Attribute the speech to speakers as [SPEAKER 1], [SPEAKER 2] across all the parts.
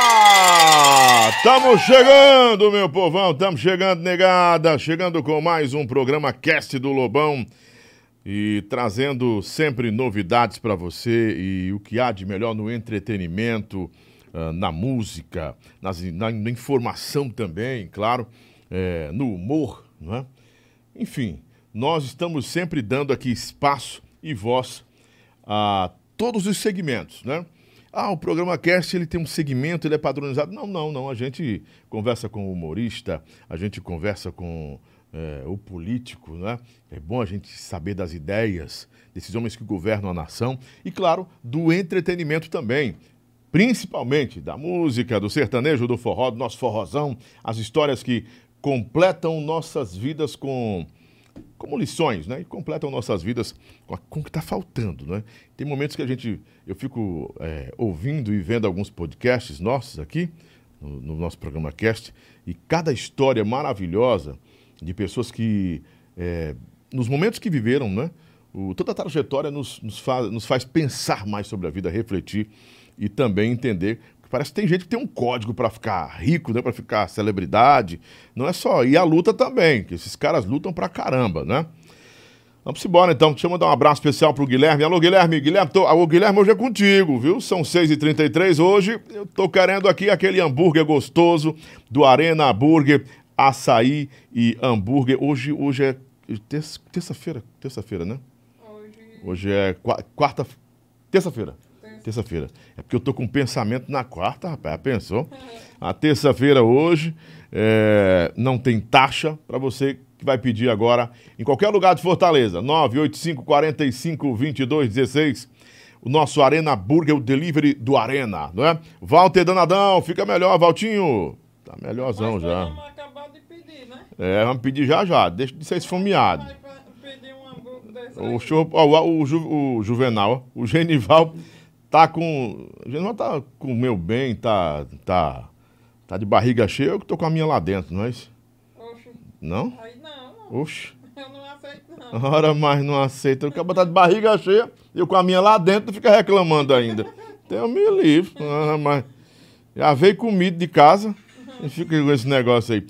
[SPEAKER 1] Opa! Estamos chegando, meu povão, estamos chegando, negada, chegando com mais um programa Cast do Lobão e trazendo sempre novidades para você e o que há de melhor no entretenimento, ah, na música, nas- na, na informação também, claro, eh, no humor, não é? Enfim, nós estamos sempre dando aqui espaço e voz a todos os segmentos, né? Ah, o programa Cast ele tem um segmento, ele é padronizado. Não, não, não. A gente conversa com o humorista, a gente conversa com eh, o político, né? É bom a gente saber das ideias desses homens que governam a nação e, claro, do entretenimento também principalmente da música, do sertanejo, do forró, do nosso forrozão, as histórias que completam nossas vidas com como lições, né? E completam nossas vidas com, a- com o que está faltando, né? Tem momentos que a gente, eu fico é, ouvindo e vendo alguns podcasts nossos aqui no, no nosso programa Cast e cada história maravilhosa de pessoas que é, nos momentos que viveram, né? O- toda a trajetória nos, nos fa- nos faz pensar mais sobre a vida, refletir e também entender. que Parece que tem gente que tem um código para ficar rico, né? para ficar celebridade. Não é só. E a luta também, que esses caras lutam pra caramba, né? Vamos embora então. Deixa eu mandar um abraço especial pro Guilherme. Alô, Guilherme. Guilherme, tô... Alô, Guilherme, hoje é contigo, viu? São 6h33 hoje. Eu tô querendo aqui aquele hambúrguer gostoso do Arena Burger, açaí e hambúrguer. Hoje, hoje é terça- terça-feira, terça-feira, né? Hoje é qua- quarta. Terça-feira. Terça-feira. É porque eu tô com um pensamento na quarta, rapaz. Pensou? A terça-feira hoje é, não tem taxa para você que vai pedir agora em qualquer lugar de Fortaleza. 985 45 22 16. O nosso Arena Burger, o delivery do Arena, não é? Walter Danadão, fica melhor, Valtinho. Tá melhorzão
[SPEAKER 2] Mas nós
[SPEAKER 1] já.
[SPEAKER 2] vamos acabar de pedir, né?
[SPEAKER 1] É, vamos pedir já já. Deixa de ser esfomeado.
[SPEAKER 2] Vai pra- pedir um hambúrguer desse
[SPEAKER 1] O,
[SPEAKER 2] aí.
[SPEAKER 1] show, ó, o, Ju- o Juvenal, ó, o Genival tá com. O Genival tá comeu bem, tá, tá, tá de barriga cheia, eu que tô com a minha lá dentro, não é isso?
[SPEAKER 2] Oxe,
[SPEAKER 1] Não?
[SPEAKER 2] aí não,
[SPEAKER 1] Oxe,
[SPEAKER 2] eu não aceito não.
[SPEAKER 1] hora mais não aceita. O cara tá de barriga cheia, eu com a minha lá dentro fica reclamando ainda. Então me livre, ah, mas já veio comido de casa e fica com esse negócio aí.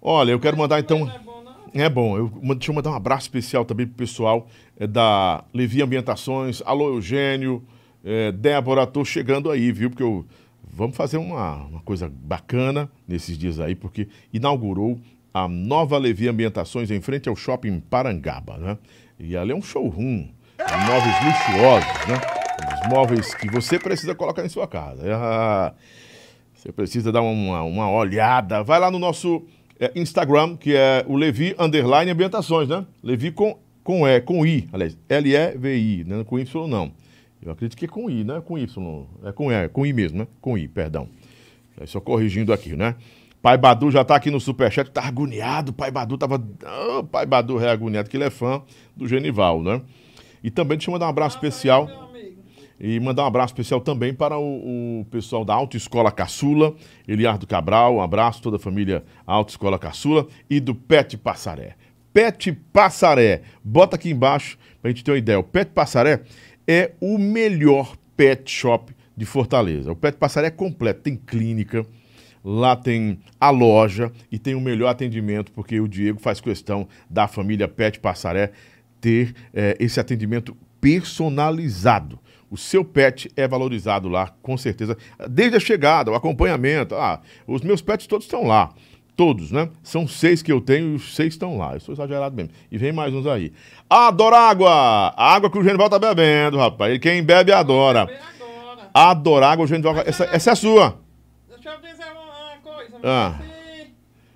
[SPEAKER 1] Olha, eu quero mandar então.
[SPEAKER 2] Não é bom não?
[SPEAKER 1] É bom, eu, ma- deixa eu mandar um abraço especial também pro pessoal eh, da Levi Ambientações, Alô Eugênio, eh, Débora, tô chegando aí, viu? Porque eu, vamos fazer uma, uma coisa bacana nesses dias aí, porque inaugurou a nova Levi Ambientações em frente ao shopping Parangaba, né? E ali é um showroom, de móveis luxuosos, né? Os móveis que você precisa colocar em sua casa. Ah, você precisa dar uma, uma olhada. Vai lá no nosso é, Instagram, que é o Levi Underline Ambientações, né? Levi com, com E, com I, aliás, L-E-V-I, né? com Y não. Eu acredito que é com I, né? Com Y, é com E, com I mesmo, né? Com I, perdão. É só corrigindo aqui, né? Pai Badu já tá aqui no superchat, tá agoniado. Pai Badu tava. Ah, pai Badu é agoniado, que ele é fã do Genival, né? E também deixa eu mandar um abraço especial.
[SPEAKER 2] Meu amigo,
[SPEAKER 1] E mandar um abraço especial também para o, o pessoal da Autoescola Caçula, Eliardo Cabral, um abraço, toda a família Autoescola Caçula e do Pet Passaré. Pet Passaré, bota aqui embaixo para a gente ter uma ideia. O Pet Passaré é o melhor pet shop de Fortaleza. O Pet Passaré é completo, tem clínica, Lá tem a loja e tem o melhor atendimento, porque o Diego faz questão da família Pet Passaré ter eh, esse atendimento personalizado. O seu pet é valorizado lá, com certeza. Desde a chegada, o acompanhamento. Ah, os meus pets todos estão lá. Todos, né? São seis que eu tenho e os seis estão lá. Eu sou exagerado mesmo. E vem mais uns aí. Adora água! A água que o Genival tá bebendo, rapaz. Ele quem bebe adora.
[SPEAKER 2] vem agora.
[SPEAKER 1] Adora água, o Genival. Essa, essa é a sua.
[SPEAKER 2] Deixa eu dizer uma, uma coisa.
[SPEAKER 1] Ah,
[SPEAKER 2] se-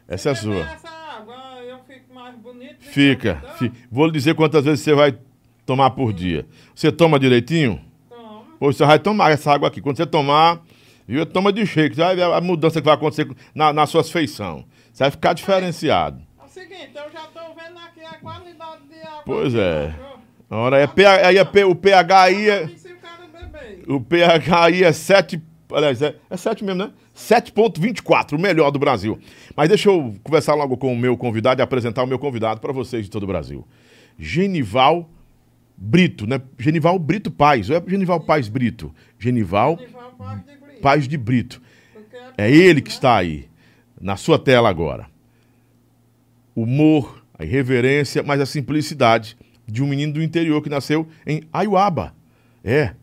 [SPEAKER 1] Essa é a
[SPEAKER 2] se beber
[SPEAKER 1] sua.
[SPEAKER 2] Essa água, eu fico mais bonito. do que
[SPEAKER 1] Fica.
[SPEAKER 2] eu tô.
[SPEAKER 1] fi- Vou lhe dizer quantas vezes você vai tomar por dia. Você toma direitinho?
[SPEAKER 2] Toma.
[SPEAKER 1] Pois você vai tomar essa água aqui. Quando você tomar, viu? Toma de shake. Você vai ver a mudança que vai acontecer com- na, nas suas feições. Você vai ficar diferenciado.
[SPEAKER 2] É o seguinte, eu já tô vendo aqui a qualidade de água.
[SPEAKER 1] Pois
[SPEAKER 2] que
[SPEAKER 1] é.
[SPEAKER 2] eu tô.
[SPEAKER 1] A hora é P, aí é P, o pH aí é.
[SPEAKER 2] E se o cara beber?
[SPEAKER 1] O pH aí é 7. Aliás, é, é 7 mesmo, né? 7,24, o melhor do Brasil. Mas deixa eu conversar logo com o meu convidado e apresentar o meu convidado para vocês de todo o Brasil. Genival Brito, né? Genival Brito Paz. Não é Genival Paz Brito. Genival
[SPEAKER 2] E vai o parque de
[SPEAKER 1] Paz de Brito. É ele que está aí, na sua tela agora. Humor, a irreverência, mas a simplicidade de um menino do interior que nasceu em Aiuaba. É,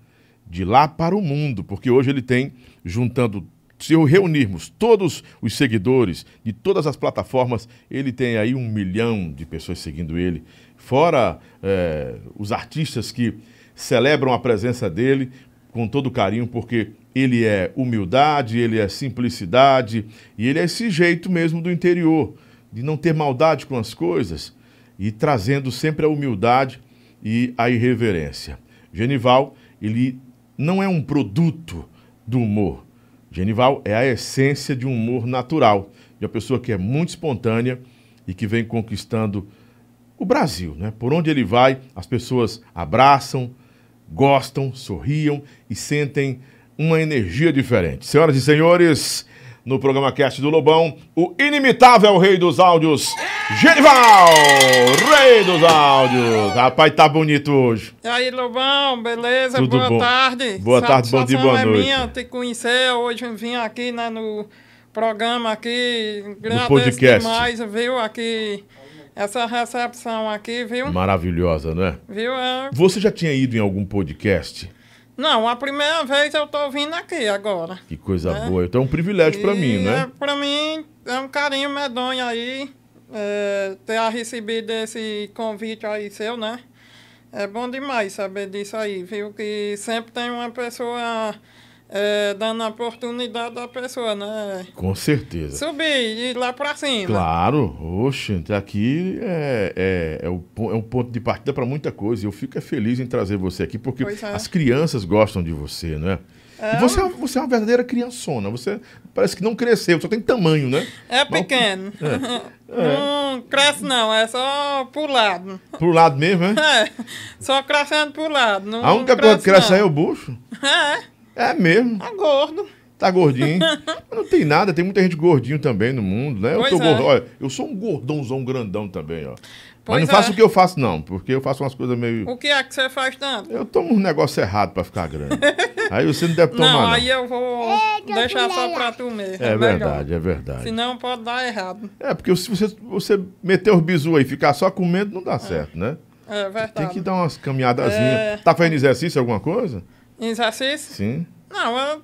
[SPEAKER 1] de lá para o mundo, porque hoje ele tem, juntando, se reunirmos todos os seguidores de todas as plataformas, ele tem aí um milhão de pessoas seguindo ele. Fora é, os artistas que celebram a presença dele com todo carinho, porque ele é humildade, ele é simplicidade e ele é esse jeito mesmo do interior, de não ter maldade com as coisas e trazendo sempre a humildade e a irreverência. Genival, ele não é um produto do humor. Genival é a essência de um humor natural, de uma pessoa que é muito espontânea e que vem conquistando o Brasil. Né? Por onde ele vai, as pessoas abraçam, gostam, sorriam e sentem uma energia diferente. Senhoras e senhores, no programa Cast do Lobão, o inimitável rei dos áudios, Genival! Rei dos áudios! Rapaz, tá bonito hoje.
[SPEAKER 2] E aí, Lobão, beleza?
[SPEAKER 1] Tudo
[SPEAKER 2] boa
[SPEAKER 1] bom.
[SPEAKER 2] tarde.
[SPEAKER 1] Boa tarde, bom dia,
[SPEAKER 2] Satisfação
[SPEAKER 1] boa
[SPEAKER 2] é
[SPEAKER 1] noite.
[SPEAKER 2] minha te conhecer. Hoje eu vim aqui né, no programa aqui. Agradeço
[SPEAKER 1] podcast.
[SPEAKER 2] demais, viu? Aqui, essa recepção aqui, viu?
[SPEAKER 1] Maravilhosa, né?
[SPEAKER 2] Viu? É...
[SPEAKER 1] Você já tinha ido em algum podcast?
[SPEAKER 2] Não, a primeira vez eu tô vindo aqui agora.
[SPEAKER 1] Que coisa boa. Então é um privilégio pra mim,
[SPEAKER 2] E,
[SPEAKER 1] né?
[SPEAKER 2] é, pra mim é um carinho medonho aí é, ter recebido esse convite aí seu, né? É bom demais saber disso aí, viu? Que sempre tem uma pessoa é, dando a oportunidade da pessoa, né?
[SPEAKER 1] Com certeza.
[SPEAKER 2] Subir e ir lá pra cima.
[SPEAKER 1] Claro, oxe, aqui é, é, é, o, po- é um ponto de partida pra muita coisa. E eu fico é feliz em trazer você aqui, porque
[SPEAKER 2] Pois é.
[SPEAKER 1] as crianças gostam de você, né? E você, é- você é uma verdadeira criançona. Você parece que não cresceu, só tem tamanho, né?
[SPEAKER 2] É pequeno.
[SPEAKER 1] é.
[SPEAKER 2] Não cresce não, é só pro lado.
[SPEAKER 1] Pro lado mesmo, né?
[SPEAKER 2] É, só crescendo pro lado. Não,
[SPEAKER 1] A única
[SPEAKER 2] não
[SPEAKER 1] coisa que cresce aí é
[SPEAKER 2] não.
[SPEAKER 1] o bucho.
[SPEAKER 2] É,
[SPEAKER 1] É mesmo.
[SPEAKER 2] tá gordo.
[SPEAKER 1] Tá gordinho. Mas não tem nada, tem muita gente gordinho também no mundo, né? eu
[SPEAKER 2] Pois
[SPEAKER 1] tô
[SPEAKER 2] é.
[SPEAKER 1] gordo. Olha, eu sou um gordãozão grandão também, ó. Mas
[SPEAKER 2] Pois
[SPEAKER 1] não faço
[SPEAKER 2] é.
[SPEAKER 1] o que eu faço, não, porque eu faço umas coisas meio.
[SPEAKER 2] O que é que você faz tanto?
[SPEAKER 1] Eu tomo um negócio errado pra ficar grande. aí você não deve tomar.
[SPEAKER 2] Não,
[SPEAKER 1] Não,
[SPEAKER 2] aí eu vou
[SPEAKER 3] que
[SPEAKER 2] deixar
[SPEAKER 3] eu fui
[SPEAKER 2] só
[SPEAKER 3] lá.
[SPEAKER 2] pra tu mesmo.
[SPEAKER 1] É
[SPEAKER 2] melhor.
[SPEAKER 1] verdade, é verdade.
[SPEAKER 2] Senão pode dar errado.
[SPEAKER 1] É, porque se você, você meter os bisu aí e ficar só comendo, não dá certo, né?
[SPEAKER 2] É
[SPEAKER 1] Tem
[SPEAKER 2] verdade.
[SPEAKER 1] que dar umas caminhadazinhas.
[SPEAKER 2] É.
[SPEAKER 1] Tá fazendo exercício, alguma coisa?
[SPEAKER 2] Exercício?
[SPEAKER 1] Sim.
[SPEAKER 2] Não, eu...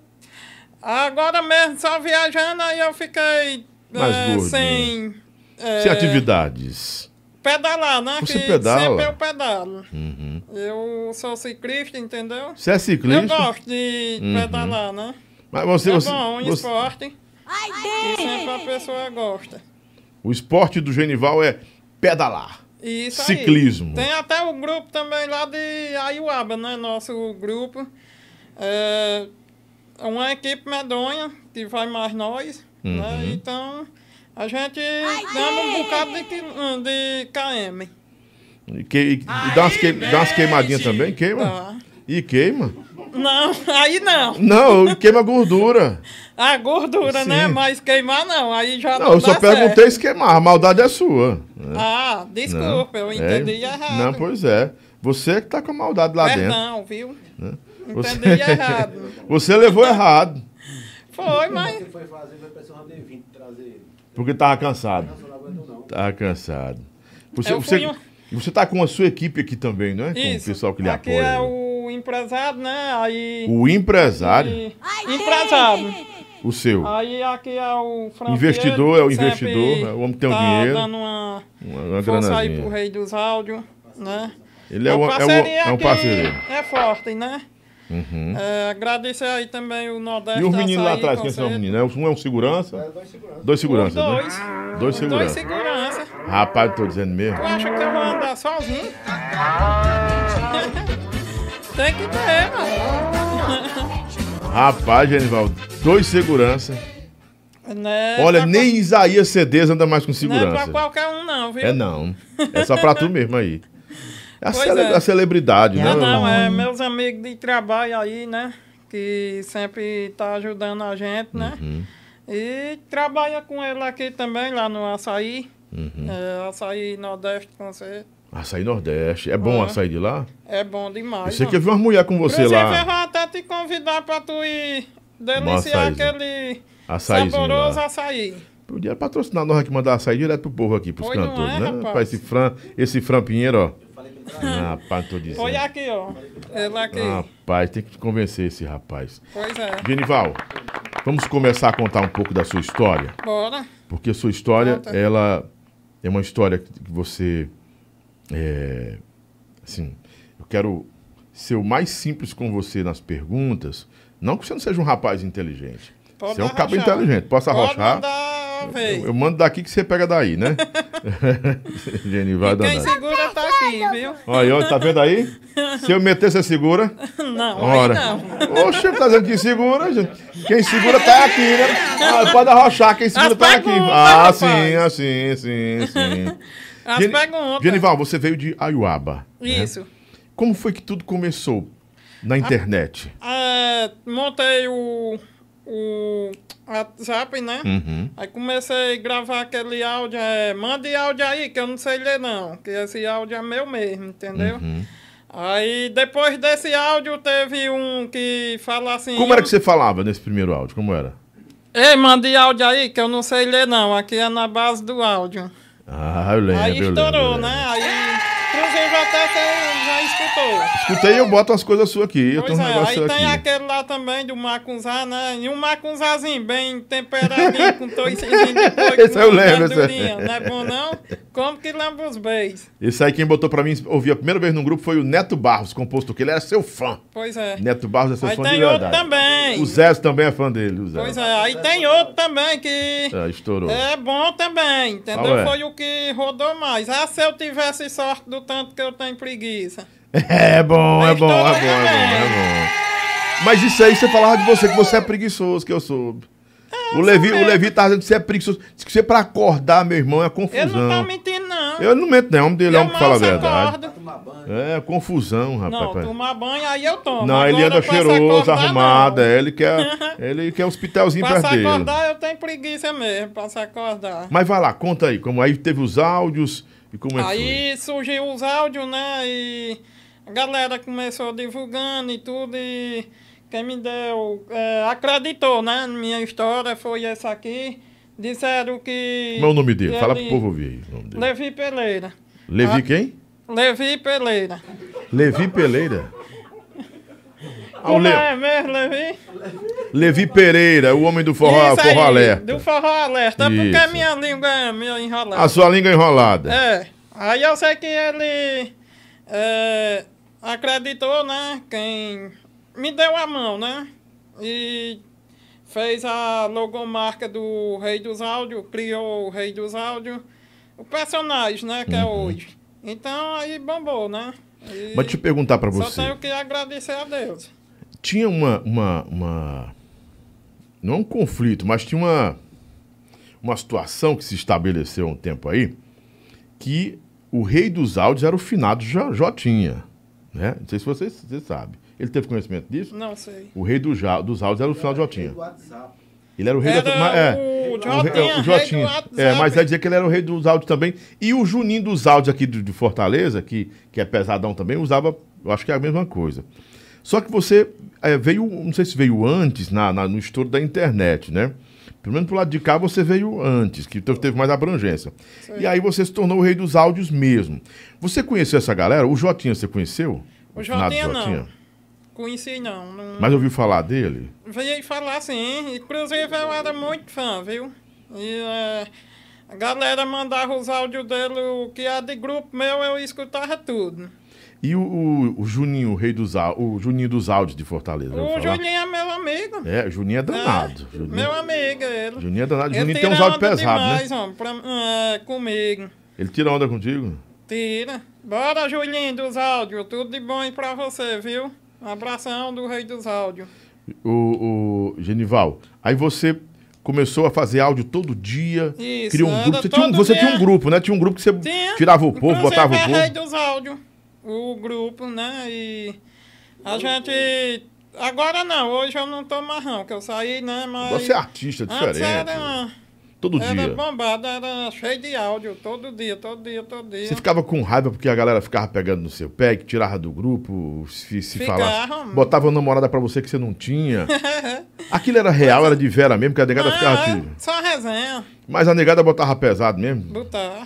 [SPEAKER 2] agora mesmo só viajando aí eu fiquei
[SPEAKER 1] Mais
[SPEAKER 2] eh,
[SPEAKER 1] gordinho.
[SPEAKER 2] sem. eh,
[SPEAKER 1] Sem atividades.
[SPEAKER 2] Pedalar, né?
[SPEAKER 1] Você pedala?
[SPEAKER 2] Sempre eu pedalo. Eu sou ciclista, entendeu?
[SPEAKER 1] Você é
[SPEAKER 2] Eu
[SPEAKER 1] ciclista?
[SPEAKER 2] gosto de pedalar, né?
[SPEAKER 1] Mas você,
[SPEAKER 2] é
[SPEAKER 1] você,
[SPEAKER 2] bom, um
[SPEAKER 1] você-
[SPEAKER 2] esporte.
[SPEAKER 3] Ai,
[SPEAKER 2] E
[SPEAKER 3] Deus!
[SPEAKER 2] sempre a pessoa gosta.
[SPEAKER 1] o esporte do Genival é pedalar.
[SPEAKER 2] Isso
[SPEAKER 1] Ciclismo.
[SPEAKER 2] Aí. Tem até o grupo também lá de Aiuaba, né? Nosso grupo. É uma equipe medonha que vai mais nós. Né?
[SPEAKER 1] Uhum.
[SPEAKER 2] Então, a gente anda um bocado de, quil- hum, de KM.
[SPEAKER 1] E, que, e dá, umas que- dá umas queimadinhas também, queima?
[SPEAKER 2] Tá.
[SPEAKER 1] E queima?
[SPEAKER 2] Não, aí não.
[SPEAKER 1] Não, e queima gordura.
[SPEAKER 2] A gordura, né?
[SPEAKER 1] Sim.
[SPEAKER 2] Mas queimar não, aí já não,
[SPEAKER 1] Não, eu
[SPEAKER 2] Tá dá
[SPEAKER 1] só perguntei
[SPEAKER 2] certo.
[SPEAKER 1] se queimar. A maldade é sua. né?
[SPEAKER 2] Ah, desculpa, eu
[SPEAKER 1] É,
[SPEAKER 2] entendi errado.
[SPEAKER 1] Não, né? pois é. Você que tá com a maldade lá
[SPEAKER 2] Perdão, viu?
[SPEAKER 1] dentro.
[SPEAKER 2] Entendi errado.
[SPEAKER 1] Você levou errado.
[SPEAKER 2] Foi,
[SPEAKER 4] Mas
[SPEAKER 2] mas
[SPEAKER 4] ele foi fazer, foi pra São de 20 trazer ele.
[SPEAKER 1] Porque tava cansado.
[SPEAKER 4] Não, não aguentou não.
[SPEAKER 1] Tava cansado. Você,
[SPEAKER 2] Eu
[SPEAKER 1] você,
[SPEAKER 2] fui um-
[SPEAKER 1] você tá com a sua equipe aqui também, não é? Com o
[SPEAKER 2] Isso.
[SPEAKER 1] pessoal que lhe
[SPEAKER 2] Aqui
[SPEAKER 1] apoia. né?
[SPEAKER 2] é o empresário, né? Aí.
[SPEAKER 1] o empresário,
[SPEAKER 2] e- Empresário.
[SPEAKER 1] o seu.
[SPEAKER 2] Aí aqui é o Franco.
[SPEAKER 1] Investidor, é o investidor, é o homem que tem o
[SPEAKER 2] tá
[SPEAKER 1] dinheiro.
[SPEAKER 2] dando uma,
[SPEAKER 1] Uma, uma
[SPEAKER 2] força aí pro
[SPEAKER 1] granazinha.
[SPEAKER 2] rei dos áudios, né?
[SPEAKER 1] Ele é,
[SPEAKER 2] Uma
[SPEAKER 1] o- é, o,
[SPEAKER 2] parceria
[SPEAKER 1] é um
[SPEAKER 2] que
[SPEAKER 1] parceiro. Uhum.
[SPEAKER 2] É forte, né? É, agradecer aí também o Nordeste.
[SPEAKER 1] E os meninos lá
[SPEAKER 2] Açaí,
[SPEAKER 1] atrás, quem são os
[SPEAKER 2] Conceito.
[SPEAKER 1] meninos? Um é um segurança,
[SPEAKER 4] Mas vai segurando.
[SPEAKER 1] dois seguranças, né?
[SPEAKER 2] Dois.
[SPEAKER 1] Dois
[SPEAKER 2] Dois
[SPEAKER 1] seguranças.
[SPEAKER 2] segurança.
[SPEAKER 1] Rapaz, tô dizendo mesmo.
[SPEAKER 2] Tu acha que eu vou andar sozinho? Tem que ter, mano.
[SPEAKER 1] Rapaz, Genival, dois segurança.
[SPEAKER 2] Né?
[SPEAKER 1] Olha,
[SPEAKER 2] Pra
[SPEAKER 1] nem Isaías Cedez anda mais com
[SPEAKER 2] Não é pra
[SPEAKER 1] segurança.
[SPEAKER 2] qualquer um, não, viu?
[SPEAKER 1] É não. É só pra tu mesmo aí. É a,
[SPEAKER 2] Pois
[SPEAKER 1] cele-
[SPEAKER 2] é.
[SPEAKER 1] a celebridade, né?
[SPEAKER 2] Não, não, é meus amigos de trabalho aí, né? Que sempre tá ajudando a gente, né?
[SPEAKER 1] Uhum.
[SPEAKER 2] E trabalha com ele aqui também, lá no Açaí.
[SPEAKER 1] Uhum.
[SPEAKER 2] É, açaí Nordeste com você.
[SPEAKER 1] Açaí Nordeste. É bom
[SPEAKER 2] É.
[SPEAKER 1] açaí de lá?
[SPEAKER 2] É bom demais.
[SPEAKER 1] Eu sei
[SPEAKER 2] ó.
[SPEAKER 1] que eu vi umas mulheres com você
[SPEAKER 2] Inclusive, eu
[SPEAKER 1] lá.
[SPEAKER 2] vou até te convidar pra tu ir deliciar
[SPEAKER 1] açaízinho.
[SPEAKER 2] aquele
[SPEAKER 1] Açaizinho
[SPEAKER 2] saboroso
[SPEAKER 1] né? lá.
[SPEAKER 2] açaí.
[SPEAKER 1] Podia patrocinar nós aqui, mandar açaí direto pro povo aqui, pros
[SPEAKER 2] Pois não
[SPEAKER 1] cantores,
[SPEAKER 2] é,
[SPEAKER 1] né?
[SPEAKER 2] rapaz?
[SPEAKER 1] Pra esse Fran, esse Fran Pinheiro, ó.
[SPEAKER 4] Falei que não traz.
[SPEAKER 1] Rapaz, tô dizendo.
[SPEAKER 2] Olha aqui, ó. Ele aqui.
[SPEAKER 1] Ah. Rapaz, tem que convencer esse rapaz.
[SPEAKER 2] Pois é.
[SPEAKER 1] Genival, vamos começar a contar um pouco da sua história.
[SPEAKER 2] Bora.
[SPEAKER 1] Porque a sua história,
[SPEAKER 2] Conta.
[SPEAKER 1] ela é uma história que você. É, assim, eu quero ser o mais simples com você nas perguntas. Não que você não seja um rapaz inteligente.
[SPEAKER 2] Pode
[SPEAKER 1] você é um
[SPEAKER 2] dar
[SPEAKER 1] cabo
[SPEAKER 2] rachada.
[SPEAKER 1] inteligente, posso
[SPEAKER 2] Pode
[SPEAKER 1] arrochar.
[SPEAKER 2] mandar ver.
[SPEAKER 1] Eu, eu mando daqui que você pega daí, né? Genival é
[SPEAKER 2] Quem
[SPEAKER 1] danado.
[SPEAKER 2] segura tá aqui, viu?
[SPEAKER 1] Olha, ó, tá vendo aí? Se eu meter, você segura.
[SPEAKER 2] Não,
[SPEAKER 1] Ora.
[SPEAKER 2] aí não.
[SPEAKER 1] Oxe, tá dizendo que segura, gente. Quem segura tá aqui, né? Ah, pode arrochar, quem segura
[SPEAKER 2] As
[SPEAKER 1] tá aqui.
[SPEAKER 2] perguntas,
[SPEAKER 1] Ah,
[SPEAKER 2] rapaz.
[SPEAKER 1] sim, ah, sim, sim, sim.
[SPEAKER 2] As
[SPEAKER 1] Geni-
[SPEAKER 2] perguntas.
[SPEAKER 1] Genival, você veio de Ayuaba. né?
[SPEAKER 2] Isso.
[SPEAKER 1] Como foi que tudo começou
[SPEAKER 2] Ah.
[SPEAKER 1] na internet?
[SPEAKER 2] É, montei o, o WhatsApp, né?
[SPEAKER 1] Uhum.
[SPEAKER 2] Aí comecei a gravar aquele áudio, é, mande áudio aí, que eu não sei ler não, que esse áudio é meu mesmo, entendeu?
[SPEAKER 1] Uhum.
[SPEAKER 2] Aí depois desse áudio teve um que fala assim...
[SPEAKER 1] Como era que você falava nesse primeiro áudio? Como era?
[SPEAKER 2] Ei, mande áudio aí, que eu não sei ler não, aqui é na base do áudio.
[SPEAKER 1] Ah, eu lembro.
[SPEAKER 2] aí
[SPEAKER 1] eu lembro, eu
[SPEAKER 2] estourou,
[SPEAKER 1] lembro.
[SPEAKER 2] né? Aí inclusive até tem- já escutou.
[SPEAKER 1] Escutei, eu boto as coisas suas aqui. Eu
[SPEAKER 2] Pois
[SPEAKER 1] tenho um
[SPEAKER 2] é,
[SPEAKER 1] negócio
[SPEAKER 2] aí tem
[SPEAKER 1] aqui.
[SPEAKER 2] aquele lá também do macunzá, né? E um macunzazinho bem temperadinho, com toicinho de porco,
[SPEAKER 1] Esse é eu
[SPEAKER 2] com
[SPEAKER 1] lembro, esse eu-
[SPEAKER 2] verdurinha. Não é bom não? Como que lembra os beis?
[SPEAKER 1] Esse aí quem botou pra mim ouvir a primeira vez num grupo foi o Neto Barros, composto que ele era seu fã.
[SPEAKER 2] Pois é.
[SPEAKER 1] Neto Barros é seu
[SPEAKER 2] Aí
[SPEAKER 1] fã de
[SPEAKER 2] tem outro
[SPEAKER 1] verdade.
[SPEAKER 2] também.
[SPEAKER 1] O Zé também é fã dele, o Zé.
[SPEAKER 2] Pois é, aí tem outro também que
[SPEAKER 1] Ah, estourou.
[SPEAKER 2] é bom também, entendeu?
[SPEAKER 1] Qual é?
[SPEAKER 2] Foi o que rodou mais. Ah, se eu tivesse sorte do tanto que eu tenho preguiça.
[SPEAKER 1] É bom, é
[SPEAKER 2] Mas
[SPEAKER 1] bom, é
[SPEAKER 2] estourou né,
[SPEAKER 1] bom, é bom,
[SPEAKER 2] também.
[SPEAKER 1] é bom. Mas isso aí você falava de você, que você é preguiçoso, que eu soube. o, Levi, o
[SPEAKER 2] É, mesmo.
[SPEAKER 1] Levi tá dizendo que você é preguiçoso. Diz que você pra acordar, meu irmão, é confusão.
[SPEAKER 2] Ele não tá mentindo, não.
[SPEAKER 1] Eu não mento, não. O homem dele é um que fala a
[SPEAKER 2] mal se
[SPEAKER 1] verdade.
[SPEAKER 2] acordo.
[SPEAKER 4] Pra tomar banho.
[SPEAKER 1] É, confusão,
[SPEAKER 2] Não,
[SPEAKER 1] rapaz.
[SPEAKER 2] tomar banho aí eu tomo.
[SPEAKER 1] Não, ele
[SPEAKER 2] Agora,
[SPEAKER 1] anda
[SPEAKER 2] pra se
[SPEAKER 1] cheiroso,
[SPEAKER 2] acordar, não.
[SPEAKER 1] arrumado. é, Ele quer, ele quer um hospitalzinho
[SPEAKER 2] Pra
[SPEAKER 1] perto
[SPEAKER 2] se
[SPEAKER 1] dele.
[SPEAKER 2] acordar, eu tenho preguiça mesmo, pra se acordar.
[SPEAKER 1] Mas vai lá, conta aí. Como aí teve os áudios e como é que foi?
[SPEAKER 2] Aí surgiu os áudios, né? E a galera começou divulgando e tudo. E quem me deu, é, acreditou, né? na Minha história foi essa aqui. Disseram que.
[SPEAKER 1] Como é o nome dele? Fala pro
[SPEAKER 2] ele-
[SPEAKER 1] povo ouvir aí. o nome dele.
[SPEAKER 2] Levi Peleira.
[SPEAKER 1] Levi
[SPEAKER 2] Ah.
[SPEAKER 1] quem?
[SPEAKER 2] Levi Peleira.
[SPEAKER 1] Levi Peleira. Ah, o
[SPEAKER 2] Como
[SPEAKER 1] Le-
[SPEAKER 2] é mesmo, Levi?
[SPEAKER 1] Levi Pereira, o homem do forró,
[SPEAKER 2] Isso aí,
[SPEAKER 1] forró alerta.
[SPEAKER 2] Do forró alerta. É Porque
[SPEAKER 1] Isso.
[SPEAKER 2] minha língua é meio enrolada.
[SPEAKER 1] A sua língua enrolada.
[SPEAKER 2] É. Aí eu sei que ele é, acreditou, né? Quem me deu a mão, né? E fez a logomarca do Rei dos Áudios, criou o Rei dos Áudios, o personagem, né? Que é hoje. Então aí bombou, né? E
[SPEAKER 1] Uhum. Mas deixa eu perguntar pra
[SPEAKER 2] só
[SPEAKER 1] você.
[SPEAKER 2] tenho que agradecer a Deus.
[SPEAKER 1] Tinha uma, uma, uma- Não um conflito, mas tinha uma. Uma situação que se estabeleceu há um tempo aí. Que o rei dos áudios era o finado Jo- Jotinha. Né? Não sei se você, você sabe. Ele teve conhecimento disso?
[SPEAKER 2] Não sei.
[SPEAKER 1] O rei do Ja- dos áudios era É o finado Jotinha.
[SPEAKER 4] Do WhatsApp.
[SPEAKER 1] Ele era o rei da. mas-
[SPEAKER 2] Era
[SPEAKER 1] é.
[SPEAKER 2] o
[SPEAKER 1] O re-
[SPEAKER 2] Jotinha,
[SPEAKER 1] o
[SPEAKER 2] rei do
[SPEAKER 1] Jotinha.
[SPEAKER 2] WhatsApp.
[SPEAKER 1] É, mas vai dizer que ele era o rei dos áudios também. E o Juninho dos áudios aqui de, de Fortaleza, que, que é pesadão também, usava, eu acho que é a mesma coisa. Só que você é, veio, não sei se veio antes, na, na- no estouro da internet, né? Pelo menos pro lado de cá você veio antes, que te- teve mais abrangência. E aí você se tornou o rei dos áudios mesmo. Você conheceu essa galera? O Jotinha você conheceu?
[SPEAKER 2] O
[SPEAKER 1] finado
[SPEAKER 2] Jotinha não. Conheci não. não...
[SPEAKER 1] Mas ouviu falar dele?
[SPEAKER 2] Veio falar sim, inclusive eu era muito fã, viu? E eh, a galera mandava os áudios dele, o que era de grupo meu, eu escutava tudo.
[SPEAKER 1] E o, o- o Juninho, o rei dos áudios, o Juninho dos áudios de Fortaleza. ouviu
[SPEAKER 2] O
[SPEAKER 1] falar?
[SPEAKER 2] Julinho é meu amigo.
[SPEAKER 1] É, Juninho é danado.
[SPEAKER 2] É,
[SPEAKER 1] Juninho,
[SPEAKER 2] Meu amigo, ele.
[SPEAKER 1] Juninho é danado.
[SPEAKER 2] Ele
[SPEAKER 1] Juninho tem
[SPEAKER 2] tira
[SPEAKER 1] uns áudios
[SPEAKER 2] onda
[SPEAKER 1] pesados,
[SPEAKER 2] demais,
[SPEAKER 1] né?
[SPEAKER 2] homem, pra- é, comigo.
[SPEAKER 1] Ele tira onda contigo?
[SPEAKER 2] Tira. Bora, Julinho dos áudios. Tudo de bom aí pra você, viu? Abração do Rei dos Áudios.
[SPEAKER 1] O, o Genival, aí você começou a fazer áudio todo dia,
[SPEAKER 2] Isso,
[SPEAKER 1] criou um
[SPEAKER 2] era
[SPEAKER 1] grupo. Você, tinha um,
[SPEAKER 2] todo
[SPEAKER 1] você
[SPEAKER 2] dia.
[SPEAKER 1] tinha um grupo, né? Tinha um grupo que você
[SPEAKER 2] Tinha.
[SPEAKER 1] tirava o povo,
[SPEAKER 2] Inclusive,
[SPEAKER 1] botava o
[SPEAKER 2] é Rei
[SPEAKER 1] povo.
[SPEAKER 2] dos áudios, o grupo, né? E a gente. Agora não, hoje eu não tô marrão, que eu saí, né? Mas.
[SPEAKER 1] Você é artista,
[SPEAKER 2] antes
[SPEAKER 1] diferente.
[SPEAKER 2] era
[SPEAKER 1] Todo
[SPEAKER 2] Era
[SPEAKER 1] dia.
[SPEAKER 2] bombado, era cheio de áudio, todo dia, todo dia, todo dia.
[SPEAKER 1] Você ficava com raiva porque a galera ficava pegando no seu pé, que tirava do grupo, se, se
[SPEAKER 2] Ficava.
[SPEAKER 1] falasse. Botava uma namorada pra você que você não tinha. Aquilo era real, era de vera mesmo, que a negada ficava.
[SPEAKER 2] Ah,
[SPEAKER 1] te-
[SPEAKER 2] Só resenha,
[SPEAKER 1] Mas a negada botava pesado mesmo,
[SPEAKER 2] botava.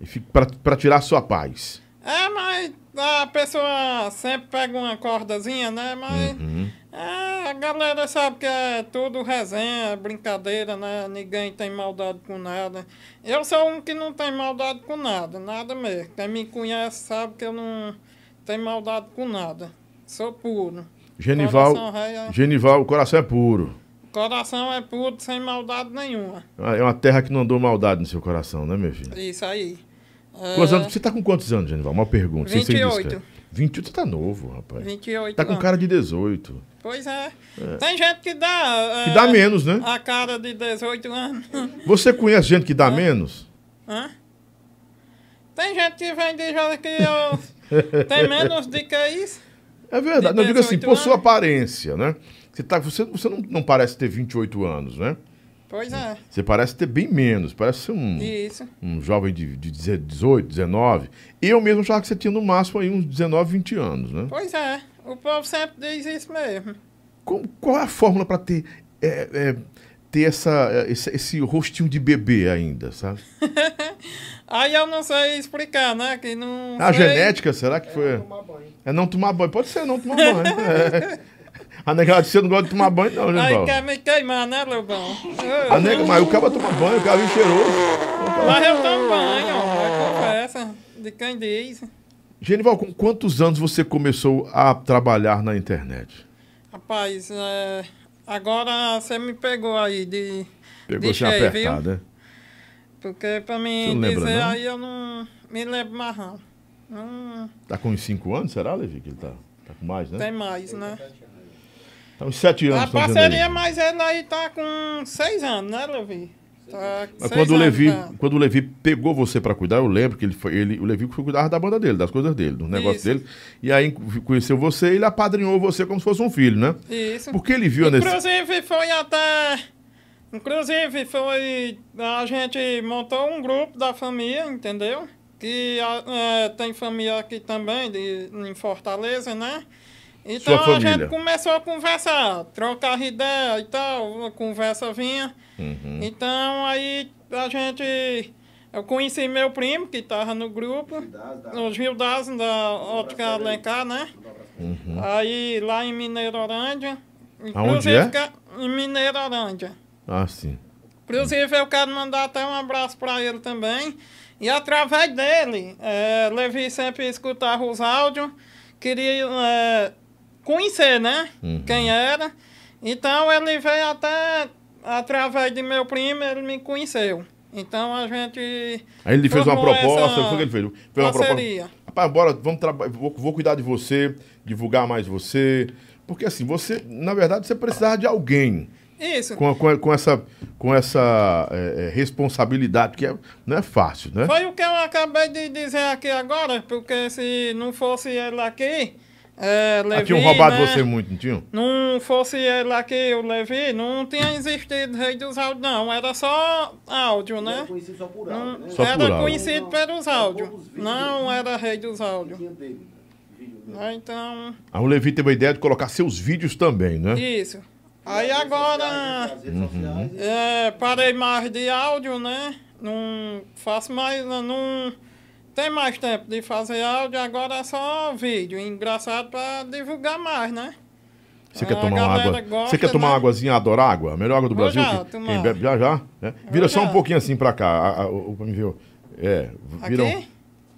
[SPEAKER 1] e fi- pra, pra tirar a sua paz.
[SPEAKER 2] É, mas a pessoa sempre pega uma cordazinha, né? Mas
[SPEAKER 1] Uhum.
[SPEAKER 2] é, a galera sabe que é tudo resenha, é brincadeira, né? Ninguém tem maldade com nada. Eu sou um que não tem maldade com nada, nada mesmo. Quem me conhece sabe que eu não tenho maldade com nada. Sou puro.
[SPEAKER 1] Genival,
[SPEAKER 2] Coração rei é-
[SPEAKER 1] Genival, o coração é puro.
[SPEAKER 2] Coração é puro, sem maldade nenhuma.
[SPEAKER 1] É uma terra que não andou maldade no seu coração, né, meu filho?
[SPEAKER 2] Isso aí. É,
[SPEAKER 1] Quantos anos- Você tá com quantos anos, Genival? Uma pergunta. sem ser
[SPEAKER 2] 28.
[SPEAKER 1] indiscreto. 28, você tá novo, rapaz.
[SPEAKER 2] 28
[SPEAKER 1] Tá com
[SPEAKER 2] anos.
[SPEAKER 1] cara de 18.
[SPEAKER 2] Pois é. Tem gente que dá.
[SPEAKER 1] Que
[SPEAKER 2] é,
[SPEAKER 1] dá menos, né?
[SPEAKER 2] A cara de 18 anos.
[SPEAKER 1] Você conhece gente que
[SPEAKER 2] É.
[SPEAKER 1] dá menos?
[SPEAKER 2] Hã? Tem gente que vem dizer que eu tem menos de que isso.
[SPEAKER 1] É verdade. Não, eu digo assim,
[SPEAKER 2] 18
[SPEAKER 1] por sua
[SPEAKER 2] anos?
[SPEAKER 1] aparência, né? Você, tá, você, você não, não parece ter 28 anos, né?
[SPEAKER 2] Pois é,
[SPEAKER 1] Você parece ter bem menos. Parece ser um,
[SPEAKER 2] isso.
[SPEAKER 1] um jovem de, de 18, 19. Eu mesmo achava que você tinha no máximo aí uns 19, 20 anos, né?
[SPEAKER 2] Pois é, o povo sempre diz isso mesmo.
[SPEAKER 1] Como- qual é a fórmula pra ter, é, é, ter essa, é, esse, esse rostinho de bebê ainda, sabe?
[SPEAKER 2] Aí eu não sei explicar, né? Que não.
[SPEAKER 1] A
[SPEAKER 2] sei.
[SPEAKER 1] genética, será que foi?
[SPEAKER 4] Tomar banho.
[SPEAKER 1] É não tomar banho. Pode ser não tomar banho. É. A negada disse, eu não gosta de tomar banho, não,
[SPEAKER 2] Aí
[SPEAKER 1] Genival.
[SPEAKER 2] quer me queimar, né, Lobão? Eu-
[SPEAKER 1] A nega, mas o cara toma banho, o cara vem cheiroso.
[SPEAKER 2] Mas eu também, ó. É conversa de quem diz.
[SPEAKER 1] Genival, com quantos anos você começou a trabalhar na internet?
[SPEAKER 2] Rapaz, é, agora você me pegou aí de.
[SPEAKER 1] Pegou
[SPEAKER 2] de
[SPEAKER 1] já
[SPEAKER 2] cheio,
[SPEAKER 1] apertado, né?
[SPEAKER 2] Porque pra
[SPEAKER 1] Você
[SPEAKER 2] mim
[SPEAKER 1] não lembra,
[SPEAKER 2] dizer
[SPEAKER 1] não?
[SPEAKER 2] aí eu não me lembro mais não. Não
[SPEAKER 1] Tá com uns 5 anos, será, Levi? Que ele tá, tá com mais, né?
[SPEAKER 2] tem mais, né?
[SPEAKER 1] Tá uns 7
[SPEAKER 2] A
[SPEAKER 1] anos, tá dizendo
[SPEAKER 2] parceria,
[SPEAKER 1] aí.
[SPEAKER 2] mas ele aí tá com seis anos, né, Levi? Tá com
[SPEAKER 1] Mas
[SPEAKER 2] seis
[SPEAKER 1] quando o,
[SPEAKER 2] anos,
[SPEAKER 1] Levi,
[SPEAKER 2] tá.
[SPEAKER 1] quando o Levi pegou você pra cuidar, eu lembro que ele foi, ele, o Levi foi cuidar da banda dele, das coisas dele, dos negócios
[SPEAKER 2] Isso.
[SPEAKER 1] dele. E aí conheceu você e ele apadrinhou você como se fosse um filho, né?
[SPEAKER 2] Isso.
[SPEAKER 1] Porque ele viu a necessidade.
[SPEAKER 2] Inclusive foi até. Inclusive foi. A gente montou um grupo da família, entendeu? Que a- é, tem família aqui também, de, em Fortaleza, né? Então
[SPEAKER 1] Sua
[SPEAKER 2] a
[SPEAKER 1] família.
[SPEAKER 2] gente começou a conversar, trocar ideia e tal, a conversa vinha.
[SPEAKER 1] Uhum.
[SPEAKER 2] Então aí a gente. Eu conheci meu primo que estava no grupo,
[SPEAKER 4] Gildas, da-
[SPEAKER 2] o Gildas da Ótica Alencar, né?
[SPEAKER 4] um
[SPEAKER 2] Aí lá em Mineirolândia.
[SPEAKER 1] Aonde
[SPEAKER 2] Inclusive,
[SPEAKER 1] é?
[SPEAKER 2] ca- Em Mineirolândia.
[SPEAKER 1] Ah, sim.
[SPEAKER 2] Inclusive, eu quero mandar até um abraço para ele também. E através dele, eh, Levi sempre escutava os áudios, queria eh, conhecer, né?
[SPEAKER 1] Uhum.
[SPEAKER 2] Quem era. Então, ele veio até através de meu primo, ele me conheceu. Então, a gente.
[SPEAKER 1] Aí ele fez uma
[SPEAKER 2] formou
[SPEAKER 1] proposta,
[SPEAKER 2] essa
[SPEAKER 1] o que ele fez? Fez uma
[SPEAKER 2] parceria.
[SPEAKER 1] proposta. Rapaz, bora, vamos trabalhar, vou, vou cuidar de você, divulgar mais você. Porque assim, você, na verdade, você precisava de alguém
[SPEAKER 2] Isso.
[SPEAKER 1] com, com, com essa, com essa é, é, responsabilidade, que é- não é fácil, né?
[SPEAKER 2] Foi o que eu acabei de dizer aqui agora, porque se não fosse ele aqui. eh, Levi,
[SPEAKER 1] Ah, tinham roubado
[SPEAKER 2] né?
[SPEAKER 1] você muito, não tinham?
[SPEAKER 2] Não fosse ela que eu levei, não tinha existido Rei dos Áudios, não. Era só áudio,
[SPEAKER 4] Era
[SPEAKER 2] né?
[SPEAKER 4] conhecido só por
[SPEAKER 2] Não,
[SPEAKER 4] áudio, né?
[SPEAKER 1] Só por
[SPEAKER 2] era
[SPEAKER 1] áudio.
[SPEAKER 2] conhecido pelos
[SPEAKER 4] Poucos
[SPEAKER 2] áudios.
[SPEAKER 4] vídeos.
[SPEAKER 2] Não era Rei dos Áudios.
[SPEAKER 4] Tinha dele, né? Vídeo dele.
[SPEAKER 2] Ah, Então,
[SPEAKER 1] Aí o Levi teve a ideia de colocar seus vídeos também, né?
[SPEAKER 2] isso. Aí
[SPEAKER 4] Nas redes sociais, né?
[SPEAKER 2] agora,
[SPEAKER 4] Nas
[SPEAKER 1] Uhum.
[SPEAKER 4] redes sociais, e-
[SPEAKER 2] é, parei mais de áudio, né? Não faço mais, não tem mais tempo de fazer áudio, agora é só vídeo. Engraçado para divulgar mais, né?
[SPEAKER 1] Você quer
[SPEAKER 2] a
[SPEAKER 1] tomar uma
[SPEAKER 2] Ah, galera
[SPEAKER 1] água?
[SPEAKER 2] gosta,
[SPEAKER 1] você quer tomar uma
[SPEAKER 2] né?
[SPEAKER 1] águazinha, adora água? A melhor água do
[SPEAKER 2] Vou
[SPEAKER 1] Brasil?
[SPEAKER 2] já
[SPEAKER 1] que-
[SPEAKER 2] tomar.
[SPEAKER 1] quem bebe já, já. né? Vira
[SPEAKER 2] Vou
[SPEAKER 1] só um
[SPEAKER 2] já.
[SPEAKER 1] pouquinho assim pra cá, a, a, o- pra me ver. ó. É, vira um-
[SPEAKER 2] Aqui?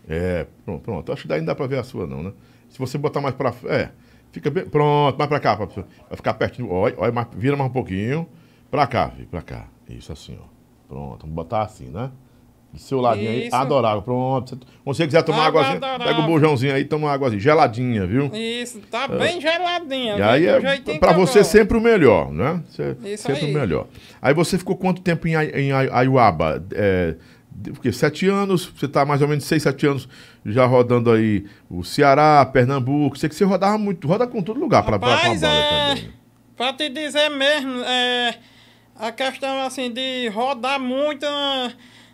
[SPEAKER 1] É, pronto, pronto. Acho que daí não dá pra ver a sua, não, né? Se você botar mais pra. É, fica bem. Pronto, mais pra cá, pra, vai ficar pertinho. Olha, olha, mais- vira mais um pouquinho. Pra cá, filho, pra cá. Isso assim, ó. Pronto, vamos botar assim, né? Do seu ladinho aí,
[SPEAKER 2] Isso.
[SPEAKER 1] adorável. Pronto. Se você quiser tomar
[SPEAKER 2] Água
[SPEAKER 1] águazinha,
[SPEAKER 2] adorável.
[SPEAKER 1] pega o bujãozinho aí e toma uma águazinha. Geladinha, viu?
[SPEAKER 2] Isso, tá bem geladinha.
[SPEAKER 1] É. E
[SPEAKER 2] viu?
[SPEAKER 1] aí
[SPEAKER 2] Do
[SPEAKER 1] é
[SPEAKER 2] jeitinho
[SPEAKER 1] pra
[SPEAKER 2] que eu
[SPEAKER 1] você
[SPEAKER 2] gosto.
[SPEAKER 1] sempre o melhor, né? Cê-
[SPEAKER 2] Isso
[SPEAKER 1] sempre
[SPEAKER 2] aí.
[SPEAKER 1] o melhor. Aí você ficou quanto tempo em, Ai- em Ai- Aiuaba? É, de- porque sete anos, você tá mais ou menos seis, sete anos já rodando aí o Ceará, Pernambuco. Sei que você rodava
[SPEAKER 2] é,
[SPEAKER 1] muito, roda com todo lugar pra, pra, pra
[SPEAKER 2] Rapaz,
[SPEAKER 1] banda
[SPEAKER 2] é-
[SPEAKER 1] também.
[SPEAKER 2] Pra te dizer mesmo, é, a questão assim de rodar muito ah,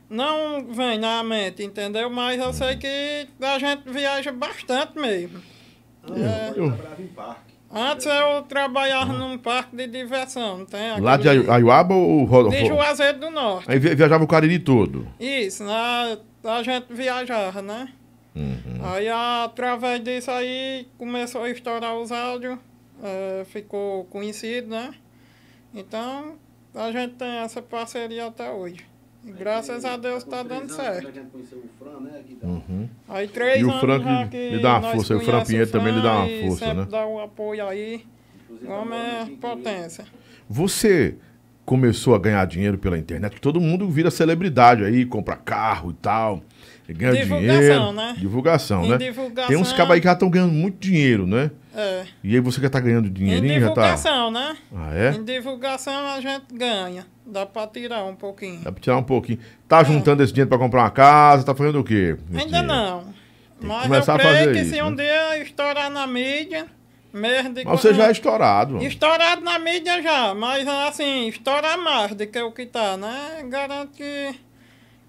[SPEAKER 2] não vem na mente, entendeu? Mas
[SPEAKER 1] Uhum.
[SPEAKER 2] eu sei que a gente viaja bastante mesmo.
[SPEAKER 1] Eu- eu-
[SPEAKER 4] Trabalhava em parque. né?
[SPEAKER 2] Antes eu trabalhava num parque de diversão, não tem?
[SPEAKER 1] Lá de
[SPEAKER 2] aquele-
[SPEAKER 1] Ai- Aiuaba ou Ro-
[SPEAKER 2] De Juazeiro do Norte.
[SPEAKER 1] Aí vi- viajava o Cariri todo.
[SPEAKER 2] Isso, na, a gente viajava, né?
[SPEAKER 1] Uhum.
[SPEAKER 2] Aí através disso aí começou a estourar os áudios, eh, ficou conhecido, né? Então a gente tem essa parceria até hoje. E graças a Deus
[SPEAKER 4] tá
[SPEAKER 2] tá
[SPEAKER 4] com
[SPEAKER 2] dando
[SPEAKER 4] três anos,
[SPEAKER 2] certo.
[SPEAKER 4] quando A gente conheceu o Fran, né? aqui da-
[SPEAKER 1] Uhum.
[SPEAKER 2] Aí três
[SPEAKER 1] E o
[SPEAKER 2] anos
[SPEAKER 1] Frank
[SPEAKER 2] já que
[SPEAKER 1] lhe dá uma
[SPEAKER 2] nós
[SPEAKER 1] força, e o Fran
[SPEAKER 2] conhece
[SPEAKER 1] Pinheiro também lhe dá uma
[SPEAKER 2] e
[SPEAKER 1] força,
[SPEAKER 2] sempre
[SPEAKER 1] né?
[SPEAKER 2] dá um apoio aí,
[SPEAKER 4] inclusive,
[SPEAKER 2] o homem
[SPEAKER 4] agora,
[SPEAKER 2] é
[SPEAKER 4] aqui, que-
[SPEAKER 2] potência.
[SPEAKER 1] Você começou a ganhar dinheiro pela internet, que todo mundo vira celebridade aí, compra carro e tal, e ganha
[SPEAKER 2] Divulgação,
[SPEAKER 1] dinheiro.
[SPEAKER 2] né?
[SPEAKER 1] Divulgação,
[SPEAKER 2] Em
[SPEAKER 1] né?
[SPEAKER 2] divulgação-
[SPEAKER 1] Tem uns cabos aí que já estão ganhando muito dinheiro, né?
[SPEAKER 2] É.
[SPEAKER 1] E aí você já tá ganhando
[SPEAKER 2] Em
[SPEAKER 1] dinheirinho, já tá.
[SPEAKER 2] divulgação, né?
[SPEAKER 1] Ah, é?
[SPEAKER 2] Em divulgação a gente ganha. Dá pra tirar um pouquinho.
[SPEAKER 1] Dá pra tirar um pouquinho. Tá juntando esse dinheiro pra comprar uma casa, tá fazendo o quê? com esse
[SPEAKER 2] Ainda
[SPEAKER 1] dinheiro?
[SPEAKER 2] não.
[SPEAKER 1] que
[SPEAKER 2] Mas eu
[SPEAKER 1] começar a
[SPEAKER 2] creio
[SPEAKER 1] fazer
[SPEAKER 2] que
[SPEAKER 1] isso,
[SPEAKER 2] se um
[SPEAKER 1] né?
[SPEAKER 2] dia estourar na mídia, merda de
[SPEAKER 1] Mas você já é estourado, mano.
[SPEAKER 2] Estourado na mídia já, mas assim, estourar mais do que o que tá, né? Garanto que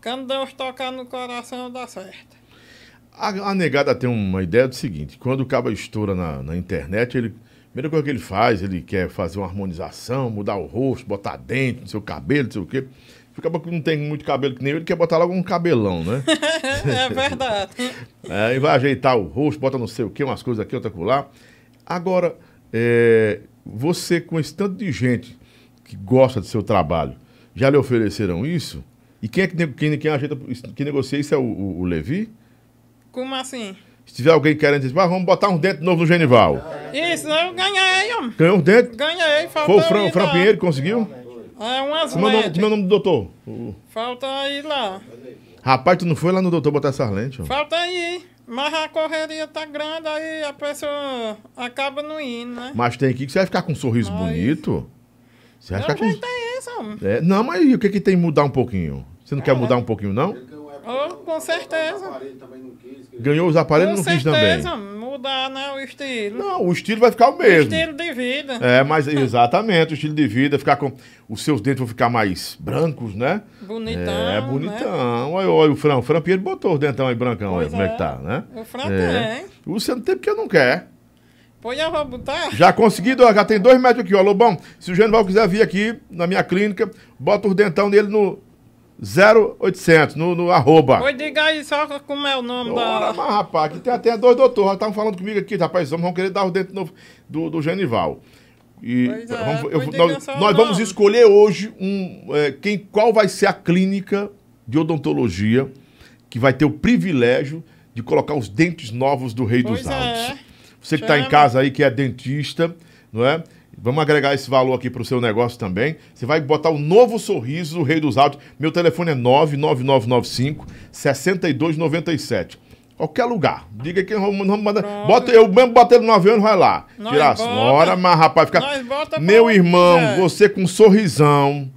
[SPEAKER 2] quando Deus tocar no coração dá certo.
[SPEAKER 1] A, a negada tem uma ideia do seguinte: quando o cabo estoura na, na internet, ele. A primeira coisa que ele faz, ele quer fazer uma harmonização, mudar o rosto, botar dente no seu cabelo, não sei o quê. O cabo que não tem muito cabelo que nem eu, ele quer botar logo um cabelão, né?
[SPEAKER 2] é verdade.
[SPEAKER 1] É, e vai ajeitar o rosto, bota não sei o quê, umas coisas aqui, outra lá. Agora, é, você com esse tanto de gente que gosta do seu trabalho, já lhe ofereceram isso? E quem é que ne- quem, quem ajeita, isso- quem negocia isso é o, o- o Levi?
[SPEAKER 2] Como assim?
[SPEAKER 1] Se tiver alguém querendo dizer, ah, vamos botar um dente novo no Genival.
[SPEAKER 2] Isso, eu ganhei, homem.
[SPEAKER 1] Ganhou um dente?
[SPEAKER 2] Ganhei, falta
[SPEAKER 1] Foi o Fran,
[SPEAKER 2] ir
[SPEAKER 1] o Fran
[SPEAKER 2] lá.
[SPEAKER 1] Pinheiro que conseguiu?
[SPEAKER 2] É umas
[SPEAKER 1] Como é o nome,
[SPEAKER 2] lentes.
[SPEAKER 1] como é o nome do doutor? O-
[SPEAKER 2] Falta ir lá.
[SPEAKER 1] Rapaz, tu não foi lá no doutor botar essas lentes? ó.
[SPEAKER 2] Falta ir. Mas a correria tá grande, aí a pessoa acaba não indo, né?
[SPEAKER 1] Mas tem aqui que você vai ficar com um sorriso
[SPEAKER 2] Mas-
[SPEAKER 1] bonito. Você vai
[SPEAKER 2] Eu
[SPEAKER 1] ficar com.
[SPEAKER 2] já tem isso, homem.
[SPEAKER 1] É, não, mas e o que, que tem mudar um pouquinho? Você não quer mudar um pouquinho, não?
[SPEAKER 4] Ele ganhou época,
[SPEAKER 2] Oh,
[SPEAKER 4] não,
[SPEAKER 2] com
[SPEAKER 4] botar os
[SPEAKER 2] certeza.
[SPEAKER 4] aparelhos também não quis, que-
[SPEAKER 1] Ganhou os aparelhos,
[SPEAKER 2] Com
[SPEAKER 1] não quis também.
[SPEAKER 2] certeza, mudar né, o estilo.
[SPEAKER 1] Não, o estilo vai ficar o
[SPEAKER 2] o
[SPEAKER 1] mesmo.
[SPEAKER 2] estilo de vida.
[SPEAKER 1] É, mas exatamente, o estilo de vida, ficar com. Os seus dentes vão ficar mais brancos, né?
[SPEAKER 2] Bonitão.
[SPEAKER 1] é,
[SPEAKER 2] Né?
[SPEAKER 1] bonitão. Olha, olha o Fran. O Fran Pinheiro botou os dentão aí brancão, olha
[SPEAKER 2] Pois
[SPEAKER 1] como é.
[SPEAKER 2] é.
[SPEAKER 1] que tá, né?
[SPEAKER 2] O Fran
[SPEAKER 1] É.
[SPEAKER 2] tem.
[SPEAKER 1] O Luciano tem porque não quer.
[SPEAKER 2] Pois eu vou botar.
[SPEAKER 1] Já consegui, ó, já tem dois médicos aqui, ó. Lobão, se o Genival quiser vir aqui na minha clínica, bota os dentão nele no 0800, no, no arroba.
[SPEAKER 2] Pois diga aí só como é o nome
[SPEAKER 1] Ora,
[SPEAKER 2] da.
[SPEAKER 1] mas rapaz, aqui tem até dois doutores, já estavam falando comigo aqui, rapaz, vamos querer dar os dentes novo do, do Genival. E
[SPEAKER 2] Pois é,
[SPEAKER 1] vamos- eu-
[SPEAKER 2] pois diga
[SPEAKER 1] nós,
[SPEAKER 2] só o
[SPEAKER 1] nós vamos
[SPEAKER 2] nome.
[SPEAKER 1] escolher hoje um, é, quem, qual vai ser a clínica de odontologia que vai ter o privilégio de colocar os dentes novos do Rei dos
[SPEAKER 2] Pois
[SPEAKER 1] Altos.
[SPEAKER 2] é.
[SPEAKER 1] Você que está em
[SPEAKER 2] Chama.
[SPEAKER 1] casa aí, que é dentista, não é? Vamos agregar esse valor aqui para o seu negócio também. Você vai botar um novo sorriso do Rei dos Altos. Meu telefone é 99995-6297. Qualquer lugar. Diga que não manda.
[SPEAKER 2] Pronto.
[SPEAKER 1] Bota, eu mesmo botei ele 9 anos, vai lá.
[SPEAKER 2] Nós
[SPEAKER 1] Tirar as
[SPEAKER 2] bota.
[SPEAKER 1] hora, mas rapaz, fica.
[SPEAKER 2] Nós bota
[SPEAKER 1] Meu
[SPEAKER 2] pra-
[SPEAKER 1] irmão,
[SPEAKER 2] É.
[SPEAKER 1] você com um sorrisão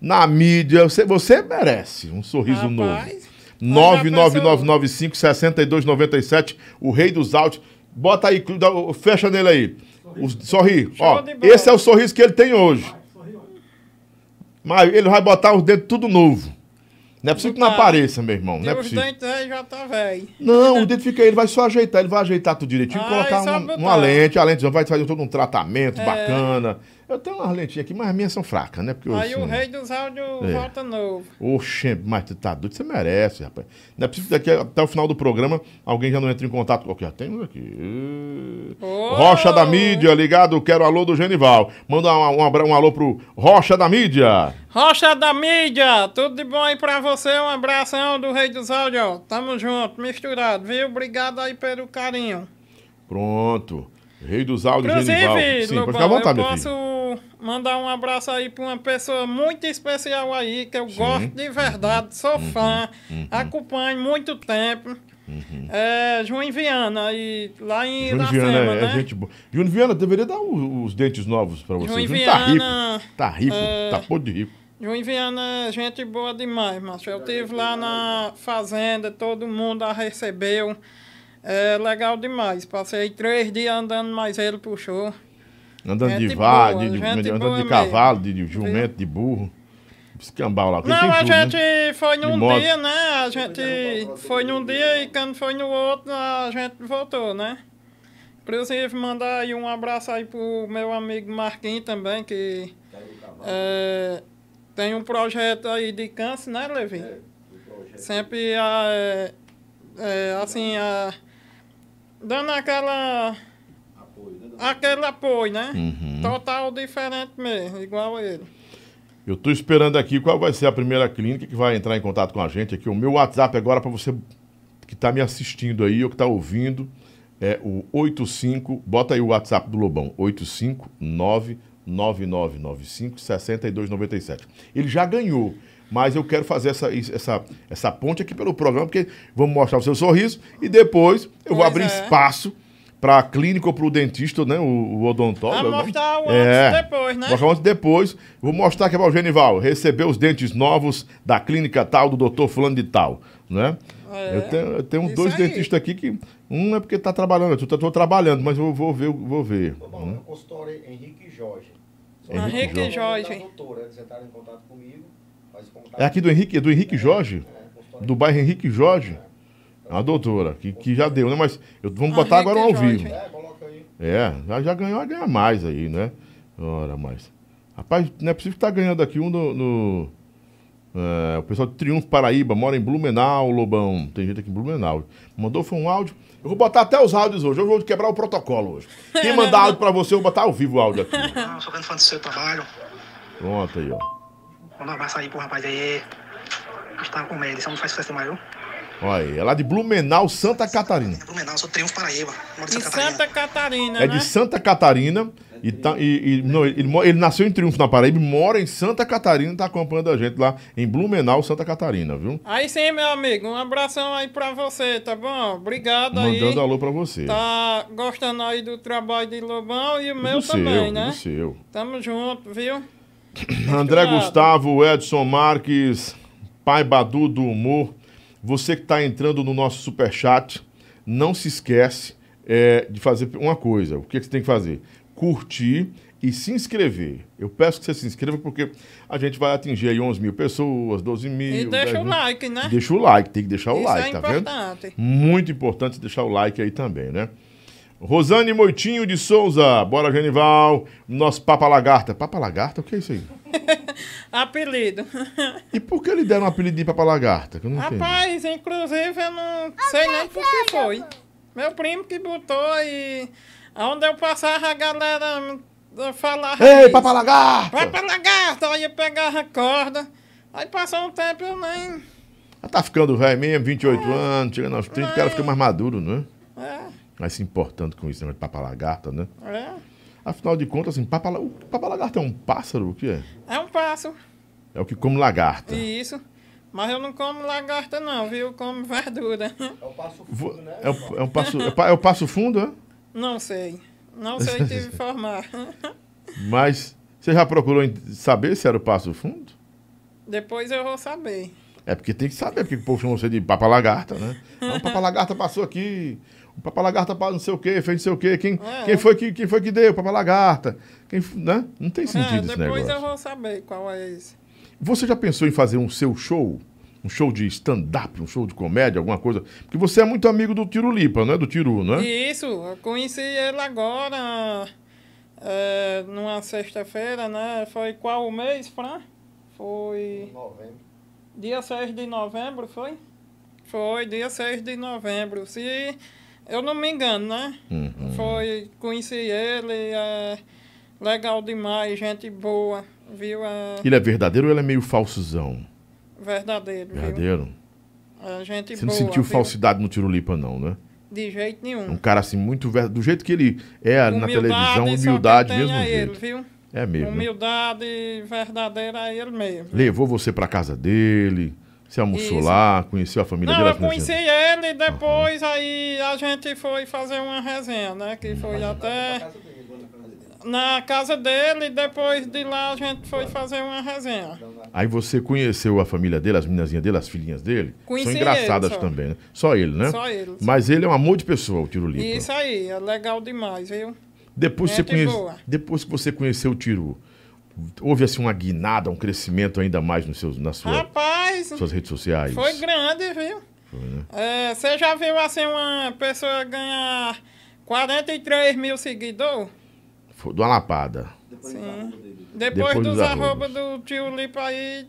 [SPEAKER 1] na mídia, você, você merece um sorriso
[SPEAKER 2] Rapaz,
[SPEAKER 1] novo.
[SPEAKER 2] olha a pessoa.
[SPEAKER 1] 99995-6297, o rei dos altos. Bota aí, dá- fecha nele aí. O, sorri.
[SPEAKER 2] Show
[SPEAKER 1] Ó,
[SPEAKER 2] de bola.
[SPEAKER 1] esse é o sorriso que ele tem hoje. Mas ele vai botar os dedos tudo novo. Não é possível que não
[SPEAKER 2] Tá.
[SPEAKER 1] apareça, meu irmão. Não é
[SPEAKER 2] e os
[SPEAKER 1] possível.
[SPEAKER 2] dentes aí já tá velho.
[SPEAKER 1] Não, o dedo fica aí, ele vai só ajeitar, ele vai ajeitar tudo direitinho,
[SPEAKER 2] Ah,
[SPEAKER 1] colocar
[SPEAKER 2] é só
[SPEAKER 1] uma,
[SPEAKER 2] botar.
[SPEAKER 1] uma lente, a lente vai fazer todo um tratamento bacana. Eu tenho umas lentinhas aqui, mas as minhas são fracas, né? Porque eu,
[SPEAKER 2] Aí o
[SPEAKER 1] assim,
[SPEAKER 2] rei dos áudios
[SPEAKER 1] É.
[SPEAKER 2] volta novo.
[SPEAKER 1] Oxe, mas tu tá doido, você merece, rapaz. Não é possível que daqui até o final do programa alguém já não entre em contato com. Aqui, ó, tem um aqui.
[SPEAKER 2] Ô!
[SPEAKER 1] Rocha da Mídia, ligado, quero alô do Genival. Manda um, um, abra- um alô pro Rocha da Mídia.
[SPEAKER 2] Rocha da mídia, tudo de bom aí pra você. Um abração do Rei dos Áudios. Tamo junto, misturado, viu? Obrigado aí pelo carinho.
[SPEAKER 1] Pronto. Rei dos áudios, Genival.
[SPEAKER 2] Inclusive,
[SPEAKER 1] Sim, pode
[SPEAKER 2] Lobão,
[SPEAKER 1] ficar à vontade,
[SPEAKER 2] eu
[SPEAKER 1] meu
[SPEAKER 2] posso
[SPEAKER 1] filho.
[SPEAKER 2] mandar um abraço aí pra uma pessoa muito especial aí, que eu gosto de verdade, sou
[SPEAKER 1] Uhum,
[SPEAKER 2] fã, acompanho muito tempo. É, Juim Viana, aí, lá em
[SPEAKER 1] Júnior
[SPEAKER 2] Iracema,
[SPEAKER 1] Uhum. Viana é,
[SPEAKER 2] né?
[SPEAKER 1] é gente boa. Júnior Viana deveria dar o- os, dentes novos pra você.
[SPEAKER 2] Júnior
[SPEAKER 1] Júnior tá
[SPEAKER 2] Viana,
[SPEAKER 1] rico. Tá rico,
[SPEAKER 2] é,
[SPEAKER 1] tá podre de rico.
[SPEAKER 2] Juim Viana é gente boa demais, macho. Eu estive lá na fazenda, todo mundo a recebeu. É legal demais. Passei três dias andando, mas ele puxou.
[SPEAKER 1] Andando
[SPEAKER 2] Gente
[SPEAKER 1] de vá,
[SPEAKER 2] boa,
[SPEAKER 1] de, de-
[SPEAKER 2] gente
[SPEAKER 1] andando
[SPEAKER 2] boa
[SPEAKER 1] de cavalo, de,
[SPEAKER 2] mesmo.
[SPEAKER 1] de jumento, de burro. Escambau lá. porque
[SPEAKER 2] Não,
[SPEAKER 1] tem
[SPEAKER 2] a
[SPEAKER 1] tudo, né?
[SPEAKER 2] gente foi
[SPEAKER 1] De
[SPEAKER 2] num
[SPEAKER 1] moto.
[SPEAKER 2] dia, né? A gente foi num dia e quando foi no outro, a gente voltou, né? Inclusive, mandar aí um abraço aí pro meu amigo Marquinhos também, que é, tem um projeto aí de câncer, né, Levi?
[SPEAKER 4] É, um
[SPEAKER 2] Sempre, é, é, assim, a- dando aquela,
[SPEAKER 4] Apoio, né?
[SPEAKER 2] aquele apoio, né?
[SPEAKER 1] Uhum.
[SPEAKER 2] Total diferente mesmo, igual ele.
[SPEAKER 1] Eu estou esperando aqui qual vai ser a primeira clínica que vai entrar em contato com a gente aqui. O meu WhatsApp agora para você que está me assistindo aí ou que está ouvindo é o 85, bota aí o WhatsApp do Lobão, 85999956297. Ele já ganhou, mas eu quero fazer essa, is- essa, essa ponte aqui pelo programa, porque vamos mostrar o seu sorriso e depois eu vou
[SPEAKER 2] Pois
[SPEAKER 1] abrir
[SPEAKER 2] é.
[SPEAKER 1] espaço para clínico ou para o dentista, né, o, o odontólogo. né? É.
[SPEAKER 2] Vamos mostrar o antes e depois, né?
[SPEAKER 1] Mostrar Pronto, depois vou mostrar aqui para o Genival. Recebeu os dentes novos da clínica tal, do doutor fulano de tal, né?
[SPEAKER 2] É,
[SPEAKER 1] eu tenho, eu tenho
[SPEAKER 2] isso
[SPEAKER 1] dois
[SPEAKER 2] aí.
[SPEAKER 1] dentistas aqui que... Um é porque está trabalhando, eu estou trabalhando, mas eu vou ver, vou ver.
[SPEAKER 3] Bom, meu consultório é Henrique Jorge. Só que
[SPEAKER 1] Henrique
[SPEAKER 3] eu sou o nome
[SPEAKER 2] Jorge.
[SPEAKER 3] da doutora, eles entraram em contato comigo, faz contato. né,
[SPEAKER 1] É aqui do Henrique, é do Henrique Jorge? Do bairro Henrique Jorge? É uma doutora, que, que já deu, né? Mas eu, vamos botar
[SPEAKER 2] Ah, Henrique
[SPEAKER 1] agora ao
[SPEAKER 2] Jorge.
[SPEAKER 1] vivo.
[SPEAKER 3] É, coloca aí.
[SPEAKER 1] É, já, já ganhou, vai ganhar mais aí, né? Ora, mais. Rapaz, não é possível que tá ganhando aqui um no. no, é, o pessoal de Triunfo Paraíba mora em Blumenau, Lobão. Tem gente aqui em Blumenau. Mandou foi um áudio. Eu vou botar até os áudios hoje. Eu vou quebrar o protocolo hoje. Quem mandar áudio pra você, eu vou botar ao vivo o áudio aqui.
[SPEAKER 5] Ah, sou grande fã do seu trabalho.
[SPEAKER 1] Pronto aí, ó.
[SPEAKER 5] Manda um abraço aí pro rapaz aí. Gustavo Comédia, isso não faz sucesso maior.
[SPEAKER 1] Olha aí. É lá de Blumenau, Santa Catarina.
[SPEAKER 5] É Blumenau, sou Triunfo Paraíba. Moro
[SPEAKER 2] Em
[SPEAKER 5] em Santa
[SPEAKER 2] Santa
[SPEAKER 5] Catarina.
[SPEAKER 2] Catarina,
[SPEAKER 1] É
[SPEAKER 2] né?
[SPEAKER 1] de Santa Catarina. E tá- e- e- não, ele, mo- ele nasceu em Triunfo na Paraíba, mora em Santa Catarina e tá acompanhando a gente lá em Blumenau, Santa Catarina, viu?
[SPEAKER 2] Aí sim, meu amigo, um abração aí pra você, tá bom? Obrigado
[SPEAKER 1] Mandando
[SPEAKER 2] aí.
[SPEAKER 1] alô pra você.
[SPEAKER 2] Tá gostando aí do trabalho de Lobão e o
[SPEAKER 1] E
[SPEAKER 2] meu
[SPEAKER 1] do
[SPEAKER 2] também,
[SPEAKER 1] seu,
[SPEAKER 2] né?
[SPEAKER 1] Do seu.
[SPEAKER 2] Tamo junto, viu?
[SPEAKER 1] André
[SPEAKER 2] Obrigado.
[SPEAKER 1] Gustavo, Edson Marques, Pai Badu do Humor, você que está entrando no nosso superchat, não se esquece é, de fazer uma coisa. O que, que você tem que fazer? Curtir e se inscrever. Eu peço que você se inscreva porque a gente vai atingir aí 11 mil pessoas, 12 mil.
[SPEAKER 2] E
[SPEAKER 1] 10
[SPEAKER 2] deixa o
[SPEAKER 1] mil.
[SPEAKER 2] like, né?
[SPEAKER 1] Deixa o like, tem que deixar o
[SPEAKER 2] Isso
[SPEAKER 1] like,
[SPEAKER 2] é
[SPEAKER 1] tá vendo?
[SPEAKER 2] importante.
[SPEAKER 1] Muito importante deixar o like aí também, né? Rosane Moitinho de Souza, bora Genival, nosso Papa Lagarta. Papa Lagarta? O que é isso aí?
[SPEAKER 2] Apelido.
[SPEAKER 1] E por que lhe deram um apelido de Papa Lagarta? Que eu não entendi.
[SPEAKER 2] Rapaz, inclusive eu não sei nem por que foi. Meu primo que botou e onde eu passava a galera hum, falava.
[SPEAKER 1] Ei,
[SPEAKER 2] isso.
[SPEAKER 1] Papa
[SPEAKER 2] Vai
[SPEAKER 1] Lagarta!
[SPEAKER 2] pra lagarta! Aí eu pegava a corda. Aí passou um tempo eu nem.
[SPEAKER 1] Ela tá ficando velho mesmo, 28 anos, chegando aos 30, o cara fica mais maduro, né?
[SPEAKER 2] É,
[SPEAKER 1] Vai se importando com isso, né? de Papa Lagarta, né?
[SPEAKER 2] é.
[SPEAKER 1] Afinal de contas, assim, Papa, La- o Papa Lagarta é um pássaro? O que é?
[SPEAKER 2] É um passo.
[SPEAKER 1] É o que come lagarta.
[SPEAKER 2] E isso. Mas eu não como lagarta, não, viu? Eu como verdura.
[SPEAKER 3] É o passo
[SPEAKER 1] Vo-
[SPEAKER 3] fundo, né?
[SPEAKER 1] É o, é um passo, é pa- é o passo fundo, é?
[SPEAKER 2] Não sei. Não sei te informar.
[SPEAKER 1] Mas você já procurou en- saber se era o passo fundo?
[SPEAKER 2] Depois eu vou saber.
[SPEAKER 1] É porque tem que saber porque o povo chama você de Papa Lagarta, né? Ah, o Papa Lagarta passou aqui, o Papa Lagarta passou não sei o quê, fez não sei o quê. Quem,
[SPEAKER 2] É.
[SPEAKER 1] quem, foi, que, quem foi que deu? O Papa Lagarta. Quem, f- né? Não tem
[SPEAKER 2] É,
[SPEAKER 1] sentido esse
[SPEAKER 2] depois
[SPEAKER 1] negócio.
[SPEAKER 2] eu vou saber qual é esse.
[SPEAKER 1] Você já pensou em fazer um seu show? Um show de stand-up, um show de comédia, alguma coisa? Porque você é muito amigo do Tiro Lipa, não é? Do Tiru, não é?
[SPEAKER 2] E isso, eu conheci ele agora, é, numa sexta-feira, né? Foi qual o mês, Fran? Foi.
[SPEAKER 3] Novembro.
[SPEAKER 2] Dia 6 de novembro, foi? Foi, dia 6 de novembro. Se eu não me engano, né?
[SPEAKER 1] Uhum.
[SPEAKER 2] Foi, conheci ele, é legal demais, gente boa, viu? É
[SPEAKER 1] Ele é verdadeiro ou ele é meio falsozão?
[SPEAKER 2] verdadeiro, viu?
[SPEAKER 1] Verdadeiro?
[SPEAKER 2] É gente
[SPEAKER 1] Você não
[SPEAKER 2] boa.
[SPEAKER 1] sentiu
[SPEAKER 2] viu?
[SPEAKER 1] falsidade no Tiro Lipa, não, né?
[SPEAKER 2] De jeito
[SPEAKER 1] Um
[SPEAKER 2] nenhum.
[SPEAKER 1] cara assim, muito. ver- Do jeito que ele é ali na televisão,
[SPEAKER 2] só quem
[SPEAKER 1] humildade,
[SPEAKER 2] tem
[SPEAKER 1] mesmo
[SPEAKER 2] é
[SPEAKER 1] jeito.
[SPEAKER 2] ele, viu?
[SPEAKER 1] É mesmo. né?
[SPEAKER 2] Humildade verdadeira é ele mesmo.
[SPEAKER 1] Levou você pra casa dele, você almoçou
[SPEAKER 2] Isso.
[SPEAKER 1] lá, conheceu a família
[SPEAKER 2] Não,
[SPEAKER 1] dele.
[SPEAKER 2] eu
[SPEAKER 1] a família
[SPEAKER 2] conheci
[SPEAKER 1] dele.
[SPEAKER 2] ele e depois aí a gente foi fazer uma resenha, né? Que
[SPEAKER 1] Uhum.
[SPEAKER 2] foi até.
[SPEAKER 3] Casa dele, na casa dele.
[SPEAKER 2] na casa dele e depois de lá a gente foi fazer uma resenha.
[SPEAKER 1] Aí você conheceu a família dele, as meninazinhas dele, as filhinhas dele.
[SPEAKER 2] Conheci
[SPEAKER 1] São engraçadas
[SPEAKER 2] ele só.
[SPEAKER 1] também, né? Só ele, né?
[SPEAKER 2] Só ele.
[SPEAKER 1] Mas ele é um amor de pessoa, o Tiro Lipa.
[SPEAKER 2] E isso aí, é legal demais, viu?
[SPEAKER 1] Depois, que você
[SPEAKER 2] Gente
[SPEAKER 1] conhece-
[SPEAKER 2] boa.
[SPEAKER 1] depois que você conheceu o Tiru, houve assim uma guinada, um crescimento ainda mais nos seus, na sua-
[SPEAKER 2] Rapaz,
[SPEAKER 1] suas redes sociais?
[SPEAKER 2] foi grande, viu?
[SPEAKER 1] né?
[SPEAKER 2] É, Você já viu assim uma pessoa ganhar 43 mil seguidores?
[SPEAKER 1] Foi de uma lapada.
[SPEAKER 4] Depois Sim.
[SPEAKER 2] Depois,
[SPEAKER 1] Depois
[SPEAKER 2] dos,
[SPEAKER 1] dos
[SPEAKER 2] arroba do tio Lipa aí,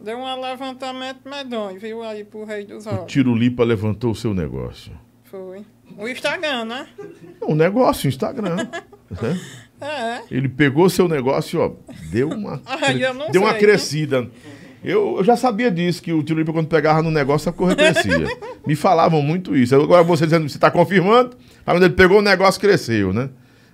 [SPEAKER 2] deu um levantamento medonho, viu? Aí pro rei dos
[SPEAKER 1] O
[SPEAKER 2] arrobas.
[SPEAKER 1] Tirulipa levantou o seu negócio.
[SPEAKER 2] Foi. O Instagram, né?
[SPEAKER 1] Um negócio, Instagram. né?
[SPEAKER 2] É,
[SPEAKER 1] Ele pegou seu negócio, ó, deu uma,
[SPEAKER 2] Ai, eu não
[SPEAKER 1] deu uma
[SPEAKER 2] sei,
[SPEAKER 1] crescida. Eu, eu já sabia disso, que o Tirulipa, quando pegava no negócio, a coisa crescia. Me falavam muito isso. Agora você dizendo, você está confirmando, Aí, quando ele pegou o negócio, cresceu, né?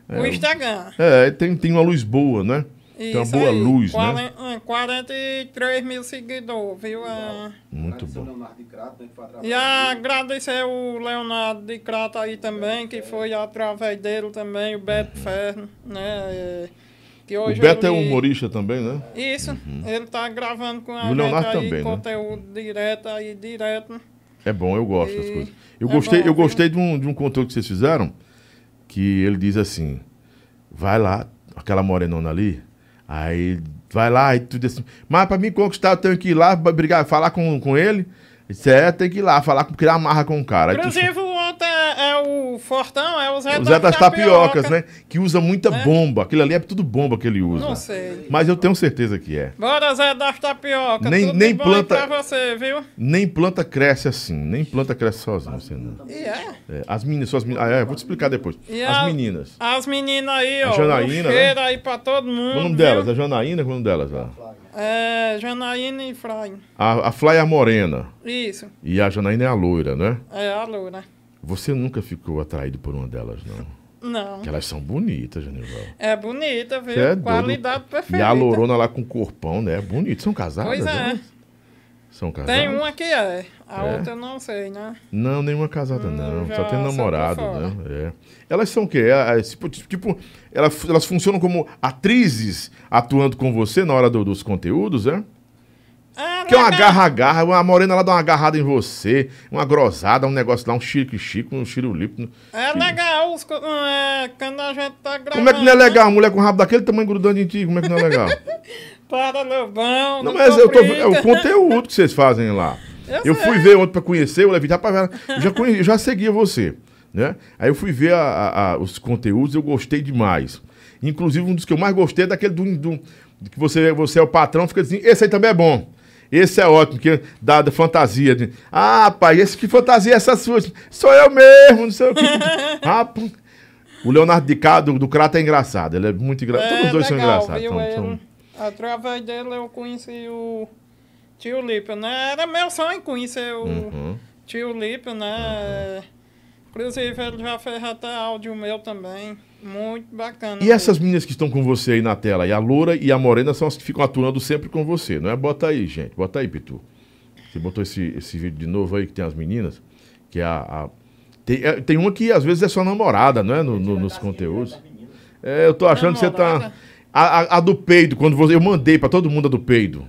[SPEAKER 2] o Instagram.
[SPEAKER 1] É, tem, tem uma luz boa, né? tem uma
[SPEAKER 2] Isso
[SPEAKER 1] boa
[SPEAKER 2] aí.
[SPEAKER 1] luz, né?
[SPEAKER 2] Quaren- ah, 43 mil seguidores, viu? Ah,
[SPEAKER 1] Muito bom.
[SPEAKER 4] Leonardo de Crato, né, que foi através
[SPEAKER 2] E
[SPEAKER 1] Tá
[SPEAKER 2] agradecer o Leonardo de Crata aí também, que foi através dele também, o Beto Ferro, né? é, Que
[SPEAKER 1] O
[SPEAKER 2] hoje
[SPEAKER 1] Beto é
[SPEAKER 2] ele-
[SPEAKER 1] humorista também, né?
[SPEAKER 2] Isso, ele tá gravando com a
[SPEAKER 1] E o
[SPEAKER 2] gente
[SPEAKER 1] Leonardo
[SPEAKER 2] aí,
[SPEAKER 1] também, né?
[SPEAKER 2] conteúdo direto aí, direto.
[SPEAKER 1] É bom, eu gosto das
[SPEAKER 2] E
[SPEAKER 1] coisas. Eu
[SPEAKER 2] é
[SPEAKER 1] gostei,
[SPEAKER 2] bom,
[SPEAKER 1] eu
[SPEAKER 2] viu?
[SPEAKER 1] gostei de um, de um conteúdo que vocês fizeram, que ele diz assim, vai lá, aquela morenona ali, aí vai lá e tudo assim, mas pra mim conquistar eu tenho que ir lá, pra brigar, falar com, com ele, Eu disse, é, tem que ir lá, falar, com- criar amarra com o cara. Aí tu-
[SPEAKER 2] Inclusive, o outro é, é o Fortão, é o Zé,
[SPEAKER 1] o Zé das
[SPEAKER 2] Tapioca.
[SPEAKER 1] Tapiocas, né? Que usa muita bomba, aquilo ali é tudo bomba que ele usa.
[SPEAKER 2] Não sei.
[SPEAKER 1] Mas eu tenho certeza que é.
[SPEAKER 2] Bora, Zé das Tapioca.
[SPEAKER 1] Nem-
[SPEAKER 2] Tudo
[SPEAKER 1] nem
[SPEAKER 2] de bom aí
[SPEAKER 1] planta-
[SPEAKER 2] pra você, viu?
[SPEAKER 1] Nem planta cresce assim, nem planta cresce sozinha, você não.
[SPEAKER 2] E é.
[SPEAKER 1] É, as meninas, suas meninas. Ah, é, vou te explicar depois.
[SPEAKER 2] E
[SPEAKER 1] as
[SPEAKER 2] a-
[SPEAKER 1] meninas.
[SPEAKER 2] As meninas aí,
[SPEAKER 1] A
[SPEAKER 2] ó.
[SPEAKER 1] Janaína,
[SPEAKER 2] um cheiro
[SPEAKER 1] né?
[SPEAKER 2] aí pra todo mundo.
[SPEAKER 1] O nome
[SPEAKER 2] viu?
[SPEAKER 1] delas, a Janaína, qual é o nome delas? lá?
[SPEAKER 2] É, Janaína e Fraim.
[SPEAKER 1] A, a Fly é a morena
[SPEAKER 2] Isso,
[SPEAKER 1] e a Janaína é a loira, né?
[SPEAKER 2] é a Loura.
[SPEAKER 1] Você nunca ficou atraído por uma delas, não.
[SPEAKER 2] Não.
[SPEAKER 1] Porque elas são bonitas, Janival.
[SPEAKER 2] É bonita, viu?
[SPEAKER 1] Você é doido.
[SPEAKER 2] Qualidade perfeita.
[SPEAKER 1] E a lourona lá com corpão, né? Bonito. São casadas,
[SPEAKER 2] Pois é.
[SPEAKER 1] né? São casadas.
[SPEAKER 2] Tem uma que é, a
[SPEAKER 1] né? É.
[SPEAKER 2] outra eu não sei, né?
[SPEAKER 1] Não, nenhuma casada, não.
[SPEAKER 2] Não, Hum, já
[SPEAKER 1] Só tem
[SPEAKER 2] saiu
[SPEAKER 1] namorado,
[SPEAKER 2] por fora.
[SPEAKER 1] né? É. Elas são o quê? É, é, tipo, tipo, elas, elas funcionam como atrizes atuando com você na hora do- dos conteúdos, é?
[SPEAKER 2] Ah,
[SPEAKER 1] Que é uma
[SPEAKER 2] legal.
[SPEAKER 1] garra-garra, uma morena lá dá uma agarrada em você, uma grosada, um negócio lá, um chique-chique, um chirulipo.
[SPEAKER 2] É legal os, co- é, quando a gente tá gravando.
[SPEAKER 1] Como é que não é
[SPEAKER 2] né?
[SPEAKER 1] legal? Uma mulher com o rabo daquele tamanho grudando em ti, como é que não é legal?
[SPEAKER 2] Para Lobão.
[SPEAKER 1] Não,
[SPEAKER 2] do
[SPEAKER 1] mas eu tô,
[SPEAKER 2] Cobrita.
[SPEAKER 1] é o conteúdo que vocês fazem lá.
[SPEAKER 2] Eu
[SPEAKER 1] Eu
[SPEAKER 2] sei.
[SPEAKER 1] fui ver outro pra conhecer, eu levei, rapaz, eu já, conhe- eu já seguia você, né? Aí eu fui ver a- a- a- os conteúdos, eu gostei demais. Inclusive, um dos que eu mais gostei é daquele do, do- que você, você é o patrão, fica assim, esse aí também é bom. Esse é ótimo, que é da, da fantasia. de- Ah, rapaz, esse que fantasia é essa sua? Sou eu mesmo, não sei o que. Rapaz, o Leonardo DiCaprio, do, do Crato, é engraçado. Ele é muito engraçado.
[SPEAKER 2] É
[SPEAKER 1] Todos os dois são
[SPEAKER 2] legal,
[SPEAKER 1] engraçados.
[SPEAKER 2] viu, é,
[SPEAKER 1] são-
[SPEAKER 2] ele?
[SPEAKER 1] são-
[SPEAKER 2] Através dele eu conheci o tio Lipa, né? Era meu sonho conhecer o
[SPEAKER 1] Uhum.
[SPEAKER 2] tio Lipa, né? Inclusive ele já fez até áudio meu também. Muito bacana.
[SPEAKER 1] E essas meninas que estão com você aí na tela, e a loura e a morena são as que ficam atuando sempre com você, não é? Bota aí, gente, bota aí, Pitu. Você botou esse, esse vídeo de novo aí que tem as meninas, que é a. a- Tem, é, tem uma que às vezes é sua namorada, não é? No- no- nos conteúdos. É, eu tô achando que você tá.
[SPEAKER 2] Namorada?
[SPEAKER 1] A, a- a do peido, quando você. Eu mandei pra todo mundo a do peido.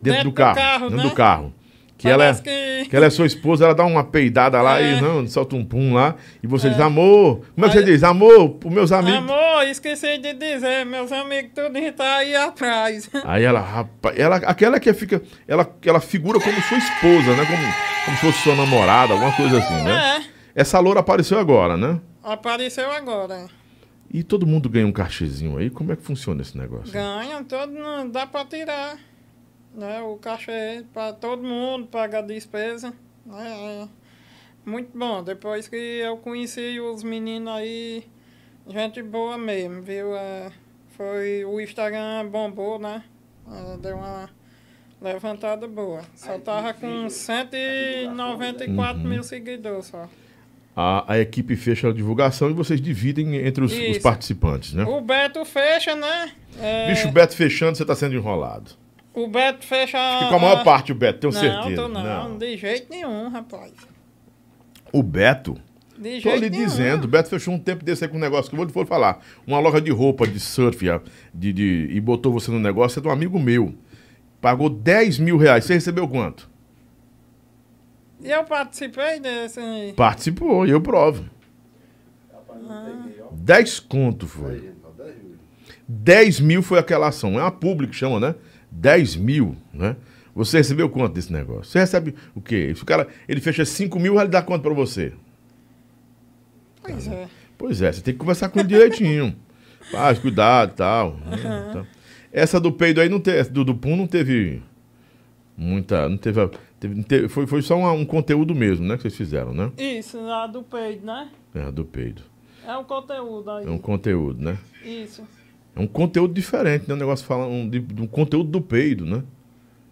[SPEAKER 1] Dentro, do carro. dentro
[SPEAKER 2] né?
[SPEAKER 1] do carro. Que ela, é,
[SPEAKER 2] Parece que-
[SPEAKER 1] que ela é sua esposa, ela dá uma peidada lá
[SPEAKER 2] É.
[SPEAKER 1] e não, solta um pum lá. E você diz, amor. Como é que você diz? Amor, os meus amigos.
[SPEAKER 2] Amor, esqueci de dizer, meus amigos tudo tá aí atrás.
[SPEAKER 1] Aí ela, rapaz, ela, aquela que fica, ela, ela figura como sua esposa, né? Como, como se fosse sua namorada, alguma coisa assim, né?
[SPEAKER 2] É,
[SPEAKER 1] Essa loura apareceu agora, né?
[SPEAKER 2] apareceu agora.
[SPEAKER 1] E todo mundo ganha um cachezinho aí. Como é que funciona esse negócio?
[SPEAKER 2] Ganham, todo mundo, dá pra tirar. Né, o cachê pra todo mundo, paga a despesa. né, é muito bom. Depois que eu conheci os meninos aí, gente boa mesmo, viu? É, foi o Instagram bombou, né? É, deu uma levantada boa. Só tava com 194
[SPEAKER 1] Uhum.
[SPEAKER 2] mil seguidores só.
[SPEAKER 1] A, a equipe fecha a divulgação e vocês dividem entre os, os
[SPEAKER 2] Isso.
[SPEAKER 1] participantes, né?
[SPEAKER 2] O Beto fecha, né? É,
[SPEAKER 1] Bicho Beto fechando, você tá sendo enrolado.
[SPEAKER 2] o Beto fecha.
[SPEAKER 1] Ficou a maior parte o Beto, tenho
[SPEAKER 2] Ah. não,
[SPEAKER 1] certeza.
[SPEAKER 2] Tô não, de jeito nenhum, rapaz.
[SPEAKER 1] O Beto,
[SPEAKER 2] De
[SPEAKER 1] tô
[SPEAKER 2] jeito
[SPEAKER 1] lhe
[SPEAKER 2] nenhum.
[SPEAKER 1] dizendo, o Beto fechou um tempo desse aí com um negócio que eu vou lhe for falar. Uma loja de roupa, de surf, a- de, de- e botou você no negócio, é de um amigo meu. Pagou 10 mil reais. Você recebeu quanto?
[SPEAKER 2] E eu participei desse.
[SPEAKER 1] Participou, e eu provo.
[SPEAKER 4] Rapaz, não peguei, ó.
[SPEAKER 1] 10 conto foi.
[SPEAKER 4] Aí, ó, 10 mil.
[SPEAKER 1] 10 mil foi aquela ação. É uma pública que chama, né? 10 mil, né? Você recebeu quanto desse negócio? Você recebe o quê? Se o cara, ele fecha 5 mil, ele dá quanto pra você?
[SPEAKER 2] Pois é.
[SPEAKER 1] Pois é, você tem que conversar com ele direitinho. Faz, cuidado e tal. né? Então, Essa do peido aí, não teve, do, do pum, não teve muita... Não teve, a- teve- não teve- foi, foi só uma- um conteúdo mesmo, né? Que vocês fizeram, né?
[SPEAKER 2] Isso, a do peito, né?
[SPEAKER 1] É, a do peido.
[SPEAKER 2] É um conteúdo aí.
[SPEAKER 1] É um conteúdo, né?
[SPEAKER 2] Isso.
[SPEAKER 1] É um conteúdo diferente, né? Um negócio falando de, de um conteúdo do peido, né?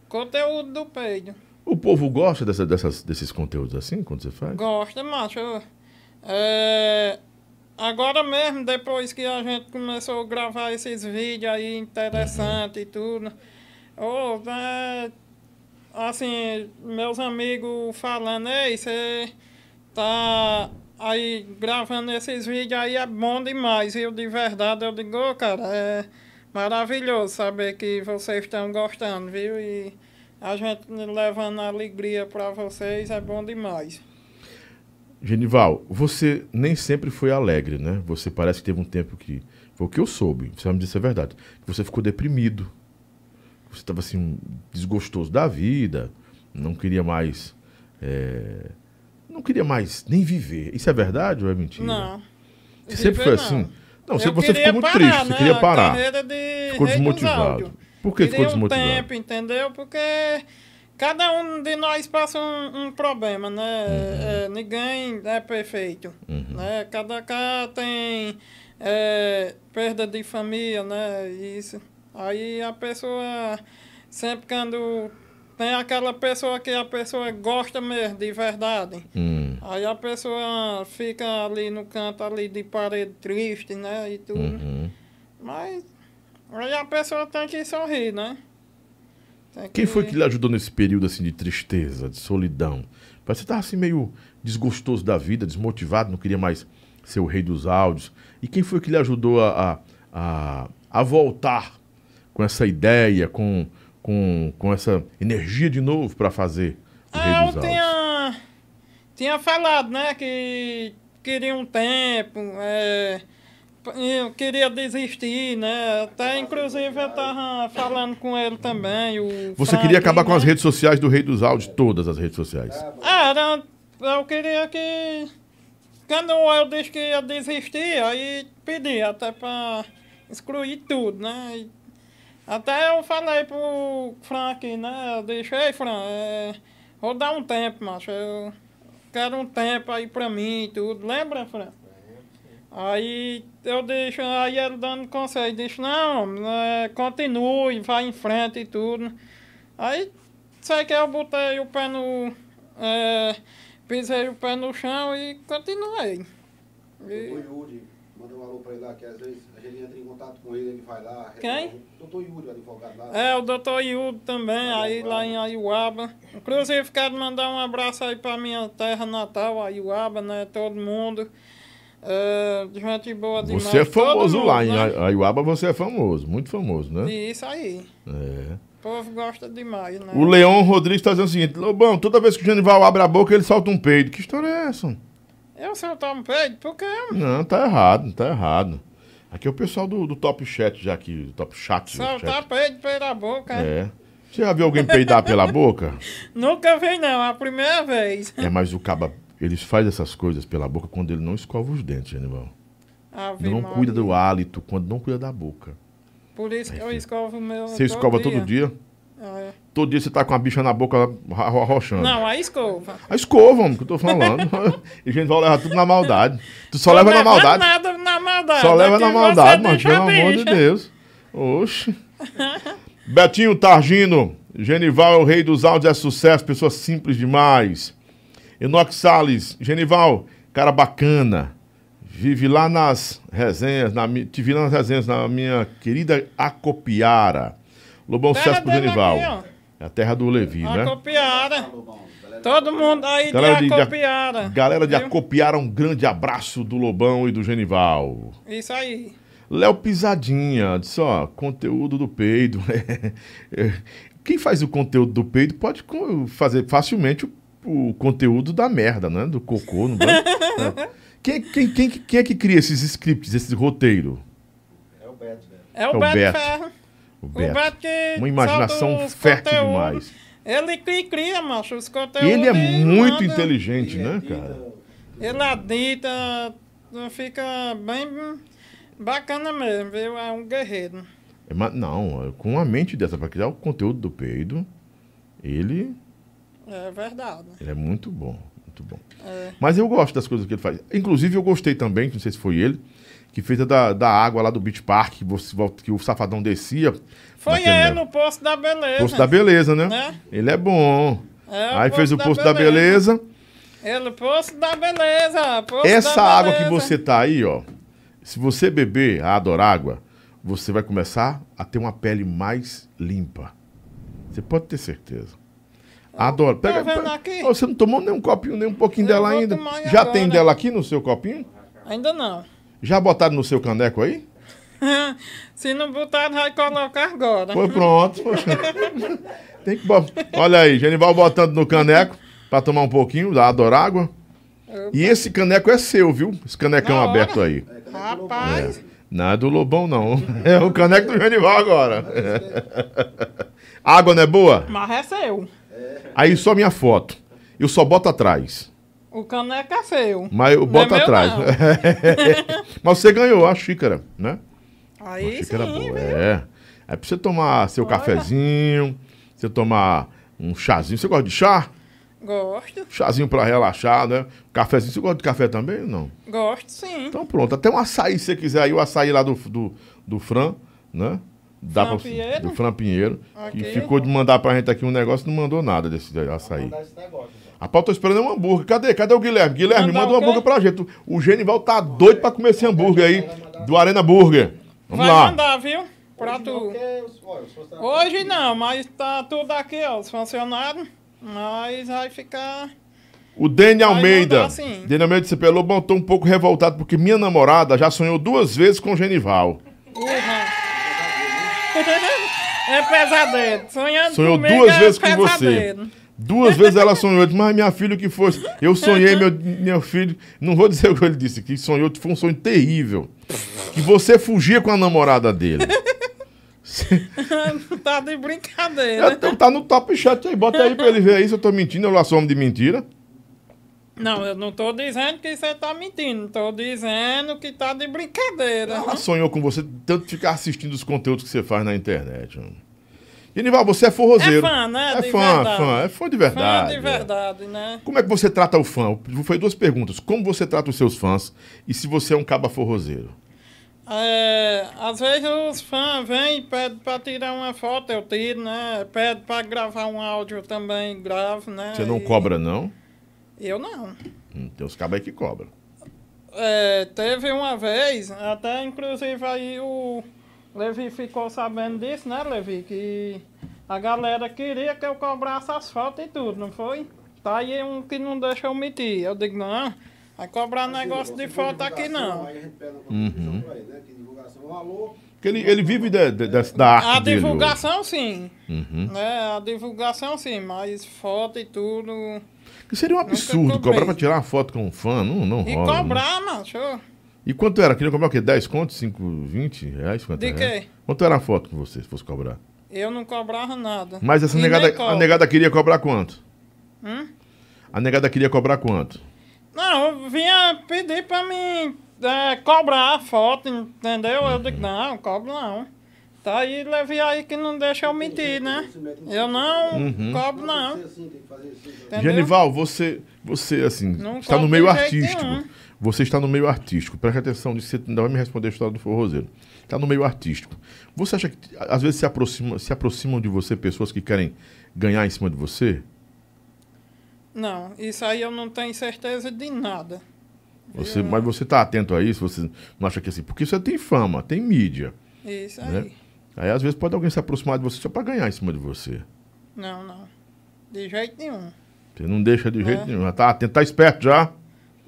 [SPEAKER 2] Conteúdo do peito.
[SPEAKER 1] O povo gosta dessa- dessas- desses conteúdos assim, quando você faz?
[SPEAKER 2] Gosta, macho. É, agora mesmo, depois que a gente começou a gravar esses vídeos aí interessantes e tudo, ô, é, assim, meus amigos falando, ei, você tá aí gravando esses vídeos aí é bom demais, viu? De verdade, eu digo, ô, cara, é maravilhoso saber que vocês estão gostando, viu? E a gente levando alegria pra vocês é bom demais.
[SPEAKER 1] Genival, você nem sempre foi alegre, né? Você parece que teve um tempo que. Foi o que eu soube, você vai me dizer se é verdade. que Você ficou deprimido. Você estava assim, um- desgostoso da vida. Não queria mais. é, Não queria mais nem viver. Isso é verdade ou é mentira?
[SPEAKER 2] Não.
[SPEAKER 1] Você sempre foi
[SPEAKER 2] Viver,
[SPEAKER 1] assim? Não,
[SPEAKER 2] Eu
[SPEAKER 1] você, você ficou
[SPEAKER 2] queria
[SPEAKER 1] muito
[SPEAKER 2] parar,
[SPEAKER 1] triste, você
[SPEAKER 2] né?
[SPEAKER 1] queria
[SPEAKER 2] A
[SPEAKER 1] parar.
[SPEAKER 2] carreira de
[SPEAKER 1] Ficou
[SPEAKER 2] rei dos
[SPEAKER 1] desmotivado.
[SPEAKER 2] áudios.
[SPEAKER 1] Por que ficou
[SPEAKER 2] Queria um
[SPEAKER 1] desmotivado?
[SPEAKER 2] tempo, entendeu? Porque cada um de nós passa um, um problema, né?
[SPEAKER 1] Uhum.
[SPEAKER 2] É, ninguém é perfeito, né? Cada cara tem é, perda de família, né? Isso. Aí a pessoa sempre quando tem aquela pessoa que a pessoa gosta mesmo, de verdade.
[SPEAKER 1] Hum,
[SPEAKER 2] Aí a pessoa fica ali no canto ali de parede triste, né? E tudo.
[SPEAKER 1] uhum.
[SPEAKER 2] Mas aí a pessoa tem que sorrir, né? Tem
[SPEAKER 1] Quem foi que lhe ajudou nesse período assim de tristeza, de solidão? Parece que você estava assim meio desgostoso da vida, desmotivado, não queria mais ser o rei dos áudios. E quem foi que lhe ajudou a, a, a, a voltar com essa ideia, com, com, com essa energia de novo para fazer o
[SPEAKER 2] Ah,
[SPEAKER 1] rei
[SPEAKER 2] eu
[SPEAKER 1] dos áudios?
[SPEAKER 2] tinha, tinha falado, né? Que queria um tempo, é, p- eu queria desistir, né? Até inclusive eu tava falando com ele também. O né?
[SPEAKER 1] Você queria acabar com as redes
[SPEAKER 2] redes
[SPEAKER 1] sociais do rei dos áudios, todas as redes sociais.
[SPEAKER 2] É, Era, eu queria que. Quando eu disse que ia desistir, aí pedi até pra excluir tudo, né? E até eu falei pro Frank, né? Eu disse, ei, Frank, é, vou dar um tempo, macho. Eu quero um tempo aí pra mim e tudo. Lembra, Frank? Aí eu deixo, aí ele dando conselho, disse, não, é, continue, vai em frente e tudo. Aí sei que eu botei o pé no. É, pisei o pé no chão e continuei.
[SPEAKER 4] Doutor
[SPEAKER 2] E,
[SPEAKER 4] Yuri, manda um alô pra ele lá, que às vezes a gente entra em contato com ele, ele vai lá.
[SPEAKER 2] Quem?
[SPEAKER 4] resolve. Doutor Yuri, o advogado lá.
[SPEAKER 2] é, o doutor Iudo também, aí lá em Aiuaba. Inclusive, quero mandar um abraço aí pra minha terra natal, Aiuaba, né? Todo mundo. É, gente boa demais.
[SPEAKER 1] Você é famoso
[SPEAKER 2] todo mundo,
[SPEAKER 1] lá em
[SPEAKER 2] né?
[SPEAKER 1] Aiuaba, você é famoso, muito famoso, né?
[SPEAKER 2] Isso aí.
[SPEAKER 1] É.
[SPEAKER 2] O povo gosta demais, né?
[SPEAKER 1] O Leon Rodrigues tá dizendo o seguinte: Lobão, toda vez que o Genival abre a boca, ele solta um peido. Que história é essa?
[SPEAKER 2] Eu sou Tom Pedro porque eu
[SPEAKER 1] Não, tá errado, tá errado. Aqui é o pessoal do, do Top Chat já aqui, do Top Chat.
[SPEAKER 2] sou
[SPEAKER 1] chat.
[SPEAKER 2] Tom Pedro pela boca.
[SPEAKER 1] É. Você já viu alguém peidar pela boca?
[SPEAKER 2] Nunca vi, não, é a primeira vez.
[SPEAKER 1] É, mas o caba, eles fazem essas coisas pela boca quando ele não escova os dentes, Genival.
[SPEAKER 2] Ave
[SPEAKER 1] Não
[SPEAKER 2] Maria.
[SPEAKER 1] cuida do hálito, quando não cuida da boca.
[SPEAKER 2] Por isso que eu escovo o meu.
[SPEAKER 1] Você escova todo dia?
[SPEAKER 2] É.
[SPEAKER 1] Todo dia você tá com a bicha na boca arro- arrochando.
[SPEAKER 2] Não, a escova.
[SPEAKER 1] A escova, homem, que eu tô falando. e o Genival leva tudo na maldade. Tu só leva na
[SPEAKER 2] Não
[SPEAKER 1] maldade.
[SPEAKER 2] nada na maldade.
[SPEAKER 1] Só leva
[SPEAKER 2] Aqui
[SPEAKER 1] na
[SPEAKER 2] você
[SPEAKER 1] maldade, mano.
[SPEAKER 2] deixa
[SPEAKER 1] Pelo amor de
[SPEAKER 2] bicha.
[SPEAKER 1] Deus. Oxe. Betinho Targino. Genival é o rei dos áudios, é sucesso, pessoa simples demais. Enoque Salles. Genival, cara bacana. Vive lá nas resenhas, na, mi- te vi lá nas resenhas, na minha querida Acopiara. Lobão,
[SPEAKER 2] Terra
[SPEAKER 1] sucesso pro
[SPEAKER 2] dele
[SPEAKER 1] Genival.
[SPEAKER 2] aqui,
[SPEAKER 1] é a terra do Levi,
[SPEAKER 2] A
[SPEAKER 1] né?
[SPEAKER 2] copiara.
[SPEAKER 4] Alô, bom, galera.
[SPEAKER 2] Todo mundo aí
[SPEAKER 1] Galera de-
[SPEAKER 2] de
[SPEAKER 1] de-
[SPEAKER 2] acopiara.
[SPEAKER 1] Galera de
[SPEAKER 2] viu?
[SPEAKER 1] Acopiara, um grande abraço do Lobão e do Genival.
[SPEAKER 2] Isso aí.
[SPEAKER 1] Léo Pisadinha, disse, ó, conteúdo do peido. É, Quem faz o conteúdo do peido pode co- fazer facilmente o, o conteúdo da merda, né? Do cocô, não é? É. Quem, quem, quem, quem é que cria esses scripts, esse roteiro?
[SPEAKER 3] É o Beto, né?
[SPEAKER 2] É
[SPEAKER 1] É
[SPEAKER 2] o,
[SPEAKER 1] o
[SPEAKER 2] Beto,
[SPEAKER 1] Beto.
[SPEAKER 2] Ferro.
[SPEAKER 1] O
[SPEAKER 2] O Beto,
[SPEAKER 1] Beto.
[SPEAKER 2] que
[SPEAKER 1] Uma imaginação
[SPEAKER 2] solta os
[SPEAKER 1] fértil
[SPEAKER 2] conteúdos. um
[SPEAKER 1] demais.
[SPEAKER 2] Ele que cria, macho, os
[SPEAKER 1] E
[SPEAKER 2] conteúdos.
[SPEAKER 1] ele é
[SPEAKER 2] e
[SPEAKER 1] muito
[SPEAKER 2] manda.
[SPEAKER 1] inteligente, né,
[SPEAKER 4] Edita,
[SPEAKER 1] cara?
[SPEAKER 2] Ele adita, fica bem bacana mesmo, viu? É um guerreiro.
[SPEAKER 1] É, mas não, com a mente dessa, pra criar o conteúdo do peido, ele,
[SPEAKER 2] É verdade.
[SPEAKER 1] ele é muito bom. Muito bom.
[SPEAKER 2] É.
[SPEAKER 1] Mas eu gosto das coisas que ele faz. Inclusive, eu gostei também, que não sei se foi ele, que fez a da, da água lá do Beach Park, que, você- que o safadão descia.
[SPEAKER 2] Foi
[SPEAKER 1] naquele
[SPEAKER 2] ele, o Poço da Beleza.
[SPEAKER 1] Poço da Beleza, né?
[SPEAKER 2] Né?
[SPEAKER 1] Ele é bom.
[SPEAKER 2] É,
[SPEAKER 1] Aí fez o Poço da Beleza.
[SPEAKER 2] Ele, Poço da Beleza. Poço
[SPEAKER 1] Essa
[SPEAKER 2] da
[SPEAKER 1] água que
[SPEAKER 2] Beleza.
[SPEAKER 1] você tá aí, ó, se você beber a Adorágua, você vai começar a ter uma pele mais limpa. Você pode ter certeza. Adoro. Pega,
[SPEAKER 2] tá vendo
[SPEAKER 1] pega-
[SPEAKER 2] aqui?
[SPEAKER 1] Ó, você não tomou nem um copinho, nem um pouquinho
[SPEAKER 2] Eu
[SPEAKER 1] dela
[SPEAKER 2] vou
[SPEAKER 1] ainda.
[SPEAKER 2] tomar
[SPEAKER 1] Já
[SPEAKER 2] agora.
[SPEAKER 1] tem dela aqui no seu copinho?
[SPEAKER 2] Ainda não.
[SPEAKER 1] Já botaram no seu caneco aí?
[SPEAKER 2] Se não botar, vai colocar agora.
[SPEAKER 1] Foi pronto. tem que bo- Olha aí, Genival botando no caneco para tomar um pouquinho da Adorágua.
[SPEAKER 2] Eu-
[SPEAKER 1] E esse caneco é seu, viu? Esse canecão
[SPEAKER 2] Na hora.
[SPEAKER 1] aberto aí.
[SPEAKER 2] Rapaz,
[SPEAKER 1] Não é do Lobão, não. É o caneco do Genival agora. Água não é boa?
[SPEAKER 2] mas é seu.
[SPEAKER 1] Aí só minha foto. Eu só boto atrás.
[SPEAKER 2] O caneco é seu.
[SPEAKER 1] Mas eu
[SPEAKER 2] Não é
[SPEAKER 1] boto
[SPEAKER 2] meu,
[SPEAKER 1] atrás.
[SPEAKER 2] não.
[SPEAKER 1] mas você ganhou a xícara, né?
[SPEAKER 2] Aí
[SPEAKER 1] a
[SPEAKER 2] sim,
[SPEAKER 1] xícara boa,
[SPEAKER 2] viu?
[SPEAKER 1] é. É pra você tomar seu
[SPEAKER 2] Olha.
[SPEAKER 1] cafezinho, você tomar um chazinho. Você gosta de chá?
[SPEAKER 2] Gosto,
[SPEAKER 1] Chazinho pra relaxar, né? Cafezinho. Você gosta de café também ou não?
[SPEAKER 2] gosto sim.
[SPEAKER 1] Então pronto. Até um açaí, se você quiser. Aí o açaí lá do, do, do Fran, né? Dá
[SPEAKER 2] Fran
[SPEAKER 1] pra-
[SPEAKER 2] Pinheiro?
[SPEAKER 1] Do Fran Pinheiro. Que
[SPEAKER 2] Ok.
[SPEAKER 1] ficou de mandar pra gente aqui um negócio, não mandou nada desse
[SPEAKER 3] Vamos
[SPEAKER 1] açaí.
[SPEAKER 3] mandar esse negócio, então.
[SPEAKER 1] Rapaz, tô esperando um hambúrguer. Cadê? Cadê o Guilherme? Guilherme,
[SPEAKER 2] Mandar
[SPEAKER 1] manda um
[SPEAKER 2] o quê?
[SPEAKER 1] hambúrguer pra gente. O Genival tá doido pra comer esse hambúrguer aí do Arena Burger. Vamos
[SPEAKER 2] Vai
[SPEAKER 1] lá.
[SPEAKER 2] mandar, viu? Pra
[SPEAKER 3] Hoje
[SPEAKER 2] tu.
[SPEAKER 3] não, porque, É, olha, se fosse na-
[SPEAKER 2] Hoje não, mas tá tudo aqui, ó, os funcionários. Mas vai ficar. uh,
[SPEAKER 1] O Dene
[SPEAKER 2] Vai
[SPEAKER 1] Almeida.
[SPEAKER 2] mandar, sim.
[SPEAKER 1] Dene Almeida disse, pelo bom, tô um pouco revoltado porque minha namorada já sonhou duas vezes com o Genival.
[SPEAKER 2] Urra. né? É pesadelo. Sonhando
[SPEAKER 1] Sonhou
[SPEAKER 2] comigo
[SPEAKER 1] duas
[SPEAKER 2] é
[SPEAKER 1] vezes com
[SPEAKER 2] pesadelo.
[SPEAKER 1] você. Duas vezes ela sonhou. Eu disse, mas minha filha, o que fosse? Eu sonhei, meu, meu filho. Não vou dizer o que ele disse, que sonhou, foi um sonho terrível. Que você fugia com a namorada dele.
[SPEAKER 2] tá de brincadeira.
[SPEAKER 1] É, tá- tá no top chat aí, bota aí pra ele ver aí se eu tô mentindo, eu lá sou homem de mentira.
[SPEAKER 2] Não, eu não tô dizendo que você tá mentindo. Tô dizendo que tá de brincadeira.
[SPEAKER 1] Ela sonhou com você, tanto ficar assistindo os conteúdos que você faz na internet. mano. Genival, você é forrozeiro.
[SPEAKER 2] É fã, né?
[SPEAKER 1] É
[SPEAKER 2] De
[SPEAKER 1] fã,
[SPEAKER 2] verdade.
[SPEAKER 1] fã, é fã de
[SPEAKER 2] Fã
[SPEAKER 1] verdade.
[SPEAKER 2] de
[SPEAKER 1] é.
[SPEAKER 2] verdade, né?
[SPEAKER 1] Como é que você trata o fã? Foi duas perguntas. Como você trata os seus fãs e se você é um caba forrozeiro?
[SPEAKER 2] É, às vezes os fãs vêm e pedem pra tirar uma foto, eu tiro, né? Pede pra gravar um áudio também, gravo, né?
[SPEAKER 1] Você não
[SPEAKER 2] E-
[SPEAKER 1] cobra, não?
[SPEAKER 2] Eu não.
[SPEAKER 1] Hum, Tem os cabas aí que cobram.
[SPEAKER 2] É, teve uma vez, até inclusive aí o Levi ficou sabendo disso, né, Levi? Que a galera queria que eu cobrasse as fotos e tudo, não foi? Tá aí um que não deixa eu mentir. Eu digo, não, vai cobrar negócio de foto aqui não.
[SPEAKER 4] Aí a gente pega uma contribuição pra ele, né? Que divulgação, alô,
[SPEAKER 1] Porque Uhum. ele, ele vive de- de- dessa- da arte
[SPEAKER 2] A
[SPEAKER 1] dele hoje.
[SPEAKER 2] divulgação sim,
[SPEAKER 1] Uhum.
[SPEAKER 2] né? A divulgação sim, mas foto e tudo.
[SPEAKER 1] Que seria um absurdo
[SPEAKER 2] cobrei.
[SPEAKER 1] cobrar pra tirar uma foto com um fã. Não, não
[SPEAKER 2] E
[SPEAKER 1] rola. não.
[SPEAKER 2] cobrar, macho.
[SPEAKER 1] E quanto era? Queria cobrar o quê? 10 conto? 5, 20 reais? 50
[SPEAKER 2] De
[SPEAKER 1] reais?
[SPEAKER 2] quê?
[SPEAKER 1] Quanto era a foto com você, se fosse cobrar?
[SPEAKER 2] Eu não cobrava nada.
[SPEAKER 1] Mas essa
[SPEAKER 2] E nem
[SPEAKER 1] negada, a
[SPEAKER 2] cobro.
[SPEAKER 1] negada queria cobrar quanto?
[SPEAKER 2] Hum?
[SPEAKER 1] A negada queria cobrar quanto?
[SPEAKER 2] Não, eu vinha pedir pra mim é, cobrar a foto, entendeu? Eu
[SPEAKER 1] Uhum.
[SPEAKER 2] digo, não, cobro não. Tá aí, levei aí que não deixa eu mentir, né? Eu não cobro
[SPEAKER 4] não.
[SPEAKER 2] não.
[SPEAKER 4] tem que ser assim, tem que fazer assim.
[SPEAKER 2] Entendeu?
[SPEAKER 1] Uhum. Genival, você, você assim,
[SPEAKER 2] Não
[SPEAKER 1] está no
[SPEAKER 2] cobro
[SPEAKER 1] meio
[SPEAKER 2] de jeito
[SPEAKER 1] artístico.
[SPEAKER 2] nenhum.
[SPEAKER 1] Você está no meio artístico. Presta atenção nisso, você ainda vai me responder a história do forrozeiro. Está no meio artístico. Você acha que às vezes se, aproxima, se aproximam de você pessoas que querem ganhar em cima de você?
[SPEAKER 2] Não, isso aí eu não tenho certeza de nada. É.
[SPEAKER 1] Você- mas você está atento a isso? Você não acha que assim? Porque você tem fama, tem mídia.
[SPEAKER 2] Isso
[SPEAKER 1] Né?
[SPEAKER 2] aí.
[SPEAKER 1] Aí às vezes pode alguém se aproximar de você só para ganhar em cima de você.
[SPEAKER 2] Não, não. De jeito nenhum.
[SPEAKER 1] Você não deixa de jeito
[SPEAKER 2] É.
[SPEAKER 1] nenhum. Já tá atento, tá esperto já.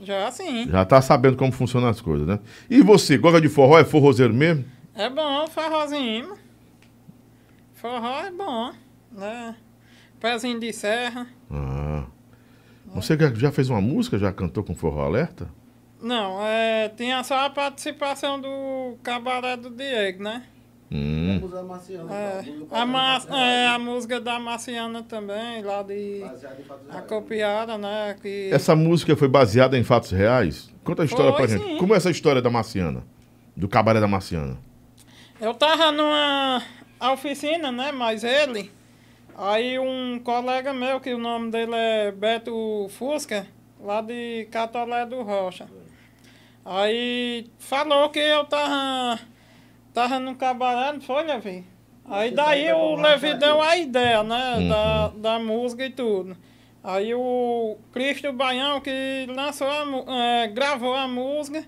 [SPEAKER 2] Já sim.
[SPEAKER 1] Já tá sabendo como funcionam as coisas, né? E você, gosta de forró? É forrozeiro mesmo?
[SPEAKER 2] É bom, forrozinho. Forró é bom, né? Pezinho de serra.
[SPEAKER 1] é Ah. Você já- já fez uma música? Já cantou com forró alerta?
[SPEAKER 2] Não, é, tinha só a participação do Cabaré do Diego, né?
[SPEAKER 1] Hum.
[SPEAKER 4] Vamos a Marciana.
[SPEAKER 2] É,
[SPEAKER 4] então, vamos
[SPEAKER 2] a, Mar-
[SPEAKER 4] Marciana,
[SPEAKER 2] é, a música da Marciana também, lá de
[SPEAKER 4] baseado em fatos reais.
[SPEAKER 2] Acopiara, né? Que
[SPEAKER 1] Essa música foi baseada em fatos reais? Conta a história
[SPEAKER 2] Foi,
[SPEAKER 1] pra gente.
[SPEAKER 2] sim.
[SPEAKER 1] Como é essa história da Marciana? Do cabaré da Marciana?
[SPEAKER 2] Eu tava numa oficina, né? Mas ele. Aí um colega meu, que o nome dele é Beto Fusca, lá de Catolé do Rocha. Aí falou que eu tava, tava no cabaré, não foi, Levi? Aí daí o
[SPEAKER 4] tá
[SPEAKER 2] Levi deu a ideia, né? Da, da música e tudo. Aí o Cristo Baião que lançou a, mu- eh, gravou a música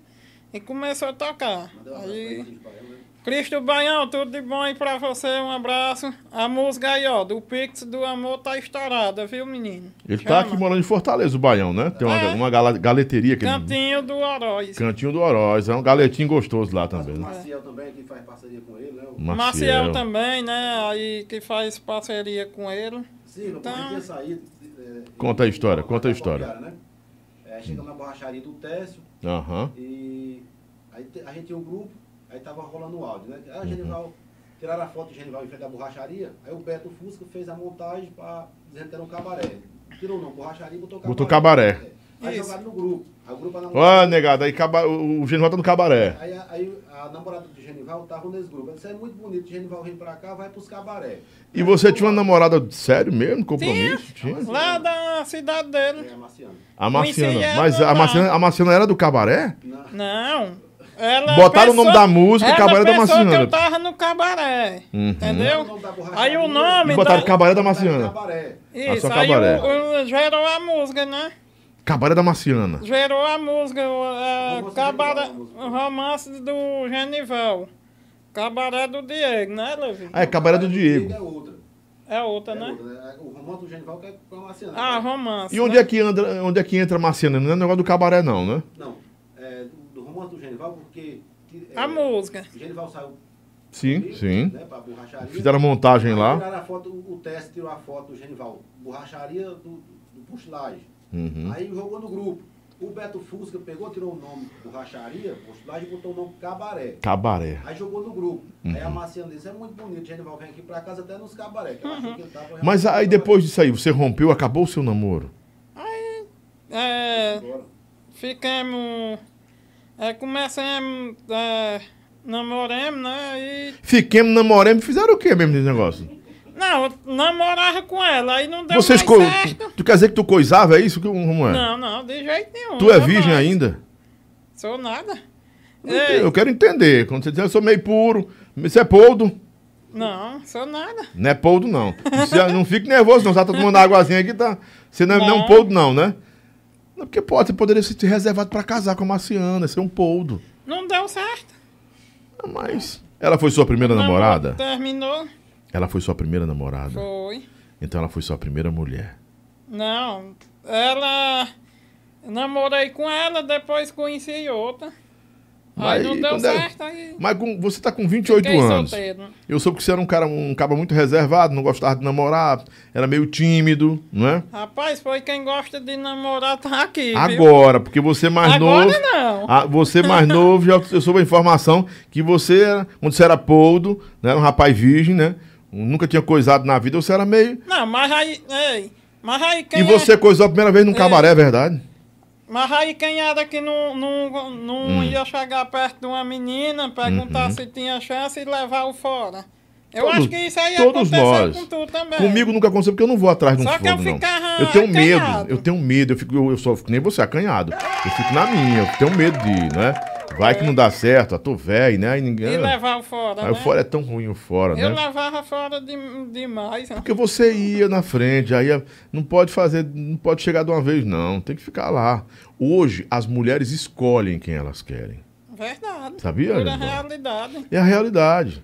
[SPEAKER 2] e começou a tocar.
[SPEAKER 4] Mandei um abraço pra
[SPEAKER 2] Aí,
[SPEAKER 4] ele, pra ela, né?
[SPEAKER 2] Cristo Baião, tudo de bom aí pra você, um abraço. A música aí, ó, do Pix do Amor tá estourada, viu, menino?
[SPEAKER 1] Ele tá aqui morando em Fortaleza, o Baião, né? Tem uma,
[SPEAKER 2] É.
[SPEAKER 1] uma gala- galeteria aqui. no
[SPEAKER 2] Cantinho do Oroz.
[SPEAKER 1] Cantinho do Oroz. É um galetinho gostoso lá
[SPEAKER 4] Mas
[SPEAKER 1] também,
[SPEAKER 4] o
[SPEAKER 1] né? Hum.
[SPEAKER 4] Maciel também, que faz parceria com ele, né? O-
[SPEAKER 2] Maciel também, né? Aí que faz parceria com ele.
[SPEAKER 4] Sim,
[SPEAKER 2] Então-
[SPEAKER 4] então... tinha saído. é,
[SPEAKER 1] Conta a história,
[SPEAKER 4] em-
[SPEAKER 1] conta a
[SPEAKER 4] em
[SPEAKER 1] história. Hum.
[SPEAKER 4] Acopiara, Né? É, chegamos na borracharia do Técio
[SPEAKER 1] Aham.
[SPEAKER 4] e aí te- a gente tinha um grupo, aí tava rolando o áudio, né? Ah,
[SPEAKER 1] Uhum.
[SPEAKER 4] Genival, tiraram a foto de Genival em frente à borracharia, aí o Beto Fusca fez a montagem pra dizendo que era um cabaré. Tirou não, borracharia e botou cabaré.
[SPEAKER 1] Botou cabaré.
[SPEAKER 4] É. Aí
[SPEAKER 2] Isso.
[SPEAKER 4] jogaram no grupo. Aí o grupo a namorada-
[SPEAKER 1] Ó, negada, aí caba- o o Genival tá no cabaré.
[SPEAKER 4] Aí, a- aí a namorada do Genival tava nesse grupo. Ela disse, é muito bonito, Genival vem pra cá, vai pros cabaré.
[SPEAKER 1] E você tinha uma namorada sério mesmo? Compromisso? Tinha?
[SPEAKER 2] Lá da cidade
[SPEAKER 4] É,
[SPEAKER 2] dele.
[SPEAKER 4] a Marciana.
[SPEAKER 1] A
[SPEAKER 2] Conheci
[SPEAKER 1] Marciana.
[SPEAKER 2] ela
[SPEAKER 1] Mas a
[SPEAKER 2] lá.
[SPEAKER 1] Marciana, a Marciana era do cabaré?
[SPEAKER 4] Na-
[SPEAKER 2] Não. Ela
[SPEAKER 1] Botaram o
[SPEAKER 2] pensou-
[SPEAKER 1] nome da música,
[SPEAKER 2] ela
[SPEAKER 1] Cabaré da
[SPEAKER 2] pensou que
[SPEAKER 1] Marciana.
[SPEAKER 2] eu tava no cabaré.
[SPEAKER 1] Uhum.
[SPEAKER 4] O
[SPEAKER 2] Entendeu?
[SPEAKER 4] nome da borracharia-
[SPEAKER 2] Aí o nome
[SPEAKER 1] E botaram
[SPEAKER 2] da...
[SPEAKER 1] cabaré da
[SPEAKER 4] Botaram
[SPEAKER 1] Marciana.
[SPEAKER 4] Cabaré.
[SPEAKER 1] Ah,
[SPEAKER 2] Isso,
[SPEAKER 1] só
[SPEAKER 2] aí
[SPEAKER 1] cabaré.
[SPEAKER 2] o- o- gerou a música, né?
[SPEAKER 1] Cabaré da Marciana.
[SPEAKER 2] gerou a música, o, é,
[SPEAKER 4] Romance do
[SPEAKER 2] cabaré,
[SPEAKER 4] Genival, a música.
[SPEAKER 2] o romance do Genival. Cabaré do Diego, né, Levi?
[SPEAKER 1] Ah, é cabaré do Diego.
[SPEAKER 4] É outra.
[SPEAKER 2] É outra,
[SPEAKER 4] É
[SPEAKER 2] né?
[SPEAKER 4] outra, né? O romance do Genival que é com a Marciana.
[SPEAKER 2] Ah, romance.
[SPEAKER 1] E onde
[SPEAKER 2] né?
[SPEAKER 1] é que, anda, onde é que entra a Marciana? Não é negócio do cabaré, não, né?
[SPEAKER 4] Não, é, do romance do Genival, porque... que- é,
[SPEAKER 2] A música.
[SPEAKER 4] O Genival saiu
[SPEAKER 1] Sim,
[SPEAKER 4] comigo,
[SPEAKER 1] sim.
[SPEAKER 4] né, pra borracharia.
[SPEAKER 1] Fizeram a montagem
[SPEAKER 4] Aí
[SPEAKER 1] lá.
[SPEAKER 4] Tiraram a foto, o teste tirou a foto do Genival. Borracharia do, do Postilagem.
[SPEAKER 1] Uhum.
[SPEAKER 4] Aí jogou no grupo. O Beto Fusca pegou, tirou o nome borracharia, Postilagem, e botou o nome Cabaré.
[SPEAKER 1] Cabaré.
[SPEAKER 4] Aí jogou no grupo. Aí
[SPEAKER 1] Uhum.
[SPEAKER 4] a Marciana disse, é muito bonito, Genival vem aqui pra casa até nos cabaré. que ela
[SPEAKER 2] Uhum.
[SPEAKER 4] achou que ele tava realmente
[SPEAKER 1] Mas aí
[SPEAKER 4] no
[SPEAKER 1] depois disso aí, você rompeu, acabou o seu namoro?
[SPEAKER 2] Aí, é,
[SPEAKER 4] cabaré. Agora,
[SPEAKER 2] ficamos, é, começamos, é, namoramos, né, e...
[SPEAKER 1] Fiquemos, namoremos, fizeram o que mesmo nesse negócio?
[SPEAKER 2] Não, eu namorava com ela, aí não deu
[SPEAKER 1] Vocês co...
[SPEAKER 2] mais certo.
[SPEAKER 1] Tu quer dizer que tu coisava, é isso? que Como é?
[SPEAKER 2] Não, não, de jeito nenhum.
[SPEAKER 1] tu é
[SPEAKER 2] jamais.
[SPEAKER 1] virgem ainda?
[SPEAKER 2] Sou nada.
[SPEAKER 1] Eu
[SPEAKER 2] Ei,
[SPEAKER 1] entendo, Eu quero entender. Quando você diz, "Ah, eu sou meio puro, você é poldo.
[SPEAKER 2] não, sou nada.
[SPEAKER 1] Não é poldo, não. Você não fique nervoso, não. Você tá tomando águazinha aqui, tá? Você não é, não. é um
[SPEAKER 2] Não.
[SPEAKER 1] poldo, não, né? Não, porque pode, você poderia se ter reservado pra casar com a Marciana, ser um poldo.
[SPEAKER 2] Não deu certo.
[SPEAKER 1] Ah, Mas. Ela foi sua primeira namorada?
[SPEAKER 2] Terminou.
[SPEAKER 1] Ela foi sua primeira namorada.
[SPEAKER 2] Foi.
[SPEAKER 1] Então ela foi sua primeira mulher.
[SPEAKER 2] Não, ela. Namorei com ela, depois conheci outra.
[SPEAKER 1] Mas
[SPEAKER 2] Aí não deu
[SPEAKER 1] quando era-
[SPEAKER 2] certo, aí.
[SPEAKER 1] Mas com- você tá com 28
[SPEAKER 2] fiquei
[SPEAKER 1] anos.
[SPEAKER 2] solteiro.
[SPEAKER 1] Eu soube que você era um cara, um cara muito reservado, não gostava de namorar, era meio tímido, não é?
[SPEAKER 2] Rapaz, foi quem gosta de namorar tá aqui. viu?
[SPEAKER 1] Agora, porque você mais
[SPEAKER 2] Agora
[SPEAKER 1] novo.
[SPEAKER 2] não.
[SPEAKER 1] Ah, você mais novo, já eu soube a informação que você, era- quando você era poldo, né, era um rapaz virgem, né? Nunca tinha coisado na vida, você era meio.
[SPEAKER 2] Não, mas aí. Ei, mas aí quem.
[SPEAKER 1] e você coisou a primeira vez num
[SPEAKER 2] É.
[SPEAKER 1] cabaré, é verdade?
[SPEAKER 2] Mas aí quem era que não, não, não
[SPEAKER 1] Hum.
[SPEAKER 2] ia chegar perto de uma menina, perguntar se tinha chance e levar o fora. Eu
[SPEAKER 1] Uhum. Todos-
[SPEAKER 2] acho que isso aí
[SPEAKER 1] todos
[SPEAKER 2] aconteceu
[SPEAKER 1] nós.
[SPEAKER 2] com tu também.
[SPEAKER 1] Comigo nunca aconteceu porque eu não vou atrás de um
[SPEAKER 2] É. Só que eu
[SPEAKER 1] fogo, não.
[SPEAKER 2] ficava
[SPEAKER 1] Eu tenho medo,
[SPEAKER 2] acanhado.
[SPEAKER 1] eu tenho medo, eu, fico, eu, eu só fico nem você, acanhado. Eu fico na minha, eu tenho medo de, né? Vai que não dá certo, ah, tô velho, né? E ninguém.
[SPEAKER 2] É. E levar o fora.
[SPEAKER 1] Aí o
[SPEAKER 2] né?
[SPEAKER 1] fora é tão ruim o fora,
[SPEAKER 2] Eu
[SPEAKER 1] né?
[SPEAKER 2] levava fora de, demais. né?
[SPEAKER 1] Porque você ia na frente, aí ia- não pode fazer, não pode chegar de uma vez, não. Tem que ficar lá. Hoje, as mulheres escolhem quem elas querem.
[SPEAKER 2] Verdade.
[SPEAKER 1] Sabia,
[SPEAKER 2] Pura
[SPEAKER 1] Lisboa?
[SPEAKER 2] realidade.
[SPEAKER 1] É a realidade.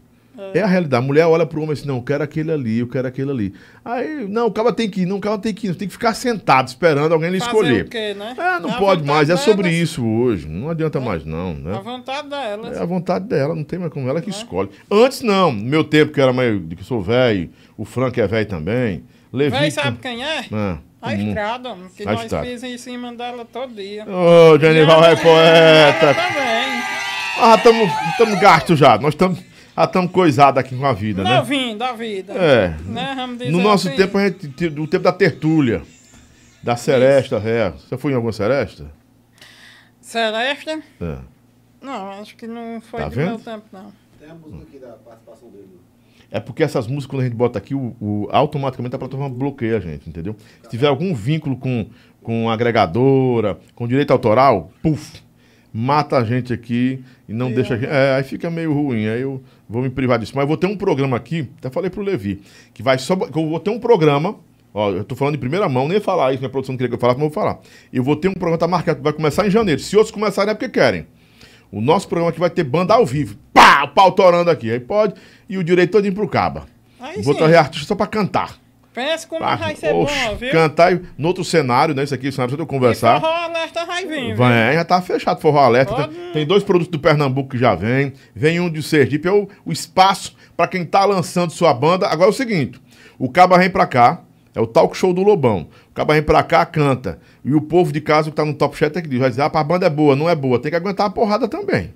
[SPEAKER 1] É, a realidade. A mulher olha pro homem assim, não, eu quero aquele ali, eu quero aquele ali. Aí, não, o cara tem que ir, não, o cara tem que ir. Tem que ficar sentado esperando alguém lhe
[SPEAKER 2] Fazer
[SPEAKER 1] escolher.
[SPEAKER 2] o quê, né?
[SPEAKER 1] É, não
[SPEAKER 2] A
[SPEAKER 1] pode
[SPEAKER 2] vontade
[SPEAKER 1] mais. É
[SPEAKER 2] dela,
[SPEAKER 1] sobre isso hoje. Não adianta mais, não,
[SPEAKER 2] A
[SPEAKER 1] né?
[SPEAKER 2] vontade é? delas.
[SPEAKER 1] É a vontade dela, não tem mais como. Ela que escolhe. Antes, não. No meu tempo, que eu era meio. que sou velho, o Frank é velho também. Levi.
[SPEAKER 2] Véi, sabe quem é?
[SPEAKER 1] Ah,
[SPEAKER 2] A estrada, mano, que
[SPEAKER 1] A
[SPEAKER 2] nós
[SPEAKER 1] estrada.
[SPEAKER 2] pisamos em cima dela todo dia.
[SPEAKER 1] Ô, Genival é
[SPEAKER 2] Ela
[SPEAKER 1] poeta.
[SPEAKER 2] também.
[SPEAKER 1] Ah, estamos gastos já. Nós estamos já estamos coisados aqui com a vida, né?
[SPEAKER 2] Novinho da vida.
[SPEAKER 1] É.
[SPEAKER 2] Né, vamos dizer
[SPEAKER 1] No nosso
[SPEAKER 2] assim.
[SPEAKER 1] tempo, a gente, te- do tempo da tertúlia, da seresta, é. Você foi em alguma seresta?
[SPEAKER 2] Celeste?
[SPEAKER 1] É.
[SPEAKER 2] Não, acho que não foi
[SPEAKER 1] Tá
[SPEAKER 2] do
[SPEAKER 1] vendo?
[SPEAKER 2] meu tempo, não.
[SPEAKER 4] Tem a música aqui da participação dele. né?
[SPEAKER 1] É porque essas músicas, quando a gente bota aqui, o, o- automaticamente a plataforma bloqueia a gente, entendeu? Se tiver algum vínculo com, com agregadora, com direito autoral, puf, mata a gente aqui e não deixa a gente. É, aí fica meio ruim, aí eu vou me privar disso. Mas eu vou ter um programa aqui, até falei pro Levi, que vai só. que Eu vou ter um programa. Ó, eu tô falando em primeira mão, nem ia falar isso, minha produção não queria que eu falasse, mas eu vou falar. Eu vou ter um programa, tá marcado, vai começar em janeiro. Se outros começarem é porque querem. O nosso programa aqui vai ter banda ao vivo. Pá! O pau torando aqui. Aí pode. E o direito todinho pro caba.
[SPEAKER 2] Aí
[SPEAKER 1] Vou
[SPEAKER 2] sim. Ah,
[SPEAKER 1] trazer artista só pra cantar.
[SPEAKER 2] Pensa como
[SPEAKER 1] Pra-
[SPEAKER 2] vai ser
[SPEAKER 1] Ah, Oxe,
[SPEAKER 2] é bom, viu?
[SPEAKER 1] cantar e- no outro cenário, né? Isso aqui, o cenário precisa de eu
[SPEAKER 2] E
[SPEAKER 1] conversar.
[SPEAKER 2] forró alerta vai vir, viu?
[SPEAKER 1] Vem, já tá fechado, forró alerta.
[SPEAKER 2] Pode.
[SPEAKER 1] Tem, tem dois produtos do Pernambuco que já vem. Vem um de Sergipe. É o, o espaço pra quem tá lançando sua banda. Agora é o seguinte: o caba vem pra cá. É o talk show do Lobão. O caba vem pra cá, canta. E o povo de casa que tá no top chat é que diz: vai dizer, ah, a banda é boa, não é boa. Tem que aguentar a porrada também.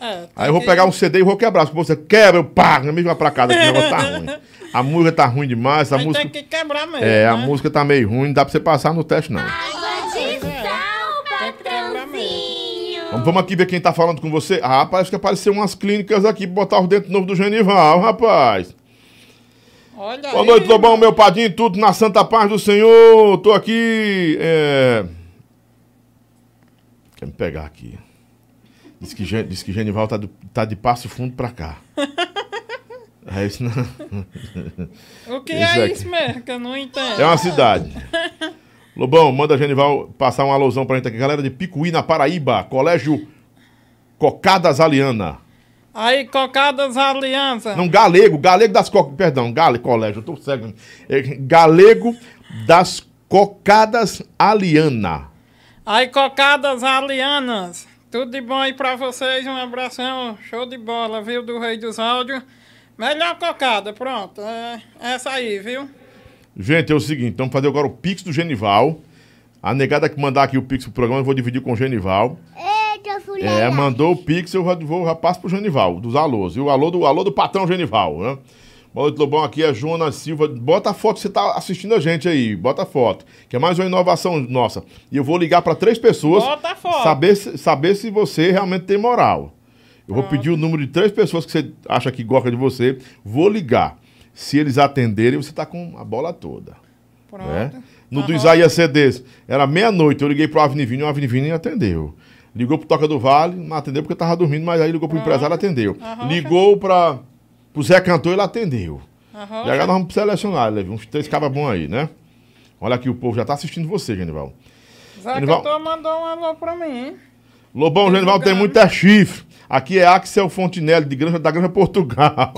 [SPEAKER 2] É, tem
[SPEAKER 1] Aí eu vou
[SPEAKER 2] que-
[SPEAKER 1] pegar um CD e vou quebrar. Se você quebra, eu pá, na mesma pra casa, que o negócio tá ruim. A música tá ruim demais, a
[SPEAKER 2] Aí
[SPEAKER 1] música.
[SPEAKER 2] tem que quebrar mesmo.
[SPEAKER 1] É, a
[SPEAKER 2] né?
[SPEAKER 1] música tá meio ruim, não dá pra você passar no teste, não.
[SPEAKER 6] Água de sal, patrãozinho.
[SPEAKER 1] Vamos, vamos aqui ver quem tá falando com você. Ah, parece que apareceu umas clínicas aqui pra botar os dentes novos do Genival, rapaz.
[SPEAKER 2] Olha
[SPEAKER 1] Boa
[SPEAKER 2] aí.
[SPEAKER 1] noite, Lobão, meu padinho, tudo na santa paz do Senhor. Tô aqui. É... Quer me pegar aqui? Diz que, Gen- diz que Genival tá, do- tá de passo fundo pra cá. Aí isso né? não.
[SPEAKER 2] O que
[SPEAKER 1] Isso
[SPEAKER 2] é
[SPEAKER 1] aqui.
[SPEAKER 2] isso mesmo? Que eu não entendo.
[SPEAKER 1] É uma cidade. Lobão, manda a Genival passar uma alusão pra gente aqui. Galera de Picuí, na Paraíba, Colégio Cocadas Aliana.
[SPEAKER 2] Aí, cocadas alianças.
[SPEAKER 1] Não, Galego, Galego das Cocadas. Perdão, Gale, Colégio, eu tô cego. É, Galego das Cocadas Aliana.
[SPEAKER 2] Aí, cocadas alianas. Tudo de bom aí pra vocês. Um abração. Show de bola, viu? Do Rei dos Áudios. Melhor cocada, pronto. É essa aí, viu?
[SPEAKER 1] Gente, é o seguinte, vamos fazer agora o Pix do Genival. A negada que mandar aqui o Pix pro programa, eu vou dividir com o Genival.
[SPEAKER 6] Eita, fulana.
[SPEAKER 1] É, mandou o Pix, eu já vou já passo pro Genival, dos alôs. E o alô do, alô do patrão Genival, né? Boa noite, Lobão. Aqui é Jonas Silva. Bota a foto, você tá assistindo a gente aí. Bota a foto. Que é mais uma inovação nossa. E eu vou ligar para três pessoas.
[SPEAKER 2] Bota a foto.
[SPEAKER 1] Saber se, saber se você realmente tem moral. Eu
[SPEAKER 2] Ah.
[SPEAKER 1] vou pedir o número de três pessoas que você acha que gosta de você. Vou ligar. Se eles atenderem, você tá com a bola toda.
[SPEAKER 2] Pronto.
[SPEAKER 1] né? No do
[SPEAKER 2] Aham.
[SPEAKER 1] Isaías CDs, era meia-noite, eu liguei pro Avnivini, o Avnivini atendeu. Ligou pro Toca do Vale, não atendeu porque tava dormindo, mas aí ligou pro empresário, atendeu.
[SPEAKER 2] Aham.
[SPEAKER 1] Ligou pra, pro Zé Cantor, ele atendeu.
[SPEAKER 2] Aham.
[SPEAKER 1] E agora nós vamos selecionar, Levi, uns três cabas bons aí, né? Olha aqui, o povo já tá assistindo você, Genival.
[SPEAKER 2] Zé
[SPEAKER 1] Genival-
[SPEAKER 2] Cantor mandou um alô pra mim, hein?
[SPEAKER 1] Lobão, Genival tem muita chifre. Aqui é Axel Fontinelli, de Granja, da Granja Portugal.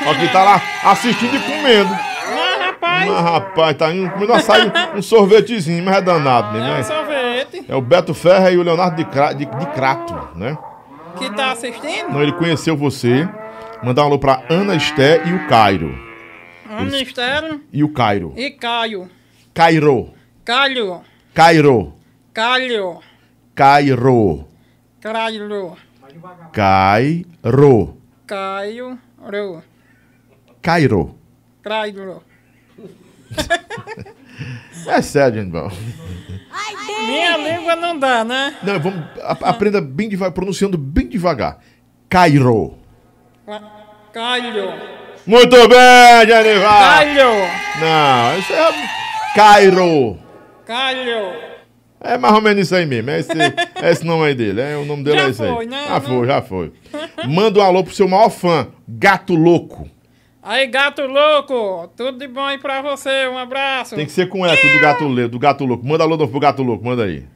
[SPEAKER 1] Aqui tá lá assistindo e comendo.
[SPEAKER 2] Mas, rapaz,
[SPEAKER 1] Mas, rapaz, tá indo comendo açaí, um sorvetezinho, mas é danado mesmo,
[SPEAKER 2] é um
[SPEAKER 1] né?
[SPEAKER 2] sorvete
[SPEAKER 1] É o Beto Ferra e o Leonardo de, Cra- de- de Crato, né?
[SPEAKER 2] que tá assistindo.
[SPEAKER 1] Então ele conheceu você. Mandar um alô pra Ana Esté e o Cairo.
[SPEAKER 2] Ministério
[SPEAKER 1] E o Cairo.
[SPEAKER 2] e Caio.
[SPEAKER 1] Cairo.
[SPEAKER 2] Calho,
[SPEAKER 1] Cairo.
[SPEAKER 2] calho,
[SPEAKER 1] Cairo.
[SPEAKER 2] cralho,
[SPEAKER 1] Cairo.
[SPEAKER 2] caio, ro,
[SPEAKER 1] Cairo.
[SPEAKER 2] cralho.
[SPEAKER 1] É sério, Genival.
[SPEAKER 2] Minha língua não dá, né?
[SPEAKER 1] Não, vamos. a- Aprenda bem devagar, pronunciando bem devagar. Cairo.
[SPEAKER 2] Qua- Calho,
[SPEAKER 1] Muito bem, Genival!
[SPEAKER 2] calho,
[SPEAKER 1] Não, isso é. Cairo.
[SPEAKER 2] calho.
[SPEAKER 1] É mais ou menos isso aí mesmo. É esse, é esse nome aí dele. É, o nome dele
[SPEAKER 2] Já
[SPEAKER 1] é esse aí.
[SPEAKER 2] foi, né?
[SPEAKER 1] Já
[SPEAKER 2] Não-
[SPEAKER 1] foi, já foi. Manda um alô pro seu maior fã, Gato Louco.
[SPEAKER 2] Aí, gato louco, tudo de bom aí pra você, um abraço.
[SPEAKER 1] Tem que ser com eco do Gato, Le- do gato Louco. Manda alô novo pro Gato Louco, manda aí.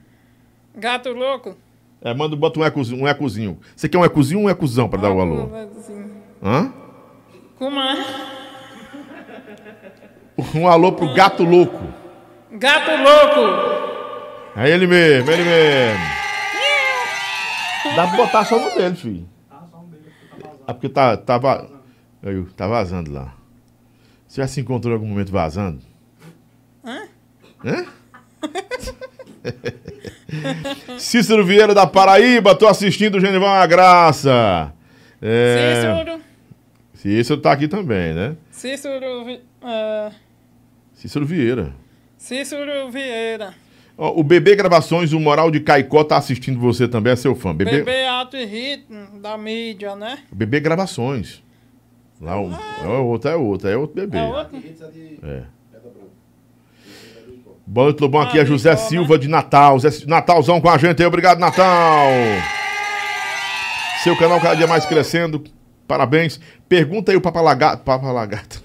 [SPEAKER 2] Gato louco.
[SPEAKER 1] É, manda, bota um, ecozinho, um ecozinho. Você quer um ecozinho ou um ecozão pra dar o alô? Hã?
[SPEAKER 2] Cumã.
[SPEAKER 1] Um alô pro Gato Louco.
[SPEAKER 2] Gato louco.
[SPEAKER 1] É ele mesmo, é ele mesmo. Dá pra botar só no dele, filho. É porque tá, tá, va- Aí, tá vazando lá. Você já se encontrou em algum momento vazando?
[SPEAKER 2] Hã?
[SPEAKER 1] Hã? Cícero Vieira da Paraíba, tô assistindo o Genival é uma graça. É,
[SPEAKER 2] Cícero,
[SPEAKER 1] Cícero tá aqui também, né?
[SPEAKER 2] Cícero, Vi- é,
[SPEAKER 1] Cícero Vieira.
[SPEAKER 2] Cícero Vieira.
[SPEAKER 1] Ó, o Bebê Gravações, o Moral de Caicó tá assistindo você também, é seu fã. Bebê, Bebê...
[SPEAKER 2] Bebê ato e ritmo da mídia, né?
[SPEAKER 1] Gravações. Lá um, é outro, é outro, é outro bebê.
[SPEAKER 2] Ah. É outro?
[SPEAKER 4] Henrique é de
[SPEAKER 1] É.
[SPEAKER 4] Pedra Branca.
[SPEAKER 1] Boa noite, Lobão. Aqui é
[SPEAKER 2] Ah,
[SPEAKER 1] José
[SPEAKER 2] legal,
[SPEAKER 1] Silva de Natal. Zé- Natalzão com a gente aí. Obrigado, Natal. Seu canal cada dia mais crescendo. Parabéns. Pergunta aí o Papa Lagarto. Papa Lagarto.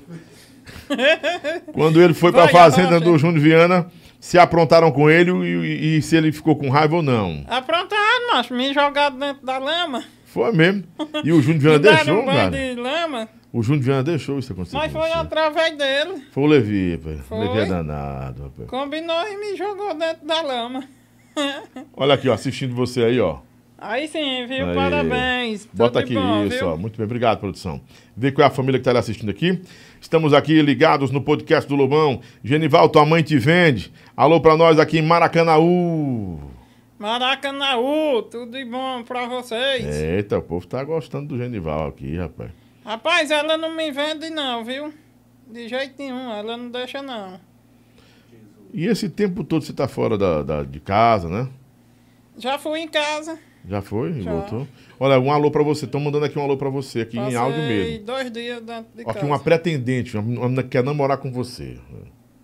[SPEAKER 1] Quando ele foi pra
[SPEAKER 2] Vai,
[SPEAKER 1] fazenda
[SPEAKER 2] avante.
[SPEAKER 1] do Júnior Viana, se aprontaram com ele e, e se ele ficou com raiva ou não.
[SPEAKER 2] Aprontaram, ah, macho, me jogaram dentro da lama.
[SPEAKER 1] Foi mesmo. E o Júnior Viana
[SPEAKER 2] me deram
[SPEAKER 1] deixou,
[SPEAKER 2] um banho
[SPEAKER 1] cara.
[SPEAKER 2] de lama,
[SPEAKER 1] O Júnior Viana deixou isso acontecer.
[SPEAKER 2] mas
[SPEAKER 1] com
[SPEAKER 2] foi
[SPEAKER 1] você.
[SPEAKER 2] através dele.
[SPEAKER 1] Foi o Levi, rapaz. O
[SPEAKER 2] Foi.
[SPEAKER 1] Levi é danado, rapaz.
[SPEAKER 2] Combinou e me jogou dentro da lama.
[SPEAKER 1] Olha aqui, ó, assistindo você aí, ó.
[SPEAKER 2] Aí sim, viu?
[SPEAKER 1] Aí.
[SPEAKER 2] Parabéns.
[SPEAKER 1] Bota
[SPEAKER 2] Tudo de
[SPEAKER 1] aqui
[SPEAKER 2] bom,
[SPEAKER 1] isso,
[SPEAKER 2] viu?
[SPEAKER 1] ó. Muito bem, obrigado, produção. Vê qual é a família que tá ali assistindo aqui. Estamos aqui ligados no podcast do Lobão. Genival, tua mãe te vende. Alô pra nós aqui em Uh! Maracanaú.
[SPEAKER 2] Maracanaú, tudo de bom pra vocês.
[SPEAKER 1] Eita, o povo tá gostando do Genival aqui, rapaz.
[SPEAKER 2] Rapaz, ela não me vende não, viu? De jeito nenhum, ela não deixa não.
[SPEAKER 1] E esse tempo todo você tá fora da, da- de casa, né?
[SPEAKER 2] Já fui em casa.
[SPEAKER 1] Já foi?
[SPEAKER 2] Já.
[SPEAKER 1] Voltou? Olha, um alô pra você. Estão mandando aqui um alô pra você, aqui em
[SPEAKER 2] passei
[SPEAKER 1] áudio mesmo.
[SPEAKER 2] dois dias dentro de
[SPEAKER 1] Ó, Aqui
[SPEAKER 2] casa.
[SPEAKER 1] uma pretendente, uma menina que quer namorar com você.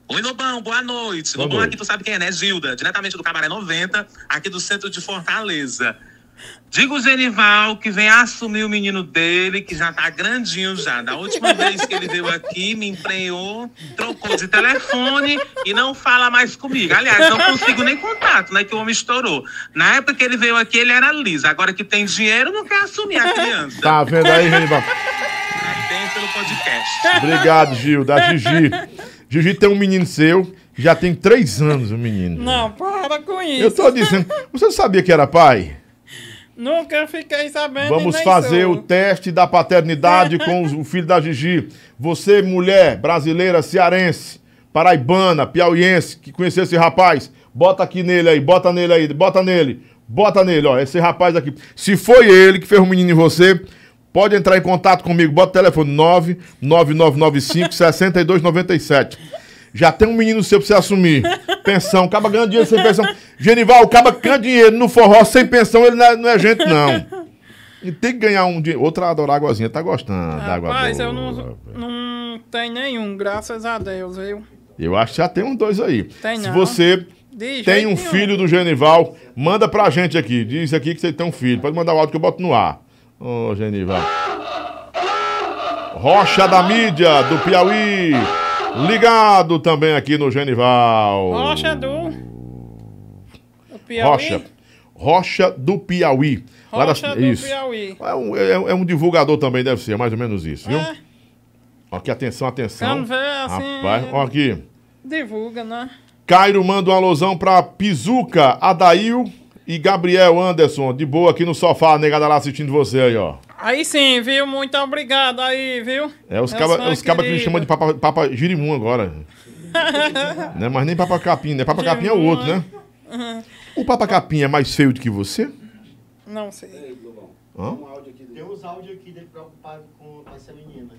[SPEAKER 7] Oi, Lobão, boa noite.
[SPEAKER 1] Boa
[SPEAKER 7] Lobão,
[SPEAKER 1] noite.
[SPEAKER 7] aqui tu sabe quem é, né? Gilda, diretamente do Cabaré 90, aqui do centro de Fortaleza. Diga o Genival que vem assumir o menino dele, que já tá grandinho já. Da última vez que ele veio aqui, me emprenhou, trocou de telefone e não fala mais comigo. Aliás, não consigo nem contato, né? Que o homem estourou. Na época que ele veio aqui, ele era liso. Agora que tem dinheiro, não quer assumir a criança.
[SPEAKER 1] Tá vendo aí, Genival?
[SPEAKER 7] Parabéns pelo podcast.
[SPEAKER 1] Obrigado, Gil, da Gigi. Gigi tem um menino seu, que já tem três anos o menino.
[SPEAKER 2] Não, para com
[SPEAKER 1] Eu
[SPEAKER 2] isso.
[SPEAKER 1] tô dizendo, você sabia que era pai?
[SPEAKER 2] Nunca fiquei sabendo. e
[SPEAKER 1] Vamos
[SPEAKER 2] nem
[SPEAKER 1] fazer
[SPEAKER 2] sou.
[SPEAKER 1] o teste da paternidade com os- o filho da Gigi. Você, mulher brasileira, cearense, paraibana, piauiense, que conheceu esse rapaz, bota aqui nele aí, bota nele aí, bota nele, bota nele, ó, esse rapaz aqui. Se foi ele que fez o menino em você, pode entrar em contato comigo, bota o telefone 99995 6297. Já tem um menino seu pra você assumir. Pensão, acaba ganhando dinheiro sem pensão. Genival, acaba ganhando dinheiro no forró sem pensão, ele não é, não é gente, não. E tem que ganhar um dinheiro. Outra adora a águazinha, tá gostando da água
[SPEAKER 2] Rapaz,
[SPEAKER 1] boa,
[SPEAKER 2] eu não,
[SPEAKER 1] velho.
[SPEAKER 2] não tenho nenhum, graças a Deus, viu?
[SPEAKER 1] Eu acho que já tem uns dois aí.
[SPEAKER 2] Tem
[SPEAKER 1] Se
[SPEAKER 2] não.
[SPEAKER 1] você
[SPEAKER 2] De
[SPEAKER 1] tem
[SPEAKER 2] jeito
[SPEAKER 1] um
[SPEAKER 2] nenhum.
[SPEAKER 1] filho do Genival, manda pra gente aqui. Diz aqui que você tem um filho. Pode mandar o áudio que eu boto no ar. Ô, Genival. Rocha da mídia, do Piauí. Ligado também aqui no Genival.
[SPEAKER 2] Rocha do. do Piauí?
[SPEAKER 1] Rocha. Rocha do Piauí. Lá da-
[SPEAKER 2] Rocha do
[SPEAKER 1] isso.
[SPEAKER 2] Piauí.
[SPEAKER 1] É um, é- é um divulgador também, deve ser, mais ou menos isso, viu?
[SPEAKER 2] É,
[SPEAKER 1] Aqui, atenção, atenção.
[SPEAKER 2] Vamos ver, assim-
[SPEAKER 1] Então, Rapaz, ó aqui.
[SPEAKER 2] divulga, né?
[SPEAKER 1] Cairo manda um alusão pra Pizuca, Adail e Gabriel Anderson. De boa aqui no sofá, negada lá assistindo você aí, ó.
[SPEAKER 2] Aí sim, viu? Muito obrigado aí, viu?
[SPEAKER 1] É os
[SPEAKER 2] Meus
[SPEAKER 1] cabas
[SPEAKER 2] fãs
[SPEAKER 1] os caba que me
[SPEAKER 2] queridos.
[SPEAKER 1] chamam de Papa, papa Girimum agora. não é mais nem Papa Capim, né? Papa Capim é o outro, né? O Papa Capim é mais feio do que você?
[SPEAKER 2] Não sei.
[SPEAKER 4] Ei, Lobão.
[SPEAKER 1] Hã?
[SPEAKER 4] Tem um áudio aqui
[SPEAKER 3] Tem
[SPEAKER 4] dele.
[SPEAKER 3] uns áudios aqui dele preocupado com, com essa menina.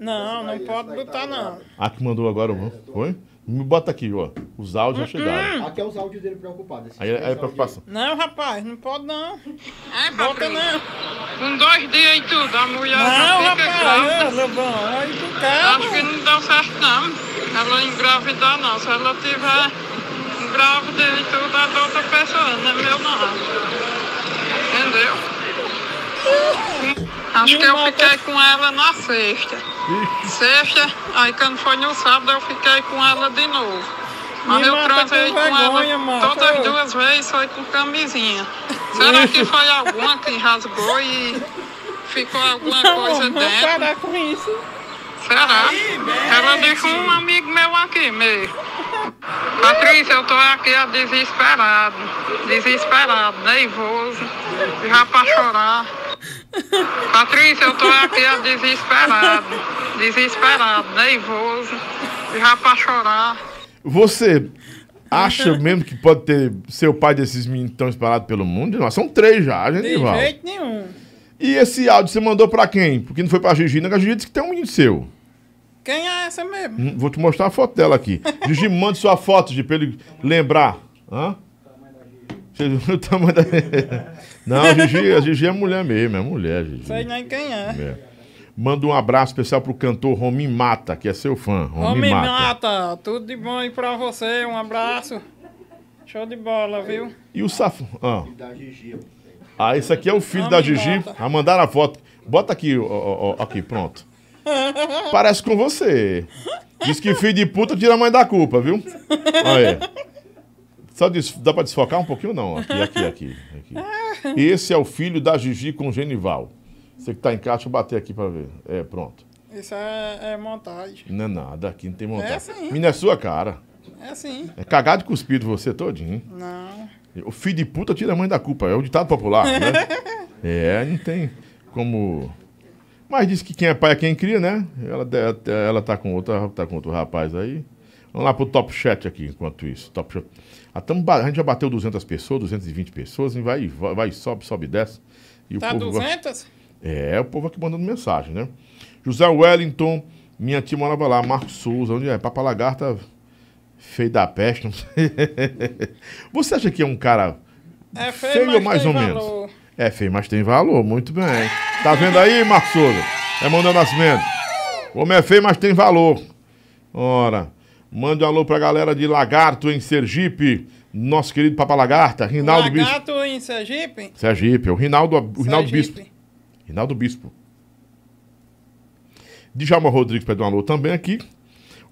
[SPEAKER 2] Não,
[SPEAKER 4] Essa
[SPEAKER 2] não
[SPEAKER 4] daí-
[SPEAKER 2] pode
[SPEAKER 4] essa daí
[SPEAKER 2] botar,
[SPEAKER 4] tá
[SPEAKER 2] não.
[SPEAKER 4] grávida.
[SPEAKER 1] Ah, que mandou agora o. Foi? Me bota aqui, ó. Os áudios já chegaram.
[SPEAKER 4] Aqui é os áudios dele preocupados. esses
[SPEAKER 1] Aí
[SPEAKER 4] três
[SPEAKER 1] é a
[SPEAKER 4] áudios
[SPEAKER 1] preocupação.
[SPEAKER 2] Não, rapaz, não pode não.
[SPEAKER 8] É,
[SPEAKER 2] Bota
[SPEAKER 8] Patrícia,
[SPEAKER 2] não.
[SPEAKER 8] com dois dias e tudo, a mulher
[SPEAKER 2] Não,
[SPEAKER 8] já fica grávida.
[SPEAKER 2] rapaz, é, Lobão, aí
[SPEAKER 8] Acho
[SPEAKER 2] tu
[SPEAKER 8] que
[SPEAKER 2] calma.
[SPEAKER 8] não é deu certo, não. Ela engravidar, não. Se ela tiver grávida e tudo, é de outra pessoa, não é meu, não. Entendeu? Acho que eu fiquei com ela na sexta. Sexta, aí quando foi no sábado, eu fiquei com ela de novo. Mas
[SPEAKER 2] Me
[SPEAKER 8] eu
[SPEAKER 2] mata
[SPEAKER 8] transei
[SPEAKER 2] tá com
[SPEAKER 8] com
[SPEAKER 2] vergonha, tá?
[SPEAKER 8] ela
[SPEAKER 2] mano.
[SPEAKER 8] todas
[SPEAKER 2] Ô.
[SPEAKER 8] as duas vezes, foi com camisinha. Será que foi alguma que rasgou e ficou alguma coisa
[SPEAKER 2] Não, tá não
[SPEAKER 8] dentro?
[SPEAKER 2] parar com isso.
[SPEAKER 8] Será? Ela deixou um amigo meu aqui mesmo. Patrícia, eu tô aqui ó, desesperado. Desesperado, nervoso. Já pra chorar. Patrícia, eu tô aqui ó, desesperado. Desesperado, nervoso. Já pra chorar.
[SPEAKER 1] Você Acha mesmo que pode ter seu pai desses meninos que estão espalhados pelo mundo? Nós são três já,
[SPEAKER 2] De
[SPEAKER 1] Genival.
[SPEAKER 2] jeito nenhum.
[SPEAKER 1] E esse áudio você mandou pra quem? Porque não foi pra Gigina, que a Gigi disse que tem um menino seu.
[SPEAKER 2] Quem é essa mesmo?
[SPEAKER 1] Hum, Vou te mostrar a foto dela aqui. Gigi, manda sua foto, Gigi, pra ele lembrar. Hã? Você viu o tamanho da Não, a Gigi, a Gigi é mulher mesmo, é mulher, Gigi.
[SPEAKER 2] Sei nem quem é.
[SPEAKER 1] É. Manda um abraço especial pro cantor Romin Mata, que é seu fã. Romin
[SPEAKER 2] Homem
[SPEAKER 1] Mata.
[SPEAKER 2] mata, tudo de bom aí pra você, um abraço. Show de bola, viu?
[SPEAKER 1] E o safo. Ah.
[SPEAKER 4] Da Gigi. ó.
[SPEAKER 1] Ah, esse aqui é o filho
[SPEAKER 2] Homem
[SPEAKER 1] da Gigi.
[SPEAKER 2] Mata.
[SPEAKER 1] Ah, mandaram a foto. Bota aqui, ó, ó, ó, aqui, pronto. Parece com você. Diz que filho de puta tira a mãe da culpa, viu? Olha aí. Só des- dá pra desfocar um pouquinho? Não, aqui, aqui, aqui, aqui. Esse é o filho da Gigi com o Genival. Você que tá em casa, deixa eu bater aqui pra ver. É, pronto.
[SPEAKER 2] Isso é, é montagem.
[SPEAKER 1] Não é nada, aqui não tem montagem.
[SPEAKER 2] É sim.
[SPEAKER 1] Menina, é sua cara.
[SPEAKER 2] É sim.
[SPEAKER 1] É cagado e cuspido você todinho.
[SPEAKER 2] Não.
[SPEAKER 1] O filho de puta tira a mãe da culpa. É o ditado popular, né? é, não tem como. Mas diz que quem é pai é quem cria, né? Ela, de- ela tá, com outra, tá com outro rapaz aí. Vamos lá pro top chat aqui, enquanto isso. Top chat. Ah, tamo ba- a gente já bateu 200 pessoas, 220 pessoas, e vai, vai, vai, sobe, sobe, e desce. E o
[SPEAKER 2] Tá
[SPEAKER 1] povo gosta-
[SPEAKER 2] 200?
[SPEAKER 1] é, o povo aqui mandando mensagem, né? José Wellington, minha tia morava lá, Marcos Souza, onde é? Papa Lagarta, feio da peste. não sei. Você acha que é um cara
[SPEAKER 2] É feio,
[SPEAKER 1] feio ou
[SPEAKER 2] mas
[SPEAKER 1] mais
[SPEAKER 2] tem
[SPEAKER 1] ou
[SPEAKER 2] valor.
[SPEAKER 1] menos? É feio, mas tem valor, muito bem. Tá vendo aí, Marcos Souza? É Mandel Nascimento. O homem é feio, mas tem valor. Ora, mande um alô pra galera de Lagarto, em Sergipe. Nosso querido Papa Lagarta, Rinaldo Bispo.
[SPEAKER 2] Lagarto em Sergipe?
[SPEAKER 1] Sergipe, o Rinaldo, o Rinaldo Bispo.
[SPEAKER 2] Sergipe.
[SPEAKER 1] Rinaldo Bispo. Djalma Rodrigues pede um alô também aqui.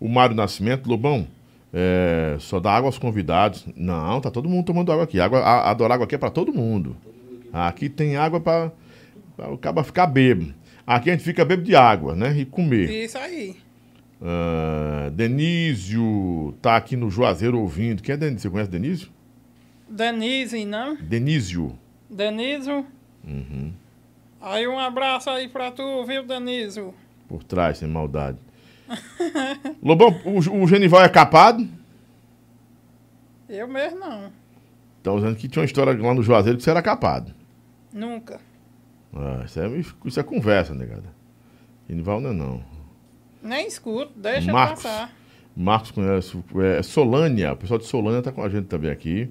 [SPEAKER 1] O Mário Nascimento, Lobão, é, só dá água aos convidados. Não, tá todo mundo tomando água aqui. Água, a, a Dorágua aqui é pra todo mundo. Aqui tem água pra, pra o cara ficar bebo. Aqui a gente fica bebo de água, né? E comer.
[SPEAKER 2] Isso aí.
[SPEAKER 1] Ah, Denísio tá aqui no Juazeiro ouvindo. Quem é Denísio? Você conhece Denísio?
[SPEAKER 2] Denise, não?
[SPEAKER 1] Denísio.
[SPEAKER 2] Deniso?
[SPEAKER 1] Uhum.
[SPEAKER 2] Aí um abraço aí pra tu, viu, Deniso?
[SPEAKER 1] Por trás, sem maldade. Lobão, o, o Genival é capado?
[SPEAKER 2] Eu mesmo não.
[SPEAKER 1] Estão dizendo Tá que tinha uma história lá no Juazeiro que você era capado.
[SPEAKER 2] Nunca.
[SPEAKER 1] Ah, isso, é, isso é conversa, negada. Inival não é não.
[SPEAKER 2] Nem escuto, deixa
[SPEAKER 1] Marcos. É
[SPEAKER 2] passar.
[SPEAKER 1] Marcos conhece. É, Solânia, o pessoal de Solânia está com a gente também aqui.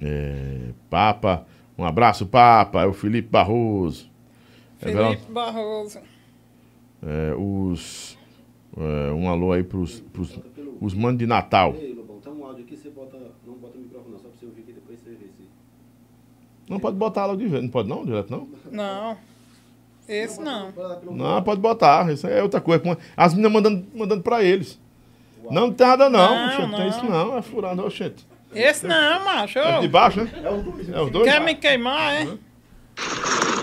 [SPEAKER 1] É, Papa, um abraço, Papa. É o Felipe Barroso. É, Everaldo-
[SPEAKER 2] Felipe Barroso.
[SPEAKER 1] é, os, é, um alô aí pros, pros os manos de Natal.
[SPEAKER 4] Ei, Lobão, tem um áudio aqui, você bota. Não bota o microfone, não, só pra você ouvir aqui depois você vê se.
[SPEAKER 1] Não pode botar logo de vez. Não pode não, direto não?
[SPEAKER 2] Não. Esse não.
[SPEAKER 4] Bora lá pelo.
[SPEAKER 1] Não, pode botar. Isso aí é outra coisa. As meninas mandando, mandando pra eles. Não, não tem nada não.
[SPEAKER 2] Não,
[SPEAKER 1] oxente, não tem
[SPEAKER 2] não.
[SPEAKER 1] isso não. É furando, oxente.
[SPEAKER 2] Esse não, macho.
[SPEAKER 1] É de Uhum. baixo, né? É os dois.
[SPEAKER 2] Quer me queimar, hein?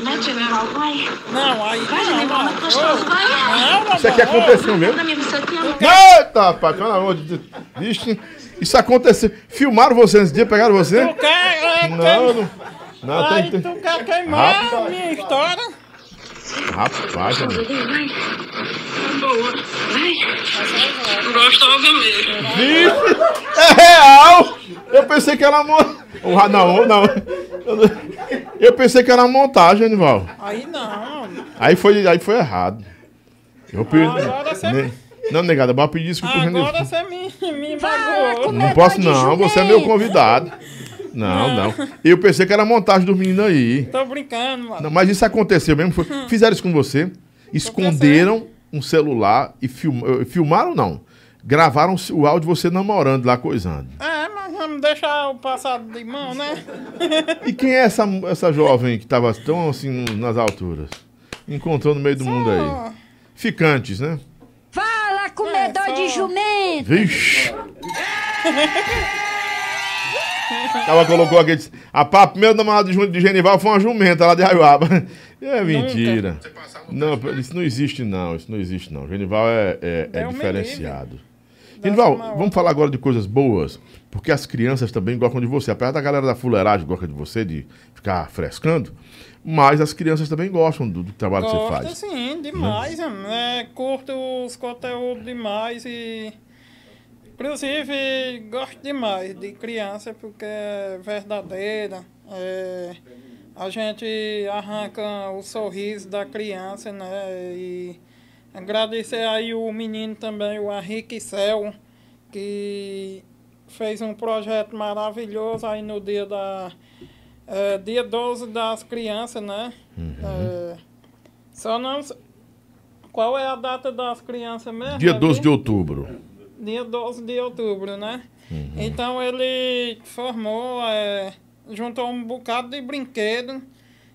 [SPEAKER 6] Né, General? Vai.
[SPEAKER 2] Não, aí
[SPEAKER 6] Vai,
[SPEAKER 2] não,
[SPEAKER 6] General,
[SPEAKER 2] macho.
[SPEAKER 6] muito gostoso. Vai.
[SPEAKER 2] Não,
[SPEAKER 1] Isso aqui é
[SPEAKER 2] Lobão,
[SPEAKER 1] aconteceu mesmo?
[SPEAKER 6] Na minha bicicleta.
[SPEAKER 1] Eita, rapaz, pelo amor de Deus. Vixe, isso aconteceu. Filmaram você nesse dia, pegaram você?
[SPEAKER 2] Tu quer, é,
[SPEAKER 1] Não,
[SPEAKER 2] queim-
[SPEAKER 1] não. Não,
[SPEAKER 2] Aí
[SPEAKER 1] tem, tem.
[SPEAKER 2] tu quer queimar
[SPEAKER 1] Rapaz.
[SPEAKER 2] minha história?
[SPEAKER 1] Rapaz, mano.
[SPEAKER 8] Boa. Gostosa mesmo.
[SPEAKER 1] Vixe, é real. Eu pensei que era montagem. Não, não. Eu pensei que era montagem, Anival.
[SPEAKER 2] Aí não.
[SPEAKER 1] Aí foi, aí foi errado. Eu pedi.
[SPEAKER 2] Agora você-
[SPEAKER 1] Ne- Não, negada, bora pedir desculpa pro Genival.
[SPEAKER 2] Agora você me, me magoou.
[SPEAKER 1] Não posso, não. Você é meu convidado. Não, não. Eu pensei que era montagem dos meninos aí.
[SPEAKER 2] Tô brincando, mano.
[SPEAKER 1] Não, mas isso aconteceu mesmo. foi- Fizeram isso com você. Esconderam um celular e film- eh, filmaram, não. Gravaram o áudio de você namorando lá, coisando.
[SPEAKER 2] É, mas vamos deixar o passado de mão, né?
[SPEAKER 1] E quem é essa, essa jovem que tava tão assim nas alturas? Encontrou no meio do mundo aí. Ficantes, né?
[SPEAKER 9] Fala, comedor
[SPEAKER 2] É, só-
[SPEAKER 9] de jumento!
[SPEAKER 1] Vixe! Ela colocou aqui e disse: A pá, primeiro namorado de, Jun- de Genival foi uma jumenta lá de Raiuaba. É mentira. Não, isso não existe, não. Isso não existe, não. Genival é, é- é
[SPEAKER 2] Deus me
[SPEAKER 1] diferenciado. Genival,
[SPEAKER 2] uma
[SPEAKER 1] vamos falar agora de coisas boas, porque as crianças também gostam de você. Apesar da galera da fuleiragem gosta de você, de ficar frescando, mas as crianças também gostam do, do trabalho que você
[SPEAKER 2] Gosto
[SPEAKER 1] faz.
[SPEAKER 2] é, sim, demais. hum, né? Curto os conteúdos demais e. Inclusive, gosto demais de criança porque é verdadeira. é, a gente arranca o sorriso da criança, né? E agradecer aí o menino também, o Henrique Cel, que fez um projeto maravilhoso aí no dia da. é, dia 12 das crianças, né? É, só não. s- Qual é a data das crianças mesmo? É
[SPEAKER 1] Dia
[SPEAKER 2] Davi?
[SPEAKER 1] 12 de outubro.
[SPEAKER 2] dia 12 de outubro, né? Então ele formou, é, juntou um bocado de brinquedo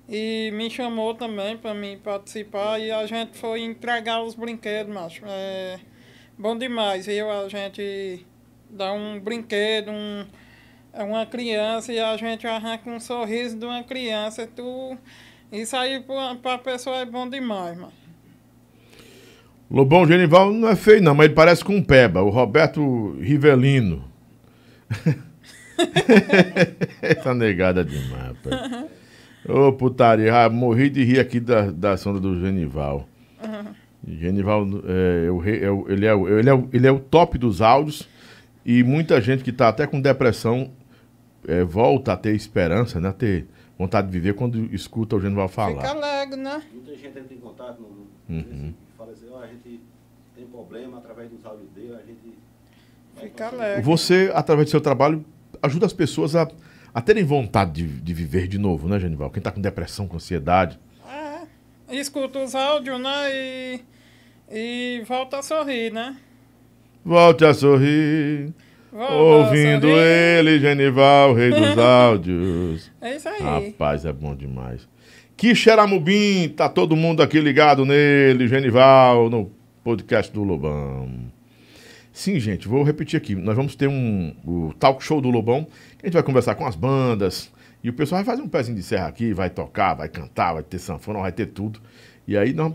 [SPEAKER 2] e me chamou também para mim participar e a gente foi entregar os brinquedos, macho. É bom demais, viu? A gente dá um brinquedo, um, é uma criança e a gente arranca um sorriso de uma criança. Tu, isso aí para a pessoa é bom demais, mano.
[SPEAKER 1] Lobão Genival não é feio, não, mas ele parece com um Peba, o Roberto Rivelino. Essa negada demais, rapaz. Ô, putaria, ah, morri de rir aqui da, da sonda do Genival. Genival, é, é o rei- é o- ele, é o, ele, é o, ele é o top dos áudios e muita gente que tá até com depressão é, volta a ter esperança, né? A ter vontade de viver quando escuta o Genival falar.
[SPEAKER 2] Fica alegre, né?
[SPEAKER 4] Muita gente entra em contato, no, no,
[SPEAKER 1] Uhum.
[SPEAKER 4] fala assim, ó, a gente tem problema através dos áudios dele, a gente
[SPEAKER 2] Fica alegre.
[SPEAKER 1] Você, através do seu trabalho, ajuda as pessoas a, a terem vontade de, de viver de novo, né, Genival? Quem tá com depressão, com ansiedade.
[SPEAKER 2] É, escuta os áudios, né? E, e volta a sorrir, né?
[SPEAKER 1] Volte a sorrir,
[SPEAKER 2] Volta
[SPEAKER 1] ouvindo
[SPEAKER 2] a sorrir.
[SPEAKER 1] ele, Genival, rei dos áudios.
[SPEAKER 2] É isso aí.
[SPEAKER 1] Rapaz, é bom demais. Que Xeramubim, tá todo mundo aqui ligado nele, Genival, no podcast do Lobão. Sim, gente, vou repetir aqui. Nós vamos ter um o talk show do Lobão, que a gente vai conversar com as bandas. E o pessoal vai fazer um pezinho de serra aqui, vai tocar, vai cantar, vai ter sanfona, vai ter tudo. E aí nós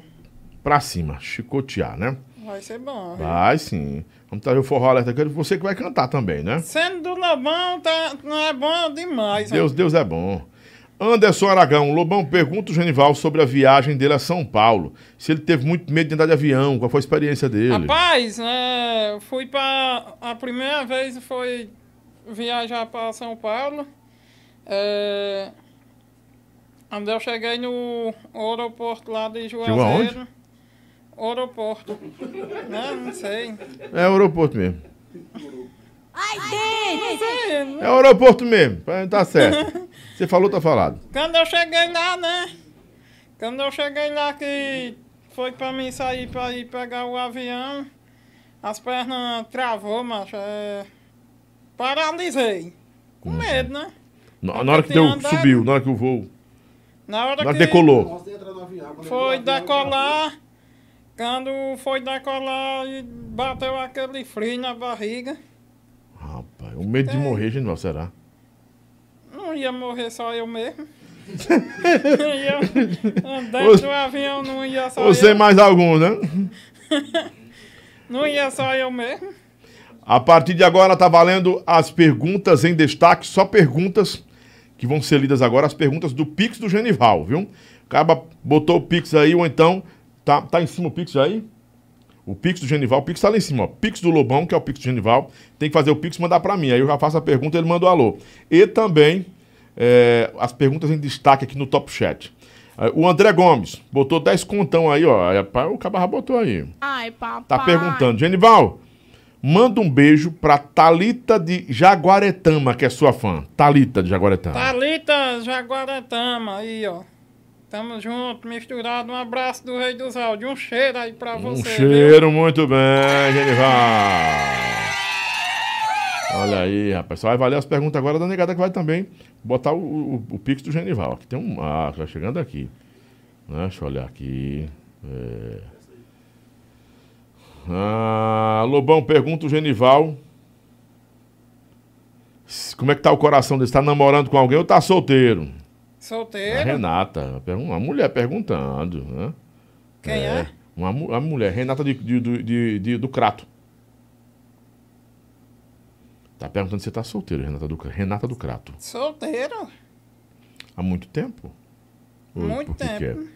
[SPEAKER 1] pra cima, chicotear, né?
[SPEAKER 2] Vai ser bom. viu?
[SPEAKER 1] Vai sim. Vamos trazer o forró alerta aqui, você que vai cantar também, né?
[SPEAKER 2] Sendo do Lobão, tá, não é bom demais. né?
[SPEAKER 1] Deus, Deus é bom. Anderson Aragão, Lobão, pergunta o Genival sobre a viagem dele a São Paulo. Se ele teve muito medo de andar de avião, qual foi a experiência dele?
[SPEAKER 2] Rapaz, é, eu fui para A primeira vez foi viajar para São Paulo. É, quando eu cheguei no aeroporto lá de Juazeiro.
[SPEAKER 1] aonde?
[SPEAKER 2] Aeroporto. né? Não sei.
[SPEAKER 1] É o aeroporto mesmo.
[SPEAKER 9] Ai, dente!
[SPEAKER 2] É,
[SPEAKER 1] É o aeroporto mesmo, pra- tá certo. Você falou, tá falado.
[SPEAKER 2] Quando eu cheguei lá, né? Quando eu cheguei lá que foi pra mim sair pra ir pegar o avião, as pernas travou, macho. É... Paralisei. Com medo, né?
[SPEAKER 1] Na, na hora que deu, subiu, na hora que o voo,
[SPEAKER 2] Na hora
[SPEAKER 1] na hora
[SPEAKER 2] que
[SPEAKER 1] que decolou.
[SPEAKER 4] nós entra no avião. quando
[SPEAKER 2] foi
[SPEAKER 4] entra no avião,
[SPEAKER 2] decolar, quando foi decolar e bateu aquele frio na barriga.
[SPEAKER 1] Rapaz, o medo de morrer, Genival, será?
[SPEAKER 2] Não ia morrer só eu mesmo. ia, dentro do avião não ia só
[SPEAKER 1] Ou sem
[SPEAKER 2] eu.
[SPEAKER 1] mais algum, né?
[SPEAKER 2] Não ia só eu mesmo.
[SPEAKER 1] A partir de agora tá valendo as perguntas em destaque, só perguntas que vão ser lidas agora, as perguntas do Pix do Genival, viu? Acaba, botou o Pix aí, ou então, tá, tá em cima o Pix aí? O Pix do Genival, o Pix tá lá em cima, ó. Pix do Lobão, que é o Pix do Genival, tem que fazer o Pix e mandar pra mim. Aí eu já faço a pergunta, ele manda o alô. E também é, as perguntas em destaque aqui no Top Chat. Ah, O André Gomes botou 10 contão aí, ó. Aí, pá, O cabarra botou aí.
[SPEAKER 10] Ai, papai.
[SPEAKER 1] Tá perguntando, Genival, manda um beijo pra Talita de Jaguaretama, que é sua fã. Talita de Jaguaretama.
[SPEAKER 2] Thalita Jaguaretama, aí, ó. Tamo junto, misturado. Um abraço do Rei dos Áudios. Um cheiro aí pra
[SPEAKER 1] um
[SPEAKER 2] você. viu?
[SPEAKER 1] cheiro muito bem, Genival. Olha aí, rapaz. Só vai valer as perguntas agora da negada que vai também botar o, o, o pix do Genival. Aqui tem um. Ah, tá chegando aqui. Né, Deixa eu olhar aqui. É. Ah, Lobão pergunta o Genival. s- Como é que tá o coração dele? Tá namorando com alguém ou tá solteiro? A
[SPEAKER 2] Solteiro?
[SPEAKER 1] Renata, pergun- uma mulher perguntando, né?
[SPEAKER 2] Quem é?
[SPEAKER 1] Uma, mu- uma mulher, Renata de, de- do- de- de- do Crato. Tá perguntando se você tá solteiro, Renata do, Renata do Crato.
[SPEAKER 2] Solteiro?
[SPEAKER 1] Há muito tempo? Ou
[SPEAKER 2] Muito
[SPEAKER 1] por que que é?
[SPEAKER 2] tempo.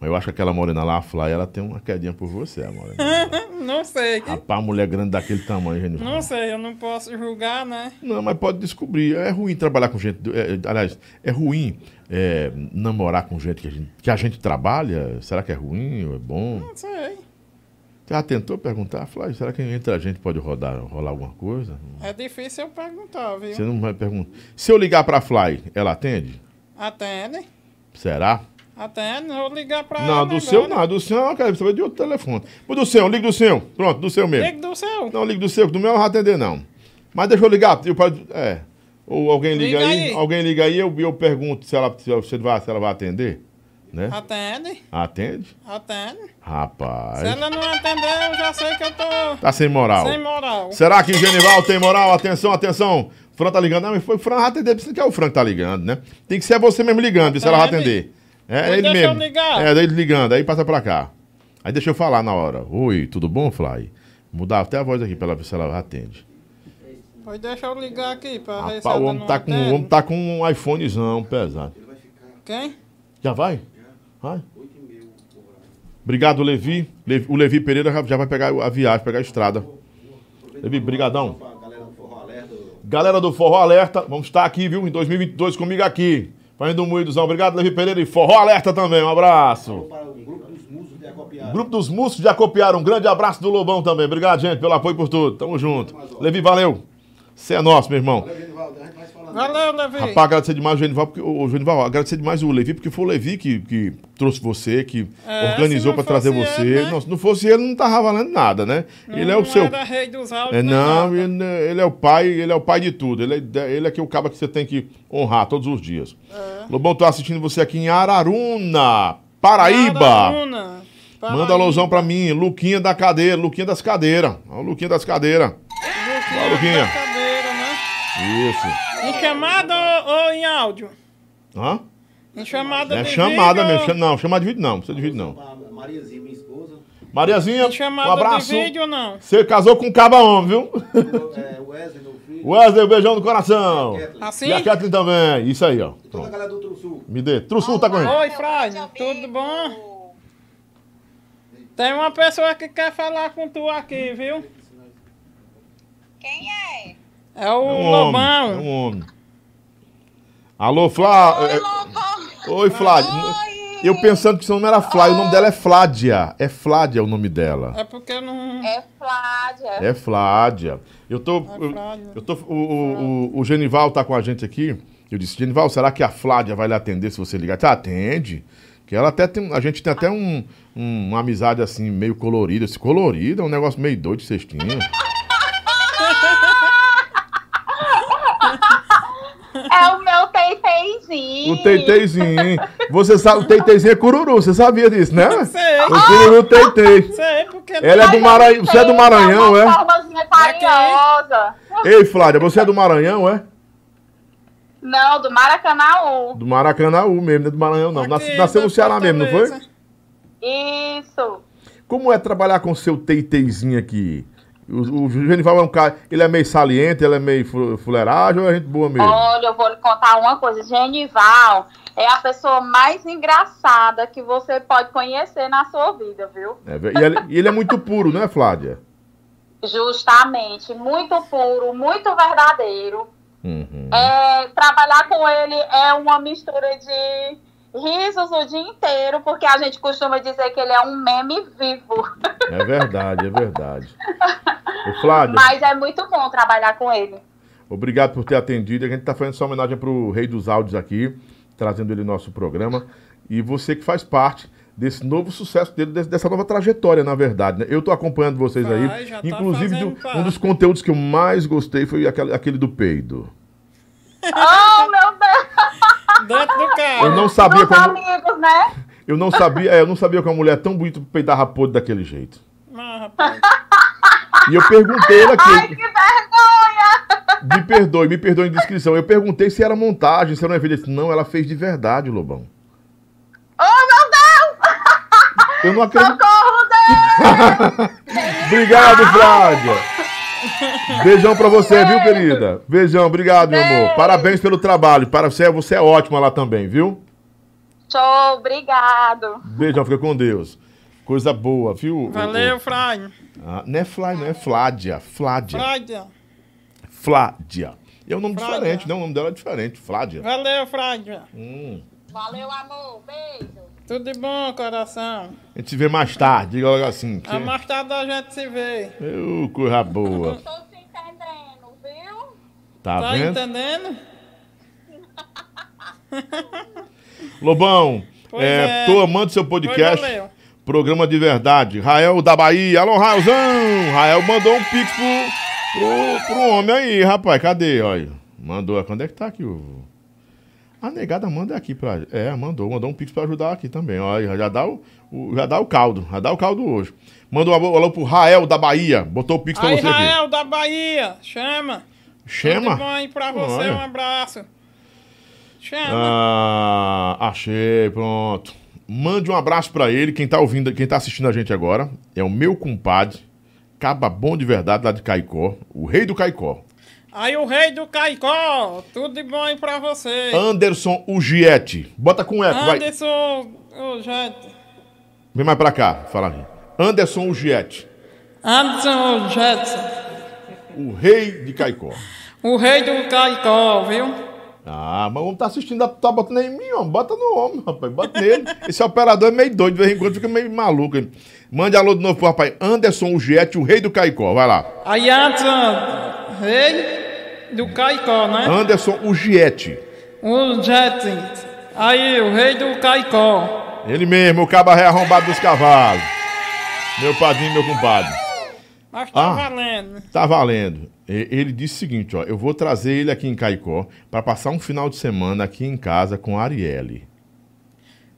[SPEAKER 1] Mas eu acho que aquela morena lá, a Fly, ela tem uma quedinha por você, a morena.
[SPEAKER 2] não sei.
[SPEAKER 1] Rapaz, mulher grande daquele tamanho, gente.
[SPEAKER 2] Não sei, eu não posso julgar, né?
[SPEAKER 1] Não, mas pode descobrir. É ruim trabalhar com gente. do- é, é, aliás, é ruim é, namorar com gente que, a gente que a gente trabalha. Será que é ruim ou é bom?
[SPEAKER 2] Não sei.
[SPEAKER 1] Você já tentou perguntar? Fly, será que entre a gente pode rodar, rolar alguma coisa?
[SPEAKER 2] É difícil eu perguntar, viu?
[SPEAKER 1] Você não vai perguntar. Se eu ligar pra Fly, ela atende?
[SPEAKER 2] Atende.
[SPEAKER 1] Será?
[SPEAKER 2] Atende, vou ligar pra ela.
[SPEAKER 1] não, do seu
[SPEAKER 2] agora.
[SPEAKER 1] não. Do seu, eu quero saber de outro telefone. Pô, do seu, liga do seu. Pronto, do seu mesmo.
[SPEAKER 2] Liga do seu.
[SPEAKER 1] Não, liga do seu, que do meu eu não vou atender, não. Mas deixa eu ligar. Eu, paro- é. Ou alguém liga,
[SPEAKER 2] Liga
[SPEAKER 1] aí,
[SPEAKER 2] aí.
[SPEAKER 1] alguém liga aí, eu, eu pergunto se ela, se, ela- se, vai, se ela vai atender. Né?
[SPEAKER 2] Atende,
[SPEAKER 1] Atende?
[SPEAKER 2] atende.
[SPEAKER 1] Rapaz.
[SPEAKER 2] Se ela não atender, eu já sei que eu tô
[SPEAKER 1] Tá sem moral.
[SPEAKER 2] é sem moral.
[SPEAKER 1] Será que Genival tem moral? Atenção, atenção. O Fran tá ligando. Não, mas foi o Fran vai atender. Precisa que é o Fran que tá ligando, né? Tem que ser você mesmo ligando, viu? Se
[SPEAKER 2] Tá
[SPEAKER 1] ela vai
[SPEAKER 2] vendo aí?
[SPEAKER 1] atender. É,
[SPEAKER 2] Pois
[SPEAKER 1] ele
[SPEAKER 2] deixa eu
[SPEAKER 1] mesmo.
[SPEAKER 2] ligar.
[SPEAKER 1] É, daí ele ligando. Aí passa pra cá. Aí deixa eu falar na hora. Oi, tudo bom, Fly? Mudar até a voz aqui pra ela ver se ela atende.
[SPEAKER 2] Pois deixa eu ligar aqui pra ver
[SPEAKER 1] Rapaz,
[SPEAKER 2] se ela
[SPEAKER 1] o homem,
[SPEAKER 2] não
[SPEAKER 1] tá com,
[SPEAKER 2] atende.
[SPEAKER 1] o homem tá com um iPhonezão pesado.
[SPEAKER 2] Quem?
[SPEAKER 1] Já vai? Vai. um Obrigado, Levi. Levi- O Levi Pereira já- já vai pegar a viagem, pegar a estrada. Levi, brigadão. Galera do Forró Alerta, vamos estar aqui, viu, em 2022 comigo aqui. Fazendo um moidozão. Obrigado, Levi Pereira. E Forró Alerta também, um abraço.
[SPEAKER 4] Para o grupo dos musos de acopiar.
[SPEAKER 1] Grupo dos Músicos já copiaram. Um grande abraço do Lobão também. Obrigado, gente, pelo apoio e por tudo. Tamo junto. Levi, valeu. Você é nosso, meu
[SPEAKER 3] Tá
[SPEAKER 1] irmão.
[SPEAKER 4] Genivaldo, a gente vai se falando.
[SPEAKER 2] Valeu, Levi.
[SPEAKER 1] Rapaz, agradecer demais o Genival, porque, o, Genival, agradecer demais o Levi, porque foi o Levi que, que trouxe você, que
[SPEAKER 2] É,
[SPEAKER 1] organizou
[SPEAKER 2] se
[SPEAKER 1] pra
[SPEAKER 2] não
[SPEAKER 1] trazer
[SPEAKER 2] fosse
[SPEAKER 1] você.
[SPEAKER 2] ele, né?
[SPEAKER 1] Não, se não fosse ele, não tava valendo nada, né? ele é o
[SPEAKER 2] não
[SPEAKER 1] seu.
[SPEAKER 2] Hum, era rei dos áudios,
[SPEAKER 1] É,
[SPEAKER 2] nem
[SPEAKER 1] não,
[SPEAKER 2] nada.
[SPEAKER 1] ele, não é- ele é o pai, ele é o pai de tudo. Ele é, ele é que o cara que você tem que honrar todos os dias.
[SPEAKER 2] É.
[SPEAKER 1] Lobão, tô assistindo você aqui em Araruna, Paraíba.
[SPEAKER 2] Araruna, Paraíba.
[SPEAKER 1] Manda um alusão pra mim, Luquinha da cadeira, Luquinha das cadeiras. Ó, o Luquinha das cadeiras. Ó, Luquinha.
[SPEAKER 2] da cadeira, né?
[SPEAKER 1] Isso.
[SPEAKER 2] Em chamada ou, ou em áudio?
[SPEAKER 1] Hã?
[SPEAKER 2] Em chamada
[SPEAKER 1] É
[SPEAKER 2] de
[SPEAKER 1] chamada
[SPEAKER 2] vídeo,
[SPEAKER 1] mesmo. chama- Não, chamada de vídeo não, não precisa de vídeo não.
[SPEAKER 4] A Mariazinha, minha esposa,
[SPEAKER 1] Mariazinha,
[SPEAKER 2] Em chamada
[SPEAKER 1] um abraço.
[SPEAKER 2] de vídeo ou não?
[SPEAKER 1] Você casou com um caba homem, viu?
[SPEAKER 4] é, Wesley, meu filho,
[SPEAKER 1] Wesley, um beijão no coração.
[SPEAKER 2] Assim?
[SPEAKER 1] E a Kathleen também. Isso aí, ó.
[SPEAKER 4] toda a
[SPEAKER 1] Pronto.
[SPEAKER 4] galera do Outro Sul.
[SPEAKER 1] Me dê. Trussu, tá com ele.
[SPEAKER 2] Oi, Fraide, tudo bom? Tem uma pessoa que quer falar com tu aqui, viu?
[SPEAKER 9] Quem é?
[SPEAKER 2] É o
[SPEAKER 1] É um homem. É
[SPEAKER 2] Lobão.
[SPEAKER 1] um homem. Alô, Flá. é- Oi, Flá.
[SPEAKER 9] Oi.
[SPEAKER 1] Eu pensando que seu nome era Flá. e O nome dela é Fládia. É Fládia o nome dela.
[SPEAKER 2] É porque não.
[SPEAKER 9] É Flávia.
[SPEAKER 1] É Fládia. Eu tô. eu-
[SPEAKER 2] Fládia.
[SPEAKER 1] Eu tô o, o, o, o Genival tá com a gente aqui. Eu disse, Genival, será que a Fládia vai lhe atender se você ligar? Tá, atende. Que ela até tem. A gente tem até um, um- uma amizade assim, meio colorida. Se colorida, é um negócio meio doido de cestinho.
[SPEAKER 9] É o meu teiteizinho.
[SPEAKER 1] O Teiteizinho, hein? Você sabe, o Teiteizinho é cururu, você sabia disso, né?
[SPEAKER 2] Sei.
[SPEAKER 1] O cururu Teitei.
[SPEAKER 2] Sei, porque tá
[SPEAKER 1] Ela é do Maranhão. Você é do Maranhão,
[SPEAKER 9] uma
[SPEAKER 1] é?
[SPEAKER 9] formazinha carinhosa.
[SPEAKER 1] Ei, Flávia, você é do Maranhão, é?
[SPEAKER 9] Não, do um. Maracanãú.
[SPEAKER 1] Do Maracanãú mesmo, não é do Maranhão, não. Nasce- Nasceu no Ceará mesmo, não foi?
[SPEAKER 9] Isso.
[SPEAKER 1] Como é trabalhar com o seu Teiteizinho aqui? O, o Genival é um cara, ele é meio saliente, ele é meio fu- fuleiragem ou é gente boa mesmo?
[SPEAKER 9] Olha, eu vou lhe contar uma coisa. Genival é a pessoa mais engraçada que você pode conhecer na sua vida, viu?
[SPEAKER 1] É, e ele, e ele é muito puro, não é, Flávia?
[SPEAKER 9] Justamente. Muito puro, muito verdadeiro.
[SPEAKER 1] Uhum.
[SPEAKER 9] É, trabalhar com ele é uma mistura de risos o dia inteiro, porque a gente costuma dizer que ele é um meme vivo.
[SPEAKER 1] É verdade, é verdade. Ô, Flávia.
[SPEAKER 9] Mas é muito bom trabalhar com ele.
[SPEAKER 1] Obrigado por ter atendido. A gente está fazendo essa homenagem para o Rei dos Áudios aqui, trazendo ele no nosso programa. E você que faz parte desse novo sucesso dele, desse- dessa nova trajetória, na verdade. né? Eu estou acompanhando vocês
[SPEAKER 2] Vai,
[SPEAKER 1] aí.
[SPEAKER 2] já tá
[SPEAKER 1] Inclusive,
[SPEAKER 2] fazendo
[SPEAKER 1] do-
[SPEAKER 2] parte.
[SPEAKER 1] um dos conteúdos que eu mais gostei foi aquele, aquele do peido.
[SPEAKER 9] Oh, meu Deus!
[SPEAKER 2] Dentro do
[SPEAKER 1] Eu
[SPEAKER 2] carro.
[SPEAKER 1] não sabia
[SPEAKER 9] Dos
[SPEAKER 1] como,
[SPEAKER 9] amigos, né?
[SPEAKER 1] eu não sabia, é, eu não sabia que uma mulher tão bonita peidava podre daquele jeito.
[SPEAKER 2] Mas, Ah, rapaz,
[SPEAKER 1] E eu perguntei ele
[SPEAKER 9] Ai,
[SPEAKER 1] aqui,
[SPEAKER 9] que vergonha!
[SPEAKER 1] me perdoe, me perdoe a indiscrição. Eu perguntei se era montagem, se era um evento. Ele disse, Não, ela fez de verdade, Lobão.
[SPEAKER 9] Oh, meu Deus!
[SPEAKER 1] Eu não acredito.
[SPEAKER 9] Socorro, Deus!
[SPEAKER 1] Obrigado, Flávia. Beijão pra você, viu, querida? Beijão, obrigado, meu amor.
[SPEAKER 9] Beijo.
[SPEAKER 1] Parabéns pelo trabalho. Para você, você é ótima lá também, viu?
[SPEAKER 9] Tchau, obrigado.
[SPEAKER 1] Beijão, fica com Deus. Coisa boa, viu?
[SPEAKER 2] Valeu, Fry.
[SPEAKER 1] Ah, não é Fly, não é Fládia. Fládia.
[SPEAKER 2] Frádia.
[SPEAKER 1] Fládia. E é um nome
[SPEAKER 2] Fládia.
[SPEAKER 1] diferente, né? O nome dela é diferente. Fládia.
[SPEAKER 2] Valeu, Frádia.
[SPEAKER 1] Hum.
[SPEAKER 9] Valeu, amor. Beijo.
[SPEAKER 2] Tudo de bom, coração.
[SPEAKER 1] A gente se vê mais tarde, diga logo assim. Que...
[SPEAKER 2] A mais tarde a gente se vê.
[SPEAKER 1] Ô, coisa boa.
[SPEAKER 9] Tô te entendendo, viu?
[SPEAKER 1] Tá,
[SPEAKER 2] Tá
[SPEAKER 1] vendo?
[SPEAKER 2] entendendo?
[SPEAKER 1] Lobão,
[SPEAKER 2] Pois
[SPEAKER 1] é,
[SPEAKER 2] é.
[SPEAKER 1] tô amando seu podcast.
[SPEAKER 2] Pois é, valeu.
[SPEAKER 1] programa de verdade. Rael da Bahia. Alô, Raelzão! Rael mandou um pix pro, pro, pro homem aí, rapaz. Cadê? Olha. Mandou. Quando é que tá aqui o. A negada manda aqui pra. É, mandou. Mandou um pix pra ajudar aqui também. Olha, já dá o, o- já dá o caldo. Já dá o caldo hoje. Mandou um alô alô pro Rael da Bahia. Botou o pix pra
[SPEAKER 2] Aí,
[SPEAKER 1] você aqui.
[SPEAKER 2] Israel da Bahia, chama. Tudo de bom
[SPEAKER 1] Chama?
[SPEAKER 2] aí pra você,
[SPEAKER 1] Olha.
[SPEAKER 2] um abraço. Chama.
[SPEAKER 1] Ah, achei, pronto. Mande um abraço pra ele, quem tá ouvindo, quem tá assistindo a gente agora, é o meu compadre, Caba Bom de Verdade, lá de Caicó, o rei do Caicó.
[SPEAKER 2] Aí o rei do Caicó, tudo de bom aí pra você.
[SPEAKER 1] Anderson Ugiete. Bota com um eco, Ah, vai.
[SPEAKER 2] É. Anderson, ô, gente.
[SPEAKER 1] Vem mais pra cá, fala aí. Anderson Ugiete,
[SPEAKER 2] Anderson ô, Jetson,
[SPEAKER 1] o rei de Caicó.
[SPEAKER 2] o rei do Caicó, viu?
[SPEAKER 1] Ah, mas o homem tá assistindo, tá botando aí em mim, homem. Bota no homem, rapaz. Bota nele. Esse operador é meio doido, de vez em quando fica meio maluco. hein? Mande alô de novo pro rapaz. Anderson Ugiete, o rei do Caicó. Vai lá.
[SPEAKER 2] Aí Anderson, rei do Caicó,
[SPEAKER 1] Ah.
[SPEAKER 2] né?
[SPEAKER 1] Anderson Ugiete.
[SPEAKER 2] O Jetson. é Aí o rei do Caicó.
[SPEAKER 1] Ele mesmo, o cabaré arrombado dos cavalos. Meu padrinho, meu compadre.
[SPEAKER 2] Mas tá
[SPEAKER 1] Ah.
[SPEAKER 2] valendo.
[SPEAKER 1] Tá valendo. E- Ele disse o seguinte, ó. Eu vou trazer ele aqui em Caicó pra passar um final de semana aqui em casa com a Arielle.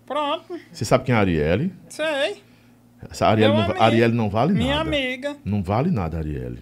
[SPEAKER 2] Pronto,
[SPEAKER 1] Você sabe quem é a Arielle?
[SPEAKER 2] sei.
[SPEAKER 1] Essa Arielle,
[SPEAKER 2] Meu
[SPEAKER 1] não, va-
[SPEAKER 2] amigo.
[SPEAKER 1] Arielle não vale
[SPEAKER 2] Minha
[SPEAKER 1] nada.
[SPEAKER 2] amiga.
[SPEAKER 1] Não vale nada, Arielle.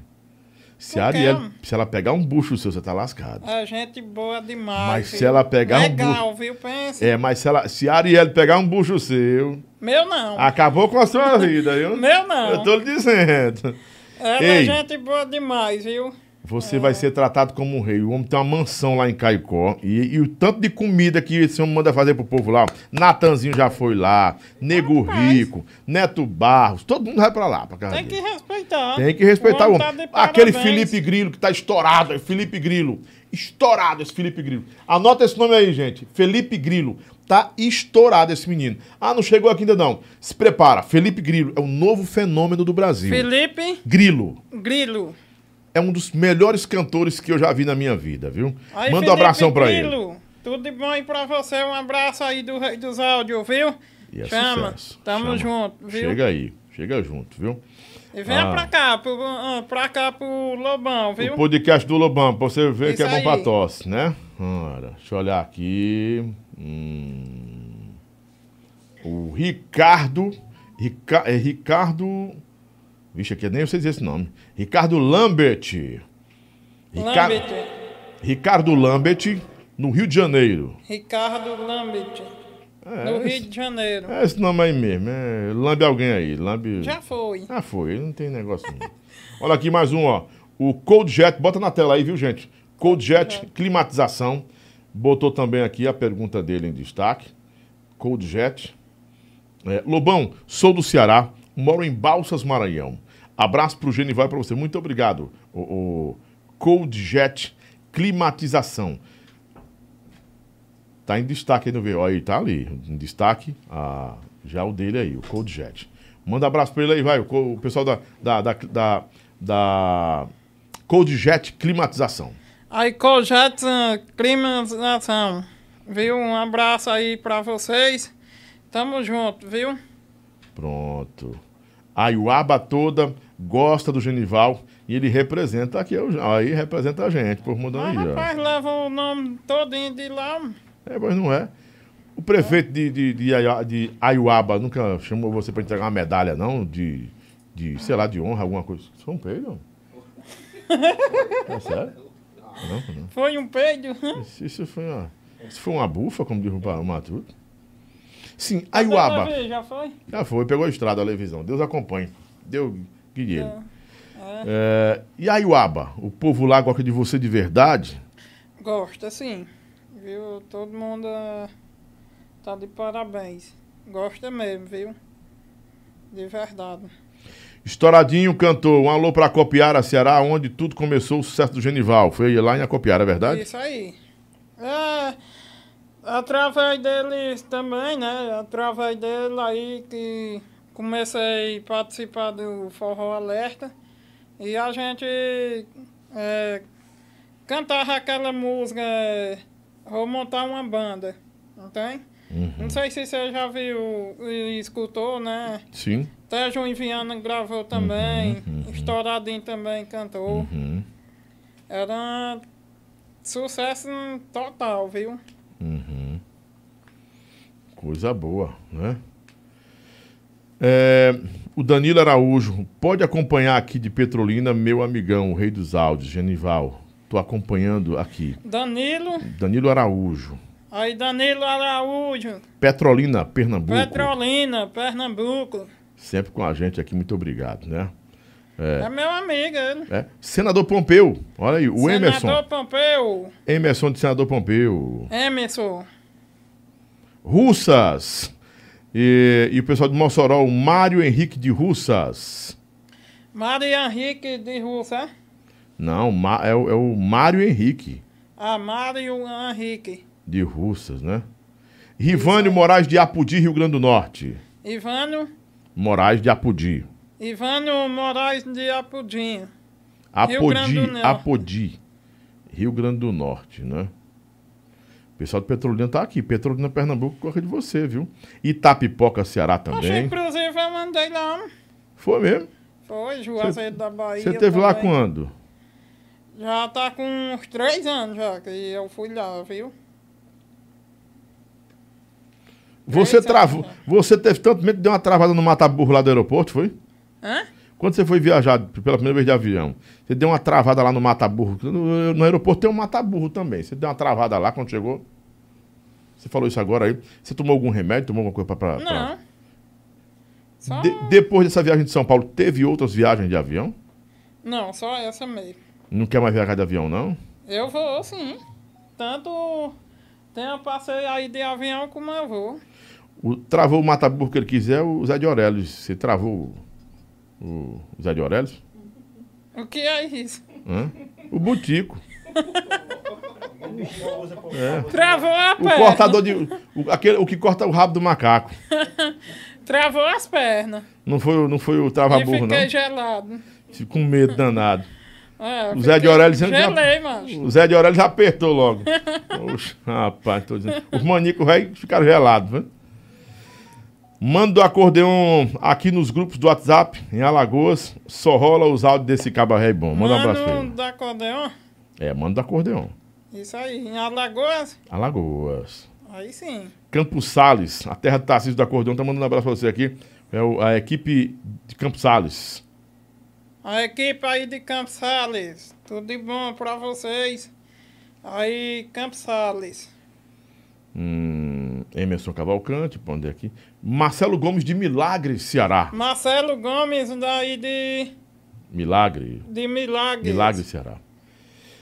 [SPEAKER 1] Se a
[SPEAKER 2] Por quê?
[SPEAKER 1] Arielle, se ela pegar um bucho seu, você tá lascado.
[SPEAKER 2] É gente boa demais.
[SPEAKER 1] Mas se
[SPEAKER 2] viu?
[SPEAKER 1] ela pegar um
[SPEAKER 2] Legal, viu? Pensa.
[SPEAKER 1] É, mas se, ela, se a Arielle pegar um bucho seu,
[SPEAKER 2] Meu não.
[SPEAKER 1] acabou com a sua vida, viu?
[SPEAKER 2] Meu não.
[SPEAKER 1] Ah, Eu tô lhe dizendo.
[SPEAKER 2] Ela
[SPEAKER 1] Ei.
[SPEAKER 2] é gente boa demais, viu?
[SPEAKER 1] Você vai ser tratado como um rei. O homem tem uma mansão lá em Caicó. E, e o tanto de comida que esse homem manda fazer pro povo lá. ó. Natanzinho já foi lá. Nego Rico. Neto Barros. Todo mundo vai pra lá, pra casa
[SPEAKER 2] Tem que
[SPEAKER 1] dele.
[SPEAKER 2] respeitar.
[SPEAKER 1] Tem que respeitar o
[SPEAKER 2] homem
[SPEAKER 1] homem.
[SPEAKER 2] tá de
[SPEAKER 1] Aquele
[SPEAKER 2] parabéns.
[SPEAKER 1] Felipe Grilo que tá estourado. é Felipe Grilo. Estourado esse Felipe Grilo. Anota esse nome aí, gente. Felipe Grilo. Tá estourado esse menino. Ah, não chegou aqui ainda não. Se prepara. Felipe Grilo é o novo fenômeno do Brasil.
[SPEAKER 2] Felipe
[SPEAKER 1] Grilo.
[SPEAKER 2] Grilo.
[SPEAKER 1] é um dos melhores cantores que eu já vi na minha vida, viu?
[SPEAKER 2] Aí,
[SPEAKER 1] Manda um
[SPEAKER 2] Felipe
[SPEAKER 1] abração pra ele.
[SPEAKER 2] Grilo, Tudo de bom aí pra você. Um abraço aí do Rei dos Áudios, viu?
[SPEAKER 1] E é
[SPEAKER 2] Chama.
[SPEAKER 1] sucesso.
[SPEAKER 2] Tamo
[SPEAKER 1] Chama.
[SPEAKER 2] junto, viu?
[SPEAKER 1] Chega aí, chega junto, viu?
[SPEAKER 2] E venha
[SPEAKER 1] Ah.
[SPEAKER 2] pra cá, pro, ah, pra cá pro Lobão, viu?
[SPEAKER 1] O podcast do Lobão, pra você ver
[SPEAKER 2] Isso
[SPEAKER 1] que é bom pra
[SPEAKER 2] aí.
[SPEAKER 1] tosse, né? Ora, deixa eu olhar aqui. Hum. o Ricardo. Rica, é Ricardo. Vixe, aqui eu nem sei dizer esse nome. Ricardo Lambert. Rica-
[SPEAKER 2] Lambert.
[SPEAKER 1] Ricardo Lambert, no Rio de Janeiro.
[SPEAKER 2] Ricardo Lambert.
[SPEAKER 1] É,
[SPEAKER 2] no
[SPEAKER 1] esse-
[SPEAKER 2] Rio de Janeiro.
[SPEAKER 1] É esse nome aí mesmo. É... Lambe alguém aí. Lambe...
[SPEAKER 2] Já foi.
[SPEAKER 1] Ah, foi. Não tem negócio não. Olha aqui mais um, ó. O Cold Jet. Bota na tela aí, viu, gente? Cold Jet, climatização. Botou também aqui a pergunta dele em destaque. Cold Jet. É, Lobão, sou do Ceará. Moro em Balsas, Maranhão. Abraço pro Genival e pra você. Muito obrigado. O, o Cold Jet, climatização. Tá em destaque aí no VO. Aí, tá ali. Em destaque. ah, já o dele aí, o Cold Jet. Manda abraço pra ele aí, vai. O, co- o pessoal da, da, da, da, da Cold Jet Climatização.
[SPEAKER 2] Aí, Cojat Climatização, viu? Um abraço aí pra vocês. Tamo junto, viu?
[SPEAKER 1] Pronto. A Iuaba toda gosta do Genival e ele representa aqui. o- Aí representa a gente, por mudando
[SPEAKER 2] Mas,
[SPEAKER 1] aí, ó.
[SPEAKER 2] rapaz, leva o nome todinho de lá.
[SPEAKER 1] É, mas não é. O prefeito de, de, de, Aia- de Aiuaba nunca chamou você pra entregar uma medalha, não? De, de sei lá, de honra, alguma coisa. Sou um peido. É sério? Não, não.
[SPEAKER 2] Foi um peido.
[SPEAKER 1] Isso, isso foi uma. Isso foi uma bufa, como diz o pa- o Matuto. Sim, Aiuaba.
[SPEAKER 2] Outra vez, Já foi?
[SPEAKER 1] Já foi, pegou a estrada, a Levisão. Deus acompanhe. Deu guie ele. É, e Aiuaba? O povo lá gosta de você de verdade?
[SPEAKER 2] assim, Gosta, sim. Viu? Todo mundo ah, Tá de parabéns. Gosta mesmo, viu? De verdade.
[SPEAKER 1] Estouradinho cantou um alô pra Copiara, Ceará, onde tudo começou o sucesso do Genival. Foi lá em Acopiara, é verdade?
[SPEAKER 2] Isso aí. É, através deles também, né? Através dele aí que comecei a participar do Forró Alerta. E a gente é, cantava aquela música é, Vou montar uma banda, não tem?
[SPEAKER 1] Uhum.
[SPEAKER 2] Não sei se você já viu e escutou, né?
[SPEAKER 1] Sim.
[SPEAKER 2] Até João Viana gravou também, Estouradinho também cantou.
[SPEAKER 1] Uhum.
[SPEAKER 2] Era sucesso total, viu?
[SPEAKER 1] Uhum. Coisa boa, né? É, o Danilo Araújo, pode acompanhar aqui de Petrolina, meu amigão, o rei dos áudios, Genival. Tô acompanhando aqui.
[SPEAKER 2] Danilo,
[SPEAKER 1] Danilo Araújo.
[SPEAKER 2] aí Danilo Araújo,
[SPEAKER 1] Petrolina, Pernambuco.
[SPEAKER 2] Petrolina, Pernambuco.
[SPEAKER 1] Sempre com a gente aqui, muito obrigado, né?
[SPEAKER 2] É, meu amigo, ele.
[SPEAKER 1] É. Senador Pompeu, olha aí, o Emerson.
[SPEAKER 2] Senador Pompeu,
[SPEAKER 1] Emerson de Senador Pompeu.
[SPEAKER 2] Emerson,
[SPEAKER 1] Russas. E, e o pessoal de Mossoró, o Mário Henrique de Russas.
[SPEAKER 2] Maria Henrique de Russa,
[SPEAKER 1] Não, Ma- é, o- é o Mário Henrique
[SPEAKER 2] a Mário Henrique,
[SPEAKER 1] de Russas, né? Rivânio Moraes de Apudi, Rio Grande do Norte.
[SPEAKER 2] Ivano,
[SPEAKER 1] Moraes de Apudi.
[SPEAKER 2] Ivano Moraes de Apudinho, Rio Grande
[SPEAKER 1] Apodi,
[SPEAKER 2] do Norte.
[SPEAKER 1] Apodi. Rio Grande do Norte, né? O pessoal do Petrolina tá aqui. Petrolina, Pernambuco, corre de você, viu? Itapipoca, Ceará
[SPEAKER 2] Oxe,
[SPEAKER 1] também.
[SPEAKER 2] inclusive eu mandei lá. um.
[SPEAKER 1] Foi mesmo?
[SPEAKER 2] Foi, Juazeiro da Bahia.
[SPEAKER 1] Você teve lá
[SPEAKER 2] também.
[SPEAKER 1] quando?
[SPEAKER 2] Já tá com uns três anos já que eu fui lá, viu?
[SPEAKER 1] Você
[SPEAKER 2] anos,
[SPEAKER 1] travou.
[SPEAKER 2] né?
[SPEAKER 1] Você teve tanto medo que deu uma travada no mata-burro lá do aeroporto, foi?
[SPEAKER 2] Hã?
[SPEAKER 1] Quando você foi viajar pela primeira vez de avião, você deu uma travada lá no mata-burro. No, no aeroporto tem um mata-burro também. Você deu uma travada lá quando chegou. Você falou isso agora aí. Você tomou algum remédio? Tomou alguma coisa pra. pra- pra-
[SPEAKER 2] Não. Só...
[SPEAKER 1] De- depois dessa viagem de São Paulo, teve outras viagens de avião?
[SPEAKER 2] Não, só essa mesmo.
[SPEAKER 1] Não quer mais viajar de avião, não?
[SPEAKER 2] Eu vou sim. Tanto tem a passeio aí de avião como eu vou.
[SPEAKER 1] O, travou o mata-burro que ele quiser, o Zé de Aurelis. Você travou o, o Zé de Aurelis?
[SPEAKER 2] O que é isso?
[SPEAKER 1] Hã? O Butico.
[SPEAKER 2] Travou a
[SPEAKER 1] O
[SPEAKER 2] perna.
[SPEAKER 1] cortador de. O, aquele, o que corta o rabo do macaco.
[SPEAKER 2] Travou as pernas.
[SPEAKER 1] Não foi, o- não foi o
[SPEAKER 2] e
[SPEAKER 1] trava-burro,
[SPEAKER 2] fiquei
[SPEAKER 1] Tá não.
[SPEAKER 2] gelado.
[SPEAKER 1] Fico Com medo danado.
[SPEAKER 2] É,
[SPEAKER 1] O Zé de
[SPEAKER 2] fiquei-
[SPEAKER 1] Aurélio sempre-
[SPEAKER 2] Gelei, macho.
[SPEAKER 1] O Zé de Aurélio já apertou logo. Oxe, rapaz, tô dizendo. Os manicos vai ficar gelados, né? Manda o acordeon aqui nos grupos do WhatsApp, em Alagoas. Só rola os áudios desse cabaré bom. Manda um abraço pra
[SPEAKER 2] Mano
[SPEAKER 1] ele.
[SPEAKER 2] da acordeon.
[SPEAKER 1] É, manda do acordeon.
[SPEAKER 2] Isso aí. Em Alagoas,
[SPEAKER 1] Alagoas.
[SPEAKER 2] aí sim.
[SPEAKER 1] Campos Sales, a terra do Tarcísio do Acordeon, tá mandando um abraço pra você aqui. É o- a equipe de Campos Sales.
[SPEAKER 2] A equipe aí de Campos Sales, tudo de bom pra vocês. Aí, Campos Sales.
[SPEAKER 1] Hum, Emerson Cavalcante, pra onde é aqui? Marcelo Gomes de Milagres, Ceará.
[SPEAKER 2] Marcelo Gomes, daí de,
[SPEAKER 1] Milagre.
[SPEAKER 2] de Milagres.
[SPEAKER 1] Milagre, Ceará.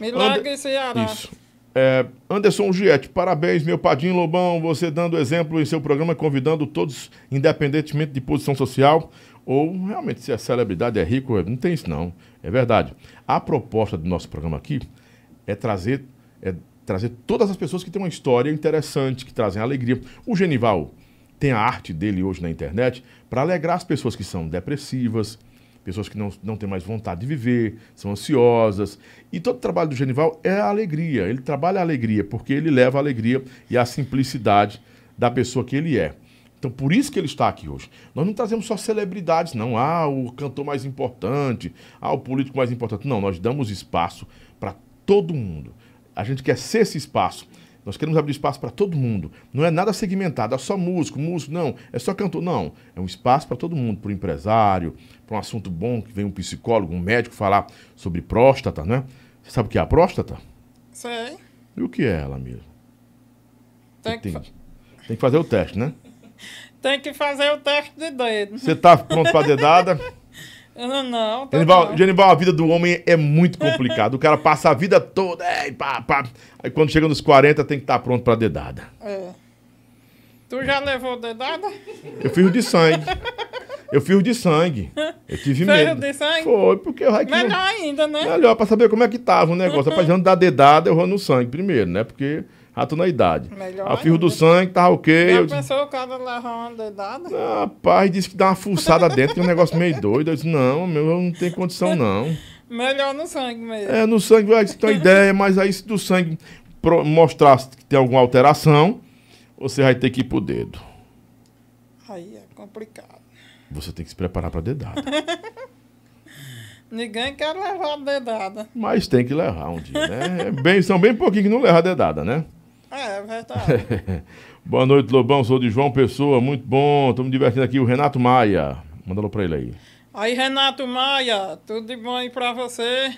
[SPEAKER 2] Milagres,
[SPEAKER 1] Ande-
[SPEAKER 2] Ceará.
[SPEAKER 1] Isso. É, Anderson Giete, parabéns, meu padrinho Lobão, você dando exemplo em seu programa, convidando todos, independentemente de posição social, ou realmente se a celebridade é rico, não tem isso não, é verdade. A proposta do nosso programa aqui é trazer, é trazer todas as pessoas que têm uma história interessante, que trazem alegria. O Genival tem a arte dele hoje na internet para alegrar as pessoas que são depressivas, pessoas que não, não têm mais vontade de viver, são ansiosas. E todo o trabalho do Genival é a alegria. Ele trabalha a alegria, porque ele leva a alegria e a simplicidade da pessoa que ele é. Então, por isso que ele está aqui hoje. Nós não trazemos só celebridades, não. Ah, o cantor mais importante, ah, o político mais importante. Não, nós damos espaço para todo mundo. A gente quer ser esse espaço. Nós queremos abrir espaço para todo mundo. Não é nada segmentado, é só músico, músico, não, é só cantor, não. É um espaço para todo mundo, para o empresário, para um assunto bom que vem um psicólogo, um médico falar sobre próstata, né? Você sabe o que é a próstata?
[SPEAKER 2] Sei.
[SPEAKER 1] E o que é ela mesmo?
[SPEAKER 2] Tem É que, fa-
[SPEAKER 1] Tem, tem que fazer o teste, né?
[SPEAKER 2] tem que fazer o teste de dedo.
[SPEAKER 1] Você tá pronto para dedada?
[SPEAKER 2] Não, não. tá tô
[SPEAKER 1] Genival,
[SPEAKER 2] não.
[SPEAKER 1] Genival, a vida do homem é muito complicada. O cara passa a vida tá toda, é, pá, pá. aí quando chega nos 40 tem que estar pronto para dedada.
[SPEAKER 2] É. Tu já levou dedada?
[SPEAKER 1] Eu fiz o de sangue. Eu fiz o de sangue. Eu tive
[SPEAKER 2] Fez o
[SPEAKER 1] medo.
[SPEAKER 2] de sangue?
[SPEAKER 1] Foi, porque eu que
[SPEAKER 2] Melhor ainda, né?
[SPEAKER 1] Melhor pra saber como é que tava o negócio. Pra gente dar dedada, eu vou no sangue primeiro, né? Porque já tô na idade.
[SPEAKER 2] Melhor
[SPEAKER 1] Aí eu fiz o do
[SPEAKER 2] ainda.
[SPEAKER 1] sangue, tá ok.
[SPEAKER 2] Já
[SPEAKER 1] Eu disse,
[SPEAKER 2] pensou o cara levar uma dedada?
[SPEAKER 1] rapaz, disse que dá uma fuçada dentro, que é um negócio meio doido. Eu disse, não, meu, eu não tenho condição, não.
[SPEAKER 2] Melhor no sangue mesmo.
[SPEAKER 1] É, no sangue, vai, isso tem uma ideia, mas aí se do sangue pro- mostrar que tem alguma alteração, você vai ter que ir pro dedo.
[SPEAKER 2] Aí é complicado.
[SPEAKER 1] Você tem que se preparar pra dedada.
[SPEAKER 2] Ninguém quer levar a dedada.
[SPEAKER 1] Mas tem que levar um dia, né? É Bem, são bem pouquinho que não leva a dedada, né?
[SPEAKER 2] É, é verdade.
[SPEAKER 1] Boa noite, Lobão. Sou de João Pessoa. Muito bom. Tô me divertindo aqui. O Renato Maia. Manda alô pra ele aí.
[SPEAKER 2] Aí, Renato Maia, tudo de bom aí pra você?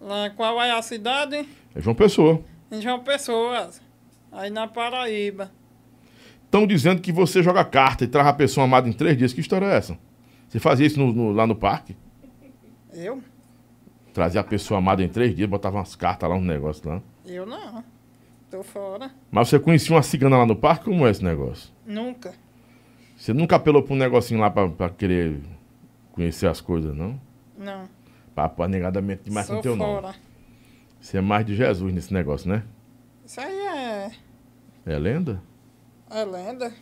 [SPEAKER 2] Lá, qual é a cidade?
[SPEAKER 1] É João Pessoa.
[SPEAKER 2] Em João Pessoas. Aí na Paraíba.
[SPEAKER 1] Estão dizendo que você joga carta e traz a pessoa amada em três dias. Que história é essa? Você fazia isso no- no- lá no parque?
[SPEAKER 2] Eu?
[SPEAKER 1] Trazia a pessoa amada em três dias, botava umas cartas lá, um negócio lá.
[SPEAKER 2] Eu não. Tô fora.
[SPEAKER 1] Mas você conhecia uma cigana lá no parque? Como é esse negócio?
[SPEAKER 2] Nunca.
[SPEAKER 1] Você nunca apelou pra um negocinho lá pra, pra querer conhecer as coisas, não?
[SPEAKER 2] Não.
[SPEAKER 1] Pra, pra negadamente demais com
[SPEAKER 2] Sou
[SPEAKER 1] teu nome.
[SPEAKER 2] fora.
[SPEAKER 1] Você é mais de Jesus nesse negócio, né?
[SPEAKER 2] Isso aí é,
[SPEAKER 1] É lenda?
[SPEAKER 2] é lenda.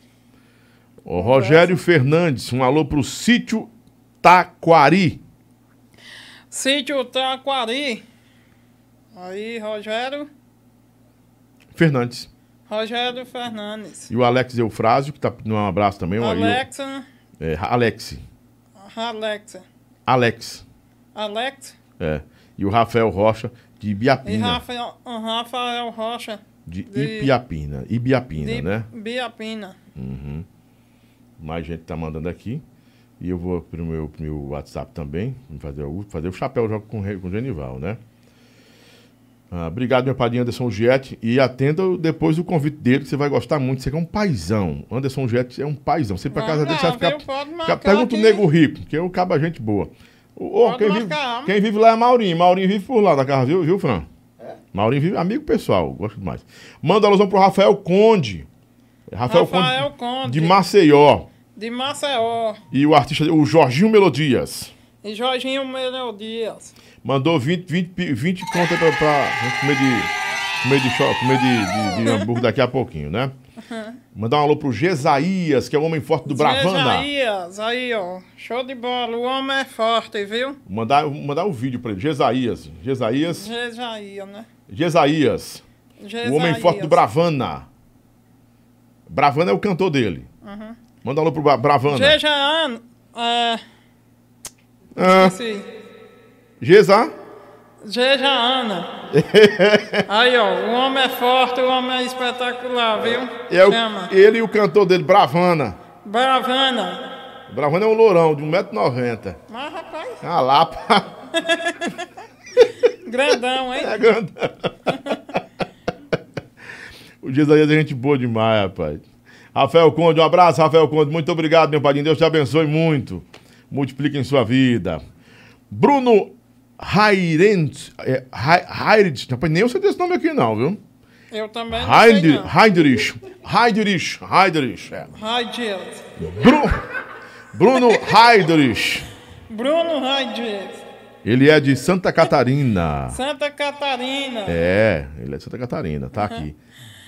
[SPEAKER 1] Ô, Rogério Fernandes, um alô pro sítio Taquari.
[SPEAKER 2] Sítio Taquari. Aí, Rogério.
[SPEAKER 1] Fernandes.
[SPEAKER 2] Rogério Fernandes.
[SPEAKER 1] E o Alex Eufrásio, que tá pedindo um abraço também. Um aí, o-
[SPEAKER 2] Alexa.
[SPEAKER 1] é, Alex.
[SPEAKER 2] Alexa.
[SPEAKER 1] Alex.
[SPEAKER 2] Alex.
[SPEAKER 1] É. E o Rafael Rocha, de
[SPEAKER 2] E
[SPEAKER 1] Ibiapina.
[SPEAKER 2] Rafael, Rafael Rocha.
[SPEAKER 1] De
[SPEAKER 2] de-
[SPEAKER 1] Ibiapina. Ibiapina,
[SPEAKER 2] de
[SPEAKER 1] né?
[SPEAKER 2] Biapina.
[SPEAKER 1] Uhum. Mais gente tá mandando aqui. E eu vou pro meu, pro meu WhatsApp também. vou Fazer o, fazer o chapéu jogo com, o Re- com o Genival, né? Ah, obrigado, meu padrinho Anderson Giet. E atenda o- depois o convite dele, que você vai gostar muito. Você é um paizão. Anderson Giet é um paizão. Você ir pra
[SPEAKER 2] Vamos
[SPEAKER 1] casa dele, você
[SPEAKER 2] lá,
[SPEAKER 1] vai ficar.
[SPEAKER 2] viu? Pode
[SPEAKER 1] fica-
[SPEAKER 2] marcar
[SPEAKER 1] pergunta o
[SPEAKER 2] que-
[SPEAKER 1] nego rico, que eu cabo a gente boa. Ô, ô,
[SPEAKER 2] Pode
[SPEAKER 1] quem, vive,
[SPEAKER 2] marcar.
[SPEAKER 1] quem vive lá é Maurinho. Maurinho vive por lá da casa, viu, viu Fran? Maurinho vive, amigo pessoal, gosto demais. Manda alusão pro Rafael Conde. Rafael,
[SPEAKER 2] Rafael
[SPEAKER 1] Conde,
[SPEAKER 2] Conde.
[SPEAKER 1] de Maceió.
[SPEAKER 2] De Maceió.
[SPEAKER 1] E o artista, o Jorginho Melodias.
[SPEAKER 2] E Jorginho Melodias.
[SPEAKER 1] Mandou 20, 20, pi- 20 contas pra, pra gente comer de. Comer de, cho- comer de, de, de hambúrguer daqui a pouquinho, né? Mandar um alô pro Gesaías, que é o homem forte do Bravana.
[SPEAKER 2] Isaías, aí, ó. Show de bola. O homem é forte, viu?
[SPEAKER 1] Mandar, mandar um vídeo pra ele. Gesaías. Gesaías.
[SPEAKER 2] Jesaías, né?
[SPEAKER 1] Gesaías. O homem forte do Bravana. Bravana é o cantor dele.
[SPEAKER 2] Uhum.
[SPEAKER 1] Manda um alô pro Bra- Bravana.
[SPEAKER 2] Jejaías. É,
[SPEAKER 1] Ah,
[SPEAKER 2] esqueci.
[SPEAKER 1] Gesa.
[SPEAKER 2] Jejaana. Aí, ó, o homem é forte, o homem é espetacular, viu?
[SPEAKER 1] É o,
[SPEAKER 2] Chama.
[SPEAKER 1] ele e o cantor dele, Bravana.
[SPEAKER 2] Bravana.
[SPEAKER 1] Bravana é um lourão de 1,90m.
[SPEAKER 2] Mas, rapaz,
[SPEAKER 1] Ah, lapa.
[SPEAKER 2] grandão, hein?
[SPEAKER 1] É grandão. o Gesaías é gente boa demais, rapaz. Rafael Conde, um abraço, Rafael Conde. Muito obrigado, meu padrinho. Deus te abençoe muito. Multiplique em sua vida. Bruno Hairent. É, Hai- Hairent. Rapaz, nem eu sei desse nome aqui, não, viu?
[SPEAKER 2] Eu também não sei
[SPEAKER 1] Heinrich.
[SPEAKER 2] não.
[SPEAKER 1] Heinrich. Heinrich. Heinrich. É.
[SPEAKER 2] Raidias.
[SPEAKER 1] Bru- Bruno Heidrich.
[SPEAKER 2] Bruno Raidias.
[SPEAKER 1] Ele é de Santa Catarina.
[SPEAKER 2] Santa Catarina.
[SPEAKER 1] É, ele é de Santa Catarina, tá aqui.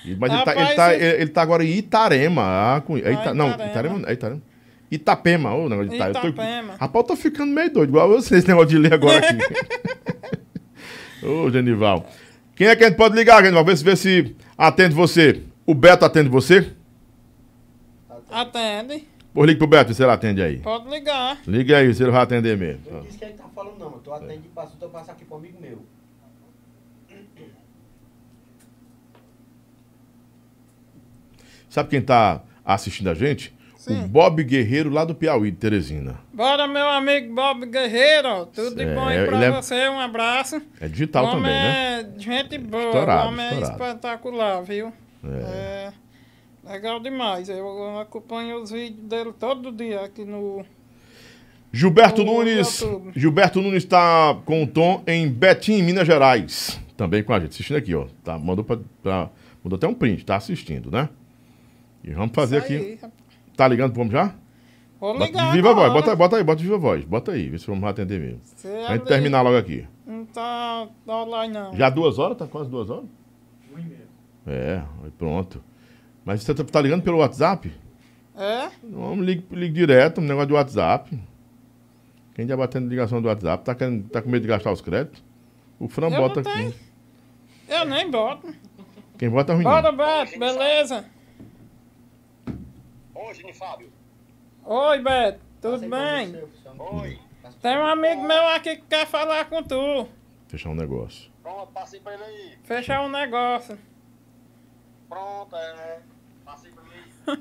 [SPEAKER 1] E- Mas ele tá, ele,
[SPEAKER 2] Rapaz,
[SPEAKER 1] tá,
[SPEAKER 2] eu-
[SPEAKER 1] ele- ele tá agora em Itarema. Ah, com- é Ita-
[SPEAKER 2] Itarema.
[SPEAKER 1] Não, Itarema não, é Itarema. Itapema, ô, o negócio de Itarema. Eu tô-
[SPEAKER 2] Itapema.
[SPEAKER 1] Rapaz, eu tô ficando meio doido, igual você, esse negócio de ler agora aqui. ô, Genival. Quem é que a gente pode ligar, Genival? Vê se, vê se atende você. O Beto atende você?
[SPEAKER 2] Atende.
[SPEAKER 1] Pô, ligue pro Beto, se ele atende aí.
[SPEAKER 2] Pode ligar.
[SPEAKER 1] Liga aí, se ele vai atender mesmo.
[SPEAKER 3] Eu disse que ele tá falando não, eu tô atendendo de passo, tô passando aqui pro amigo meu.
[SPEAKER 1] Sabe quem tá assistindo a gente? O
[SPEAKER 2] Sim.
[SPEAKER 1] Bob Guerreiro, lá do Piauí, de Teresina.
[SPEAKER 2] Bora, meu amigo Bob Guerreiro. Tudo
[SPEAKER 1] É,
[SPEAKER 2] de bom aí pra
[SPEAKER 1] ele é-
[SPEAKER 2] você. Um abraço.
[SPEAKER 1] É digital
[SPEAKER 2] o homem
[SPEAKER 1] também, né?
[SPEAKER 2] é gente boa.
[SPEAKER 1] Estourado,
[SPEAKER 2] o homem
[SPEAKER 1] estourado.
[SPEAKER 2] é espetacular, viu?
[SPEAKER 1] É.
[SPEAKER 2] É. Legal demais. Eu acompanho os vídeos dele todo dia aqui no.
[SPEAKER 1] Gilberto
[SPEAKER 2] O
[SPEAKER 1] Nunes.
[SPEAKER 2] YouTube.
[SPEAKER 1] Gilberto Nunes está com o Tom em Betim, Minas Gerais. Também com a gente, assistindo aqui, ó. Tá, mandou, pra, pra- mandou até um print, tá assistindo, né? E vamos fazer aqui.
[SPEAKER 2] Aí,
[SPEAKER 1] Tá ligando pro homem já?
[SPEAKER 2] vou
[SPEAKER 1] Bota-
[SPEAKER 2] ligar
[SPEAKER 1] viva
[SPEAKER 2] agora.
[SPEAKER 1] voz, bota, bota aí, bota viva voz, bota aí, vê se vamos atender mesmo.
[SPEAKER 2] Você
[SPEAKER 1] A gente
[SPEAKER 2] abre-
[SPEAKER 1] terminar logo aqui.
[SPEAKER 2] Não tá tá online, não.
[SPEAKER 1] Já duas horas? Tá quase duas horas? É, aí pronto. Mas você tá- tá ligando pelo WhatsApp?
[SPEAKER 2] É?
[SPEAKER 1] Vamos, ligue, ligue direto, um negócio de WhatsApp. Quem já batendo ligação do WhatsApp, tá, querendo- tá com medo de gastar os créditos? O Fran
[SPEAKER 2] Eu não
[SPEAKER 1] bota
[SPEAKER 2] tenho.
[SPEAKER 1] aqui.
[SPEAKER 2] Eu nem boto.
[SPEAKER 1] Quem bota é ruim.
[SPEAKER 2] Bora, Beto, beleza?
[SPEAKER 10] Ô, Gini Fábio.
[SPEAKER 2] Oi, Beto, tudo bem?
[SPEAKER 10] Oi.
[SPEAKER 2] Tem um amigo meu aqui que quer falar com tu.
[SPEAKER 1] Fechar um negócio.
[SPEAKER 10] Pronto, passei pra ele aí.
[SPEAKER 2] Fechar um negócio.
[SPEAKER 10] Pronto, é. Passei pra ele aí.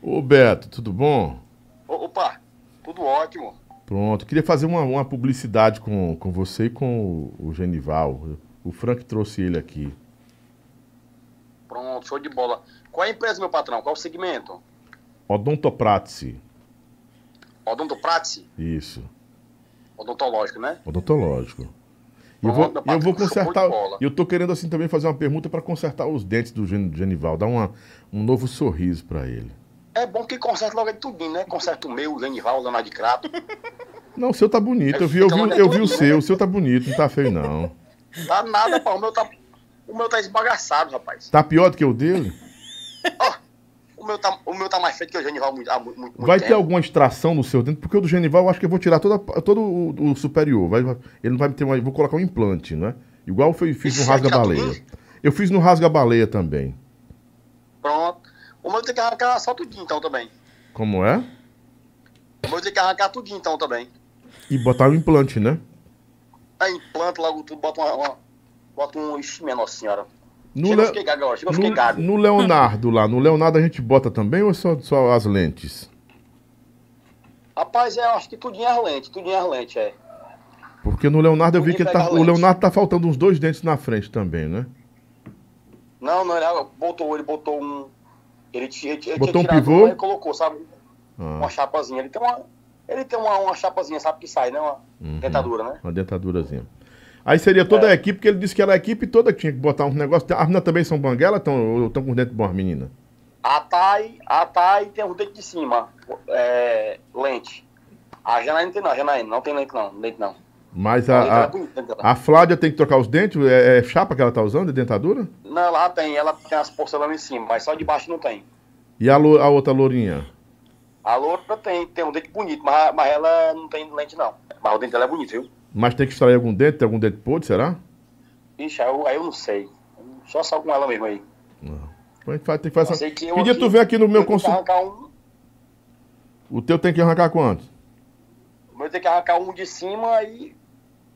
[SPEAKER 1] Ô Beto, tudo bom?
[SPEAKER 10] Ô, Opa, tudo ótimo.
[SPEAKER 1] Pronto. Queria fazer uma, uma publicidade com, com você e com o, o Genival. O Frank trouxe ele aqui.
[SPEAKER 10] Pronto, show de bola. Qual é a empresa, meu patrão? Qual o segmento?
[SPEAKER 1] Odontoprátice.
[SPEAKER 10] Odontoprátice?
[SPEAKER 1] Isso.
[SPEAKER 10] Odontológico, né?
[SPEAKER 1] Odontológico. E eu
[SPEAKER 10] Pronto,
[SPEAKER 1] vou,
[SPEAKER 10] meu
[SPEAKER 1] eu
[SPEAKER 10] patrão,
[SPEAKER 1] vou
[SPEAKER 10] show de
[SPEAKER 1] consertar.
[SPEAKER 10] bola.
[SPEAKER 1] Eu tô querendo assim também fazer uma pergunta para consertar os dentes do Gen- Genival, dar uma, um novo sorriso para ele.
[SPEAKER 10] É bom que conserta logo de tudinho, né? Conserta o meu, o Genival, o Leonardo de Crato.
[SPEAKER 1] Não, o seu tá bonito. Eu vi, eu vi, eu vi o seu. O seu tá bonito, não tá feio, não.
[SPEAKER 10] Dá nada, pá. O meu tá, o meu tá esbagaçado, rapaz.
[SPEAKER 1] Tá pior do que o dele?
[SPEAKER 10] O meu tá, o meu tá mais feio que o Genival há muito, há muito, muito
[SPEAKER 1] Vai ter
[SPEAKER 10] tempo.
[SPEAKER 1] alguma extração no seu dente? Porque o do Genival eu acho que eu vou tirar toda, todo o, o superior. Vai, vai- ele não vai ter mais. Vou colocar um implante, né? Igual eu fui- fiz no
[SPEAKER 10] Isso, é vai tirar
[SPEAKER 1] rasga-baleia. Eu fiz no rasga-baleia também.
[SPEAKER 10] Pronto. O meu tem que arrancar só tudinho, então, também.
[SPEAKER 1] Como é?
[SPEAKER 10] O meu tem que arrancar tudinho, então, também.
[SPEAKER 1] E botar um implante, né?
[SPEAKER 10] Aí implanta logo tudo, bota uma. uma- bota um. Ixi, minha nossa senhora.
[SPEAKER 1] No,
[SPEAKER 10] Chega, eu
[SPEAKER 1] Le-
[SPEAKER 10] fiquei gago agora, chega, eu
[SPEAKER 1] no-
[SPEAKER 10] fiquei gago.
[SPEAKER 1] no Leonardo lá, no Leonardo a gente bota também ou é só, só as lentes?
[SPEAKER 10] Rapaz, eu acho que tudinho é lente, tudinho é lente, é.
[SPEAKER 1] Porque no Leonardo eu vi que ele tá-
[SPEAKER 10] Pega a
[SPEAKER 1] o
[SPEAKER 10] é lente.
[SPEAKER 1] Leonardo tá faltando uns dois dentes na frente também, né?
[SPEAKER 10] Não, não, ele botou, ele botou um. Ele, ti- ele, ti- ele
[SPEAKER 1] Botou um
[SPEAKER 10] tirado,
[SPEAKER 1] pivô?
[SPEAKER 10] Ele colocou, sabe?
[SPEAKER 1] Ah,
[SPEAKER 10] Uma chapazinha. Ele tem uma. Ele tem uma, uma chapazinha, sabe, que sai, né? Uma
[SPEAKER 1] uhum.
[SPEAKER 10] dentadura, né?
[SPEAKER 1] Uma dentadurazinha. Aí seria toda
[SPEAKER 10] É.
[SPEAKER 1] a equipe, porque ele disse que era a equipe toda que tinha que botar um negócio. As meninas também são banguela estão tão com dente bom, as meninas?
[SPEAKER 10] A Thay, a Thay tem o dente de cima, é, lente. A Janaína tem não, a Janaína não tem lente não, lente não.
[SPEAKER 1] Mas
[SPEAKER 10] A lente
[SPEAKER 1] a,
[SPEAKER 10] era
[SPEAKER 1] Tá, a,
[SPEAKER 10] bonita, né, dela?
[SPEAKER 1] a Flávia tem que trocar os dentes? É, é chapa que ela tá usando, é dentadura?
[SPEAKER 10] Não, lá tem, ela tem as porcelanas em cima, mas só de baixo não tem.
[SPEAKER 1] E a, lo- a outra lourinha?
[SPEAKER 10] A loura tem, tem um dente bonito, mas, mas ela não tem lente não. Mas o dente dela é bonito, viu?
[SPEAKER 1] Mas tem que extrair algum dente? Tem algum dente podre, será?
[SPEAKER 10] Ixi, aí eu, aí eu não sei. Só salgo com ela mesmo aí.
[SPEAKER 1] Então a gente vai ter que fazer
[SPEAKER 10] Só
[SPEAKER 1] essa...
[SPEAKER 10] sei que eu
[SPEAKER 1] Que dia
[SPEAKER 10] aqui-
[SPEAKER 1] tu vem aqui no meu
[SPEAKER 10] eu tenho que
[SPEAKER 1] consultório?
[SPEAKER 10] arrancar um,
[SPEAKER 1] O teu tem que arrancar quanto?
[SPEAKER 10] Eu tenho que arrancar um de cima e,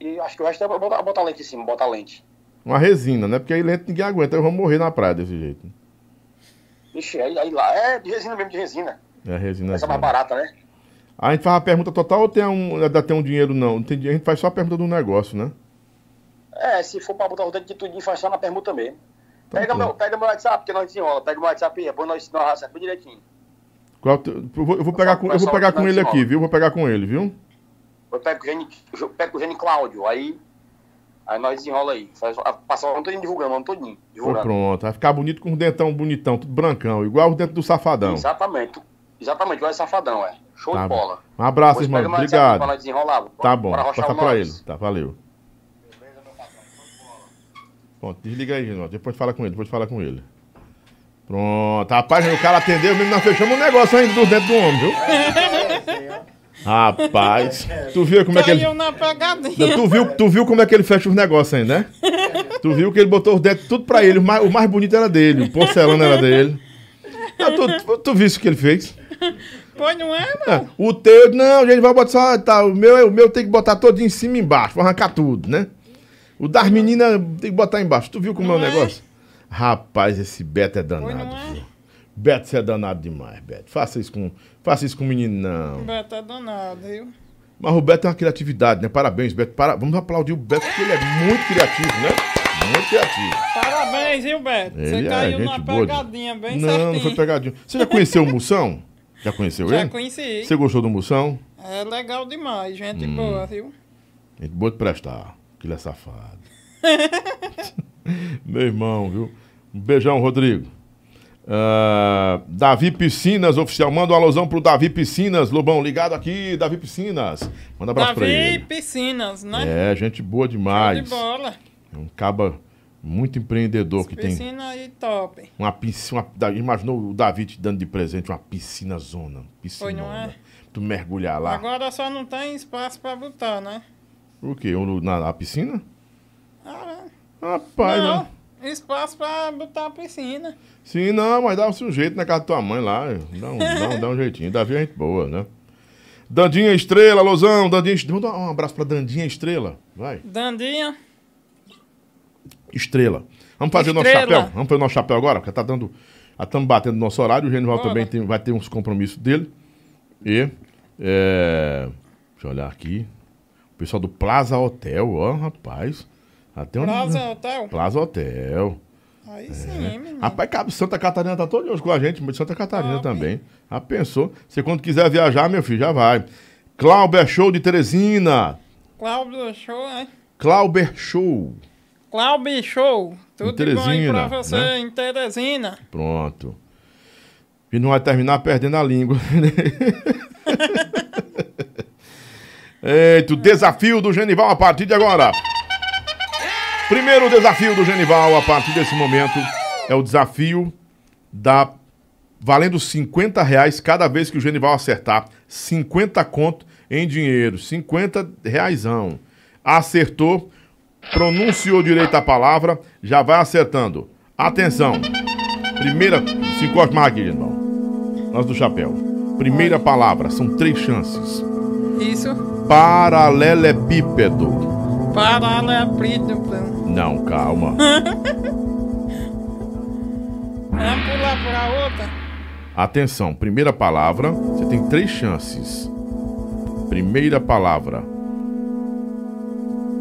[SPEAKER 10] e acho que o resto é botar, botar lente em cima, botar lente.
[SPEAKER 1] Uma resina, né? Porque aí lento ninguém aguenta. Eu vou morrer na praia desse jeito.
[SPEAKER 10] Ixi, aí, aí lá, é de resina mesmo, de resina.
[SPEAKER 1] É a resina.
[SPEAKER 10] Essa é mais barata, né?
[SPEAKER 1] A gente faz a pergunta total ou tem um, ainda tem um dinheiro? Não. Não tem dinheiro. A gente faz só a pergunta do negócio, né?
[SPEAKER 10] É, se for pra botar o dente de tudinho, faz só na permuta mesmo.
[SPEAKER 1] Tá
[SPEAKER 10] pega,
[SPEAKER 1] bom.
[SPEAKER 10] meu, pega meu WhatsApp, que nós desenrola. Pega meu WhatsApp aí, depois nós, nós acertamos direitinho.
[SPEAKER 1] Qual te- eu, vou, eu vou pegar com, eu vou pegar com ele aqui, viu? Vou pegar com ele, viu?
[SPEAKER 10] Eu pego o Gene, eu pego o Gene Cláudio, aí, aí nós desenrola aí. Faz, a- passa o ano todinho divulgando, o ano todinho
[SPEAKER 1] Pô,
[SPEAKER 10] divulgando.
[SPEAKER 1] pronto. Vai ficar bonito com um dentão bonitão, tudo brancão. Igual o dentro do safadão.
[SPEAKER 10] Exatamente. Exatamente, olha safadão, é. Show
[SPEAKER 1] Tá
[SPEAKER 10] de
[SPEAKER 1] bom.
[SPEAKER 10] bola.
[SPEAKER 1] Um abraço,
[SPEAKER 10] Pois
[SPEAKER 1] irmão.
[SPEAKER 10] pega meu WhatsApp Pra
[SPEAKER 1] Obrigado.
[SPEAKER 10] nós desenrolar.
[SPEAKER 1] Tá bom.
[SPEAKER 10] Bora
[SPEAKER 1] Vou
[SPEAKER 10] rochar
[SPEAKER 1] passar
[SPEAKER 10] o
[SPEAKER 1] pra
[SPEAKER 10] nós.
[SPEAKER 1] ele. Tá, valeu. Pronto, desliga aí, irmão. Depois fala com ele, depois fala com ele. Pronto. Rapaz, o cara atendeu, mesmo nós fechamos um negócio ainda dos dentes do homem, viu? Rapaz, tu viu como é que ele...
[SPEAKER 2] Caiu na
[SPEAKER 1] Não,
[SPEAKER 2] pegadinha.
[SPEAKER 1] Tu viu, tu viu como é que ele fecha os negócios ainda, né? Tu viu que ele botou os dentes tudo pra ele. O mais, o mais bonito era dele, o porcelana era dele. Ah, tu, tu, tu viu isso que ele fez?
[SPEAKER 2] Pois não é, mano?
[SPEAKER 1] Ah, o teu, não, gente vai botar só. Tá, o, meu, é- o meu tem que botar todo em cima e embaixo, vou arrancar tudo, né? O das meninas tem que botar embaixo. Tu viu como é o
[SPEAKER 2] Não é?
[SPEAKER 1] negócio? Rapaz, esse Beto é
[SPEAKER 2] Pois
[SPEAKER 1] danado,
[SPEAKER 2] não é?
[SPEAKER 1] viu? Beto, você é danado demais, Beto. Faça isso com, faça isso com o menino, não.
[SPEAKER 2] Beto é danado, viu?
[SPEAKER 1] Mas o Beto tem uma criatividade, né? Parabéns, Beto. Para- Vamos aplaudir o Beto, porque ele é muito criativo, né? Muito criativo.
[SPEAKER 2] Parabéns, viu, Beto?
[SPEAKER 1] Ele
[SPEAKER 2] Você
[SPEAKER 1] é
[SPEAKER 2] caiu
[SPEAKER 1] gente
[SPEAKER 2] na
[SPEAKER 1] boa,
[SPEAKER 2] pegadinha, bem
[SPEAKER 1] não,
[SPEAKER 2] certinho.
[SPEAKER 1] não foi pegadinho. Você já conheceu o Moção? Já conheceu
[SPEAKER 2] Já
[SPEAKER 1] ele?
[SPEAKER 2] conheci.
[SPEAKER 1] Você gostou do Moção?
[SPEAKER 2] É legal demais, gente
[SPEAKER 1] Hum.
[SPEAKER 2] boa,
[SPEAKER 1] Um
[SPEAKER 2] viu?
[SPEAKER 1] Gente, boa te prestar, que ele é safado. Meu irmão, viu? Um beijão, Rodrigo. Ah, Davi Piscinas, oficial. Manda uma alusão pro Davi Piscinas, Lobão. Ligado aqui, Davi Piscinas. Manda abraço pra
[SPEAKER 2] Davi
[SPEAKER 1] ele.
[SPEAKER 2] Piscinas, né?
[SPEAKER 1] É, gente boa
[SPEAKER 2] De
[SPEAKER 1] demais.
[SPEAKER 2] bola.
[SPEAKER 1] É um caba muito empreendedor que tem
[SPEAKER 2] Piscina aí top.
[SPEAKER 1] uma piscina. uma- da- imaginou o Davi te dando de presente uma piscina zona.
[SPEAKER 2] Foi, não
[SPEAKER 1] Piscinona.
[SPEAKER 2] é?
[SPEAKER 1] Tu mergulhar lá.
[SPEAKER 2] Agora só não tem espaço pra botar, né?
[SPEAKER 1] O quê? Um- Na, na piscina?
[SPEAKER 2] Ah,
[SPEAKER 1] Rapaz,
[SPEAKER 2] não.
[SPEAKER 1] né?
[SPEAKER 2] Espaço pra botar a piscina.
[SPEAKER 1] Sim, não, mas dá-se um jeito na casa da tua mãe lá. Dá um, dá um, dá um jeitinho. Davi é gente boa, né? Dandinha Estrela, Lozão. Dandinha Estrela. Manda um abraço pra Dandinha Estrela. Vai.
[SPEAKER 2] Dandinha.
[SPEAKER 1] Estrela. Vamos fazer o nosso
[SPEAKER 2] Estrela.
[SPEAKER 1] chapéu? Vamos fazer o nosso chapéu agora? Porque tá dando. Já estamos batendo no nosso horário. O Genival
[SPEAKER 2] Bora.
[SPEAKER 1] também tem- vai ter uns compromissos dele. E. É, deixa eu olhar aqui. O pessoal do Plaza Hotel, ó, rapaz. Até onde-
[SPEAKER 2] Plaza é Hotel?
[SPEAKER 1] Plaza Hotel.
[SPEAKER 2] Aí sim, menino.
[SPEAKER 1] É. Rapaz, cabe Santa Catarina tá todo hoje com a gente, mas Santa Catarina também. Já pensou? Você quando quiser viajar, meu filho, já vai. Clauber Show de Teresina.
[SPEAKER 2] Cláudio Show, hein?
[SPEAKER 1] Clauber Show.
[SPEAKER 2] Cláudio Show. Tudo de bom aí
[SPEAKER 1] Teresina,
[SPEAKER 2] pra você
[SPEAKER 1] né?
[SPEAKER 2] em Teresina.
[SPEAKER 1] Pronto. E não vai terminar perdendo a língua. né? Eita, o desafio do Genival a partir de agora. Primeiro desafio do Genival a partir desse momento é o desafio da valendo 50 reais cada vez que o Genival acertar. 50 conto em dinheiro. 50 reaisão. Acertou, pronunciou direito a palavra, já vai acertando. Atenção. Primeira. Se encosta mais aqui, Genival. Nós do chapéu. Primeira palavra, são três chances.
[SPEAKER 2] Isso.
[SPEAKER 1] Paralelepípedo.
[SPEAKER 2] Paralelepípedo. É
[SPEAKER 1] Não, calma.
[SPEAKER 2] pular pra outra?
[SPEAKER 1] Atenção, primeira palavra, você tem três chances. Primeira palavra.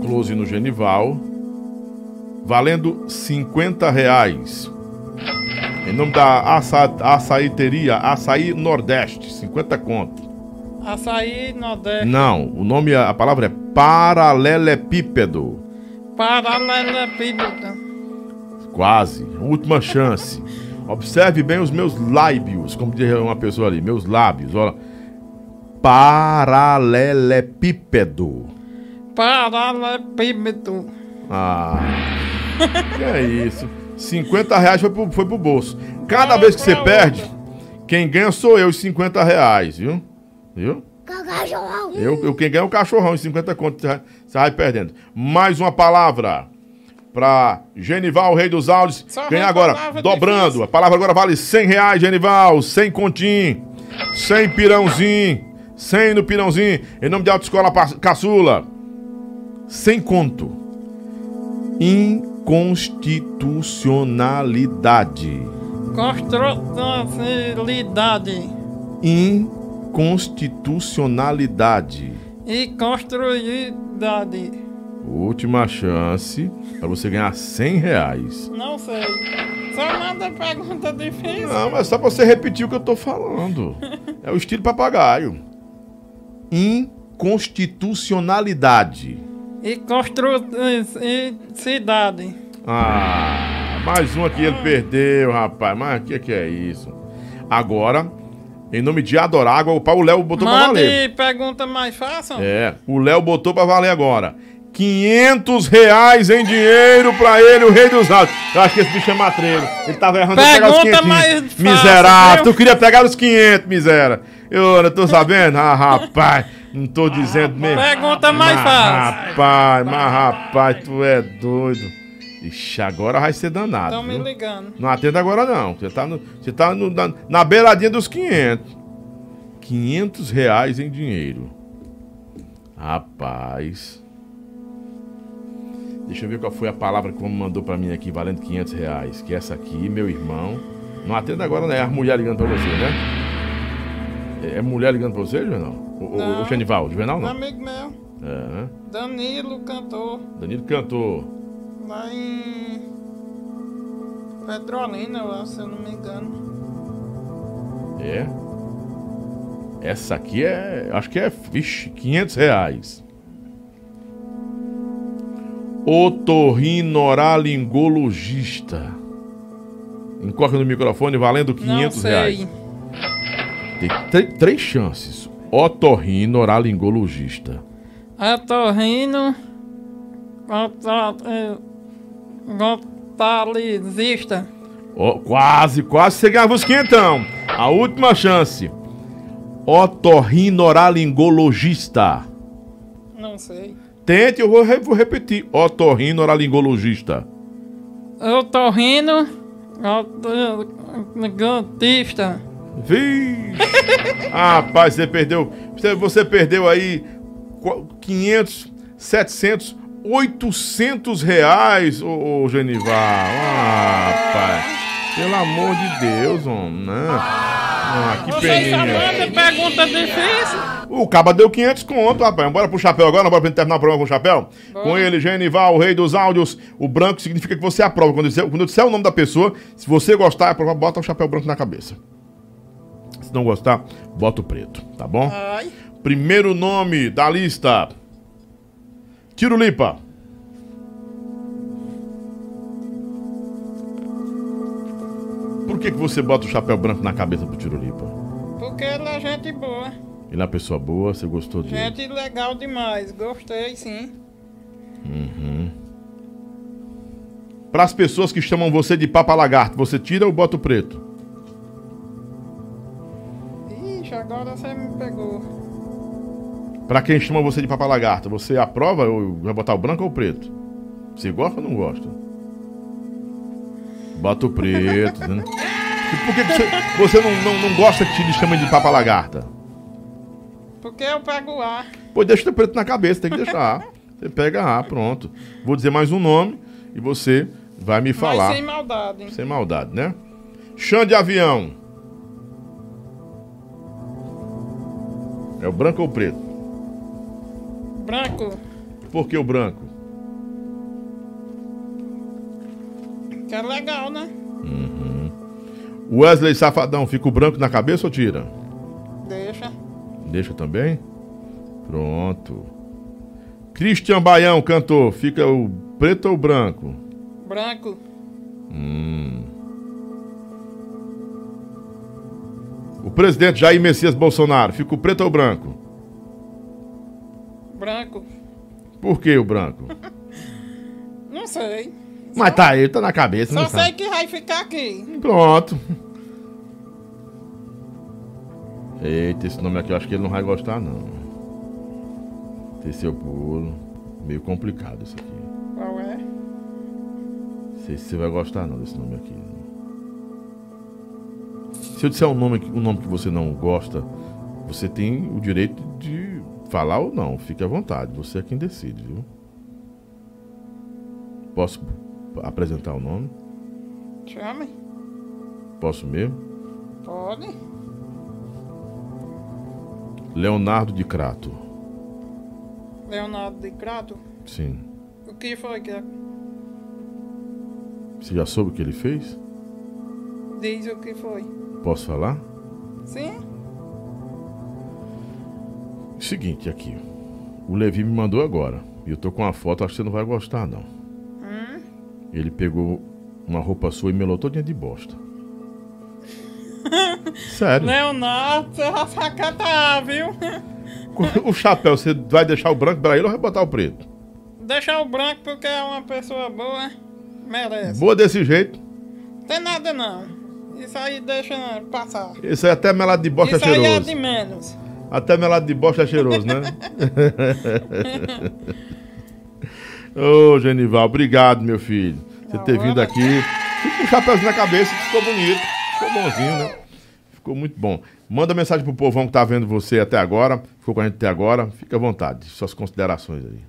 [SPEAKER 1] Close no Genival. Valendo 50 reais. Em nome da aça, açaíteria Açaí Nordeste, 50 conto.
[SPEAKER 2] Açaí Nordeste.
[SPEAKER 1] Não, o nome, a palavra é paralelepípedo.
[SPEAKER 2] Paralelepípedo.
[SPEAKER 1] Quase. Última chance. Observe bem os meus lábios, como diz uma pessoa ali, meus lábios, olha. Paralelepípedo.
[SPEAKER 2] Paralelepípedo.
[SPEAKER 1] Ah. Que é isso? 50 reais foi pro, foi pro bolso. Cada vez que você perde, quem ganha sou eu, os 50 reais, viu? Viu? Eu, eu quem ganha é o cachorrão, os 50 conto, você vai- você vai perdendo. Mais uma palavra pra Genival, o rei dos áudios.
[SPEAKER 11] Só
[SPEAKER 1] Ganhar
[SPEAKER 11] uma
[SPEAKER 1] agora,
[SPEAKER 11] palavra
[SPEAKER 1] dobrando. A palavra agora vale 100 reais, Genival. 100 continho, 100 pirãozinho, 100 no pirãozinho. Em nome de Autoescola Pa- Caçula. 100 conto. Inconstitucionalidade.
[SPEAKER 2] Construcionalidade.
[SPEAKER 1] Inconstitucionalidade.
[SPEAKER 2] E construidade.
[SPEAKER 1] Última chance para você ganhar 100 reais.
[SPEAKER 2] Não sei. Só manda pergunta difícil.
[SPEAKER 1] Não, mas é só pra você repetir o que eu tô falando. É o estilo papagaio. Inconstitucionalidade.
[SPEAKER 2] E constru... E cidade.
[SPEAKER 1] Ah, mais um aqui ele perdeu, rapaz. Mas o que, que é isso? Agora, em nome de Adorágua, o pau Léo botou pra valer.
[SPEAKER 2] Mande pergunta mais fácil.
[SPEAKER 1] É, o Léo botou pra valer agora. 500 reais em dinheiro pra ele, o rei dos áudios. Eu acho que esse bicho é matreiro. Ele tava errando pra pegar os
[SPEAKER 2] Pergunta
[SPEAKER 1] 500.
[SPEAKER 2] mais fácil,
[SPEAKER 1] Miserável,
[SPEAKER 2] viu?
[SPEAKER 1] tu queria pegar os 500, miséria. Eu olha, tô sabendo? Ah, rapaz, não tô dizendo mesmo.
[SPEAKER 2] Pergunta Ah, é mais
[SPEAKER 1] Mas,
[SPEAKER 2] fácil.
[SPEAKER 1] Rapaz, mas rapaz, tu é doido. Ixi, agora vai ser danado.
[SPEAKER 2] Estão me
[SPEAKER 1] Tá viu?
[SPEAKER 2] ligando.
[SPEAKER 1] Não atenda agora não. Você tá, no, você tá no- na, na beiradinha dos 500. 500 reais em dinheiro. Rapaz. Deixa eu ver qual foi a palavra que o homem mandou pra mim aqui, valendo 500 reais. Que é essa aqui, meu irmão. Não atenda agora, né? É a mulher ligando pra você, né? É- É mulher ligando pra você, Juvenal? O, o, o
[SPEAKER 2] Não.
[SPEAKER 1] Genival? Juvenal não?
[SPEAKER 2] Um Amigo meu,
[SPEAKER 1] É, né?
[SPEAKER 2] Danilo, cantor,
[SPEAKER 1] Danilo cantou.
[SPEAKER 2] lá em Petrolina, eu acho, se eu não me engano.
[SPEAKER 1] É. Essa aqui é. Acho que é. Vixe, 500 reais. Otorrinoralingologista. Encorre no microfone valendo 500 reais. Tem tre- três chances. Otorrino oralingologista.
[SPEAKER 2] Atorrino contra- eh, Gontalizista.
[SPEAKER 1] Ó, quase, quase você ganhava os quentão. A última chance. Otorrino oralingologista.
[SPEAKER 2] Não sei.
[SPEAKER 1] Tente, eu vou, re- vou repetir. Otorrino oralingologista.
[SPEAKER 2] Otorrino got- Gantista.
[SPEAKER 1] Vixe. Rapaz, você perdeu. Você, você perdeu aí qu- 500, 700, 800 reais, ô, ô Genival. Ah, rapaz. Pelo amor de Deus, homem. né? Ah, que
[SPEAKER 2] Vocês só
[SPEAKER 1] peninha.
[SPEAKER 2] mandam é pergunta difícil.
[SPEAKER 1] O Caba deu 500 conto, rapaz. Bora pro chapéu agora, bora pra gente terminar o programa com o chapéu. Com ele, Genival, o rei dos áudios. O branco significa que você aprova. Quando eu, disser, quando eu disser o nome da pessoa, se você gostar, aprova, bota o chapéu branco na cabeça. Se não gostar, bota o preto, tá bom?
[SPEAKER 2] Ai.
[SPEAKER 1] Primeiro nome da lista: Tirulipa. Por que, que você bota o chapéu branco na cabeça pro Tirulipa?
[SPEAKER 2] Porque ele é gente boa.
[SPEAKER 1] Ele é uma pessoa boa, você gostou dele?
[SPEAKER 2] Gente legal demais. Gostei, sim.
[SPEAKER 1] Para as pessoas que chamam você de Papa Lagarto, você tira ou bota o preto?
[SPEAKER 2] Ixi, agora você me pegou.
[SPEAKER 1] Para quem chama você de Papa Lagarto, você aprova ou vai botar o branco ou o preto? Você gosta ou não gosta? Bota o preto, né? E por que que você, você não, não, não gosta que te chamem de Papa Lagarta?
[SPEAKER 2] Porque eu pego ar.
[SPEAKER 1] Pô, deixa o preto na cabeça, tem que deixar. Você pega, ah, pronto. Vou dizer mais um nome e você vai me falar.
[SPEAKER 2] Mas sem maldade. hein?
[SPEAKER 1] Sem maldade, né? Chão de avião. É o branco ou o preto?
[SPEAKER 2] Branco,
[SPEAKER 1] Por que o branco?
[SPEAKER 2] que é legal, né?
[SPEAKER 1] Wesley Safadão, fica o branco na cabeça ou tira?
[SPEAKER 2] Deixa.
[SPEAKER 1] Deixa também? Pronto. Christian Baião, cantor, fica o preto ou o branco?
[SPEAKER 2] Branco,
[SPEAKER 1] Hum. O presidente Jair Messias Bolsonaro, fica o preto ou o branco?
[SPEAKER 2] branco.
[SPEAKER 1] Por que o branco?
[SPEAKER 2] Não sei.
[SPEAKER 1] Mas tá aí, tá na cabeça,
[SPEAKER 2] Só
[SPEAKER 1] não sabe.
[SPEAKER 2] sei que vai ficar aqui.
[SPEAKER 1] Pronto. Eita, esse nome aqui eu acho que ele não vai gostar, não. Terceiro pulo. Meio complicado isso aqui.
[SPEAKER 2] Qual é?
[SPEAKER 1] Não sei se você vai gostar, não, desse nome aqui. Se eu disser um nome, que- um nome que você não gosta, você tem o direito de falar ou não. Fique à vontade. Você é quem decide, viu? Posso apresentar o nome?
[SPEAKER 2] Chame.
[SPEAKER 1] Posso mesmo?
[SPEAKER 2] Pode.
[SPEAKER 1] Leonardo de Crato.
[SPEAKER 2] Leonardo de Crato.
[SPEAKER 1] Sim.
[SPEAKER 2] O que foi que é?
[SPEAKER 1] Você já soube o que ele fez?
[SPEAKER 2] diz o que foi?
[SPEAKER 1] Posso falar?
[SPEAKER 2] Sim?
[SPEAKER 1] Seguinte aqui. O Levi me mandou agora. E eu tô com uma foto, acho que você não vai gostar, não.
[SPEAKER 2] Hum?
[SPEAKER 1] Ele pegou uma roupa sua e melou todinha de bosta. Sério.
[SPEAKER 2] Né? Leonardo, você vai sacatar, viu?
[SPEAKER 1] O chapéu, você vai deixar o branco pra ele ou vai botar o preto?
[SPEAKER 2] Deixar o branco porque é uma pessoa boa. Merece.
[SPEAKER 1] Boa desse jeito.
[SPEAKER 2] Tem nada não. Isso aí deixa passar.
[SPEAKER 1] Esse aí até melado de bosta
[SPEAKER 2] Isso
[SPEAKER 1] é
[SPEAKER 2] aí é
[SPEAKER 1] cheiroso.
[SPEAKER 2] de menos.
[SPEAKER 1] Até melado de bosta é cheiroso, né? Ô, Genival, obrigado, meu filho. Você ter vindo aqui. Fica com um chapéuzinho na cabeça, que ficou bonito. Ficou bonzinho, né? Ficou muito bom. Manda mensagem pro povão que tá vendo você até agora. Ficou com a gente até agora. Fica à vontade. Suas considerações aí.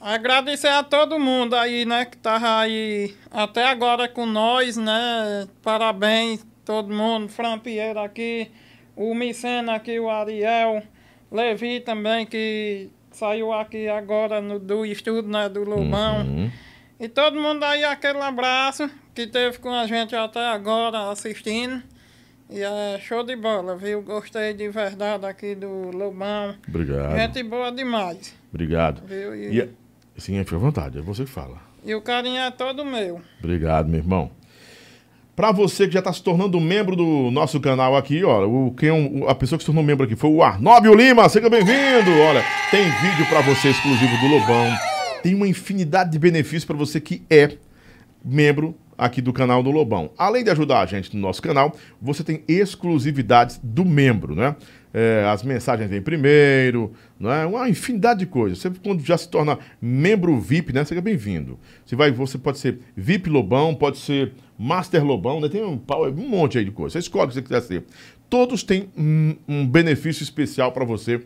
[SPEAKER 2] Agradecer a todo mundo aí, né, que tava aí até agora com nós, né? Parabéns todo mundo, Fran Pierre aqui, o Micena aqui, o Ariel, Levi também que saiu aqui agora no, do estudo, né, do Lobão.
[SPEAKER 1] Uhum.
[SPEAKER 2] E todo mundo aí aquele abraço que teve com a gente até agora assistindo. E é show de bola, viu? Gostei de verdade aqui do Lobão.
[SPEAKER 1] Obrigado.
[SPEAKER 2] Gente boa demais.
[SPEAKER 1] Obrigado.
[SPEAKER 2] Viu? E-
[SPEAKER 1] E... Sim, fica à vontade. É você que fala.
[SPEAKER 2] E o carinho é todo meu.
[SPEAKER 1] Obrigado, meu irmão. Pra você que já tá se tornando membro do nosso canal aqui, ó, o, quem, é um- o- a pessoa que se tornou membro aqui foi o Arnóbio Lima, seja bem-vindo! Olha, tem vídeo pra você exclusivo do Lobão, tem uma infinidade de benefícios pra você que é membro aqui do canal do Lobão. Além de ajudar a gente no nosso canal, você tem exclusividades do membro, né? É, as mensagens vêm primeiro, né? uma infinidade de coisas. Você, quando já se torna membro VIP, né? Seja bem-vindo. Você, vai, você pode ser VIP Lobão, pode ser Master Lobão, né? Tem um, pau- um monte aí de coisa. Você escolhe o que você quiser ser. Todos têm um, um benefício especial para você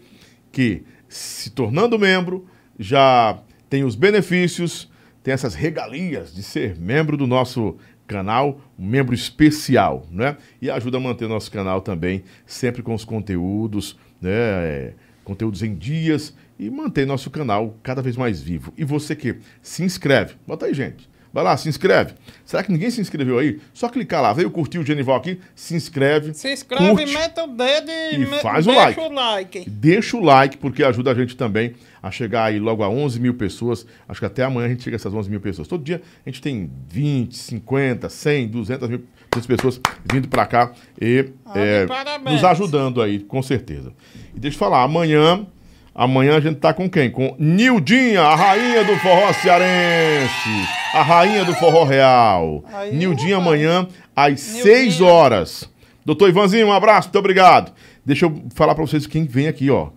[SPEAKER 1] que, se tornando membro, já tem os benefícios, tem essas regalias de ser membro do nosso canal, um membro especial, né? E ajuda a manter nosso canal também, sempre com os conteúdos, né? Conteúdos em dias e manter nosso canal cada vez mais vivo. E você que se inscreve, bota aí, gente. Vai lá, se inscreve. Será que ninguém se inscreveu aí? Só clicar lá, veio curtir o Genival aqui, se inscreve.
[SPEAKER 2] Se inscreve,
[SPEAKER 1] curte.
[SPEAKER 2] mete o dedo e,
[SPEAKER 1] E
[SPEAKER 2] me-
[SPEAKER 1] faz o
[SPEAKER 2] deixa
[SPEAKER 1] like.
[SPEAKER 2] o like.
[SPEAKER 1] Deixa o like, porque ajuda a gente também a chegar aí logo a 11 mil pessoas. Acho que até amanhã a gente chega a essas 11 mil pessoas. Todo dia a gente tem 20, 50, 100, 200 mil 200 pessoas vindo pra cá e é,
[SPEAKER 2] parabéns.
[SPEAKER 1] nos ajudando aí, com certeza. E deixa eu falar, amanhã, amanhã a gente tá com quem? Com Nildinha, a rainha do forró cearense, a rainha do forró real. Nildinha amanhã às 6 horas. Doutor Ivanzinho, um abraço, muito obrigado. Deixa eu falar pra vocês quem vem aqui, ó.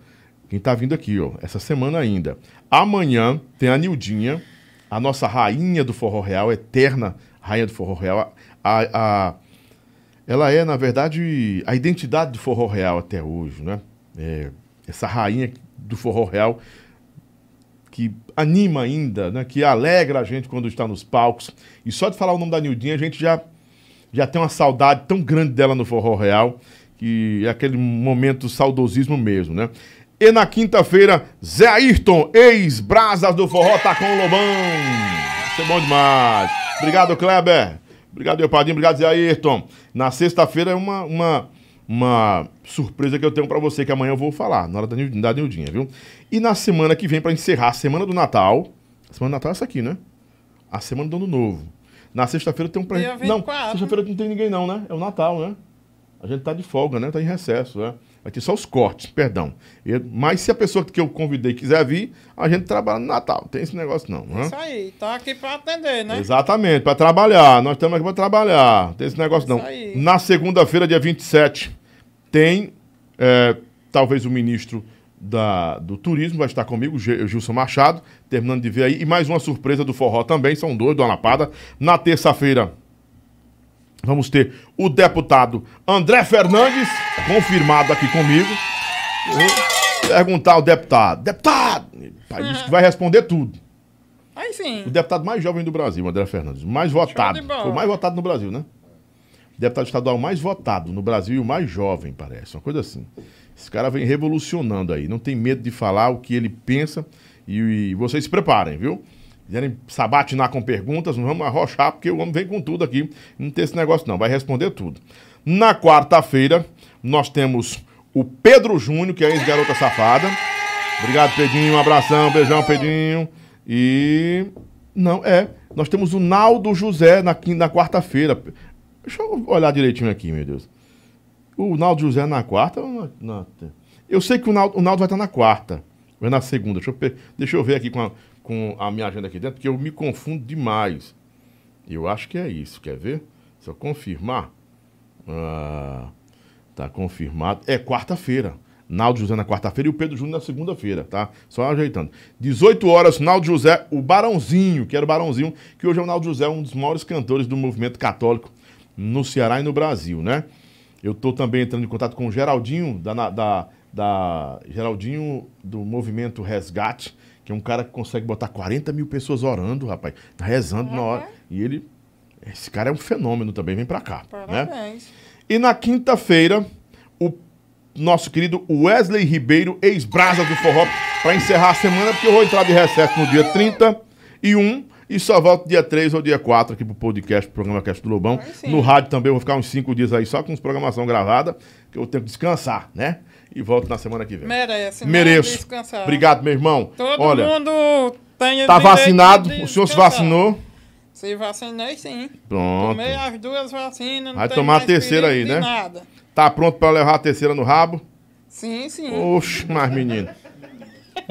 [SPEAKER 1] Quem tá vindo aqui, ó, essa semana ainda. Amanhã tem a Nildinha, a nossa rainha do forró real, eterna rainha do forró real. A- a, ela é, na verdade, a identidade do forró real até hoje, né? É, essa rainha do forró real que anima ainda, né? Que alegra a gente quando está nos palcos. E só de falar o nome da Nildinha, a gente já já tem uma saudade tão grande dela no forró real que é aquele momento saudosismo mesmo, né? E na quinta-feira, Zé Ayrton, ex-brasas do forró, tá com o Lobão. Isso é bom demais. Obrigado, Kleber. Obrigado, Eupadinho. Obrigado, Zé Ayrton. Na sexta-feira é uma, uma, uma surpresa que eu tenho pra você, que amanhã eu vou falar, na hora da, Nil- da Nildinha, viu? E na semana que vem, pra encerrar a semana do Natal. A semana do Natal é essa aqui, né? A semana do Ano Novo. Na sexta-feira tem um
[SPEAKER 2] Dia
[SPEAKER 1] presente. Não,
[SPEAKER 2] 24.
[SPEAKER 1] sexta-feira não tem ninguém, não, né? É o Natal, né? A gente tá de folga, né? Tá em recesso, né? Vai ter só os cortes, perdão. E- mas se a pessoa que eu convidei quiser vir, a gente trabalha no Natal. Tem esse negócio, não. né?
[SPEAKER 2] Isso aí, tá aqui pra atender, né?
[SPEAKER 1] Exatamente, para trabalhar. Nós estamos aqui para trabalhar. Não tem esse negócio, não.
[SPEAKER 2] É aí.
[SPEAKER 1] Na segunda-feira, dia 27, tem é, talvez o ministro da, do Turismo, vai estar comigo, G- Gilson Machado, terminando de ver aí. E mais uma surpresa do Forró também, são dois do Alapada. Na terça-feira, vamos ter o deputado André Fernandes, confirmado aqui comigo. Eu vou Perguntar ao deputado: deputado, pai, disse que vai responder tudo.
[SPEAKER 2] Aí sim.
[SPEAKER 1] O deputado mais jovem do Brasil, André Fernandes. Mais votado.
[SPEAKER 2] de bola.
[SPEAKER 1] Foi o mais votado no Brasil, né? Deputado estadual mais votado no Brasil e o mais jovem, parece. Uma coisa assim. Esse cara vem revolucionando aí. Não tem medo de falar o que ele pensa. E, e vocês se preparem, viu? Quiserem sabatinar com perguntas, não vamos arrochar, porque o homem vem com tudo aqui. Não tem esse negócio, não. Vai responder tudo. Na quarta-feira, nós temos o Pedro Júnior, que é ex-garota safada. Obrigado, Pedinho. Um abração, beijão, Pedinho. E. Não, é. Nós temos o Naldo José na, quin- na quarta-feira. Deixa eu olhar direitinho aqui, meu Deus. O Naldo José na quarta ou na, na te- Eu sei que o Naldo, o Naldo vai estar na quarta. Ou é na segunda. Deixa eu, pe- deixa eu ver aqui com a, com a minha agenda aqui dentro, porque eu me confundo demais. Eu acho que é isso. Quer ver? Só confirmar. Ah, tá confirmado. É quarta-feira. Naldo José na quarta-feira e o Pedro Júnior na segunda-feira, tá? Só ajeitando. 18 horas, Naldo José, o Barãozinho, que era o Barãozinho, que hoje é o Naldo José, um dos maiores cantores do movimento católico no Ceará e no Brasil, né? Eu tô também entrando em contato com o Geraldinho, da, na- da, da- Geraldinho do Movimento Resgate, que é um cara que consegue botar 40 mil pessoas orando, rapaz, rezando na hora. E ele. Esse cara é um fenômeno também, vem pra cá. Né?
[SPEAKER 2] Parabéns.
[SPEAKER 1] E na quinta-feira, o nosso querido Wesley Ribeiro, ex-brasa do Forró, para encerrar a semana, porque eu vou entrar de recesso no dia 31 e só volto dia 3 ou dia 4 aqui pro podcast, pro programa Cast do Lobão. No rádio também eu vou ficar uns 5 dias aí só com programação gravada, que eu tenho que descansar, né? E volto na semana que vem.
[SPEAKER 2] Merece, né?
[SPEAKER 1] Mereço.
[SPEAKER 2] Descansar.
[SPEAKER 1] Obrigado, meu irmão.
[SPEAKER 2] Todo
[SPEAKER 1] Olha,
[SPEAKER 2] mundo tem
[SPEAKER 1] tá
[SPEAKER 2] direito
[SPEAKER 1] vacinado,
[SPEAKER 2] de
[SPEAKER 1] o senhor se
[SPEAKER 2] descansar.
[SPEAKER 1] vacinou.
[SPEAKER 2] Se vacinei, sim.
[SPEAKER 1] Pronto.
[SPEAKER 2] Tomei as duas vacinas. não
[SPEAKER 1] Vai
[SPEAKER 2] tem
[SPEAKER 1] tomar a
[SPEAKER 2] mais
[SPEAKER 1] terceira aí,
[SPEAKER 2] perigo
[SPEAKER 1] né?
[SPEAKER 2] de Nada.
[SPEAKER 1] Tá pronto pra levar a terceira no rabo?
[SPEAKER 2] Sim, sim.
[SPEAKER 1] Oxe, mas menino.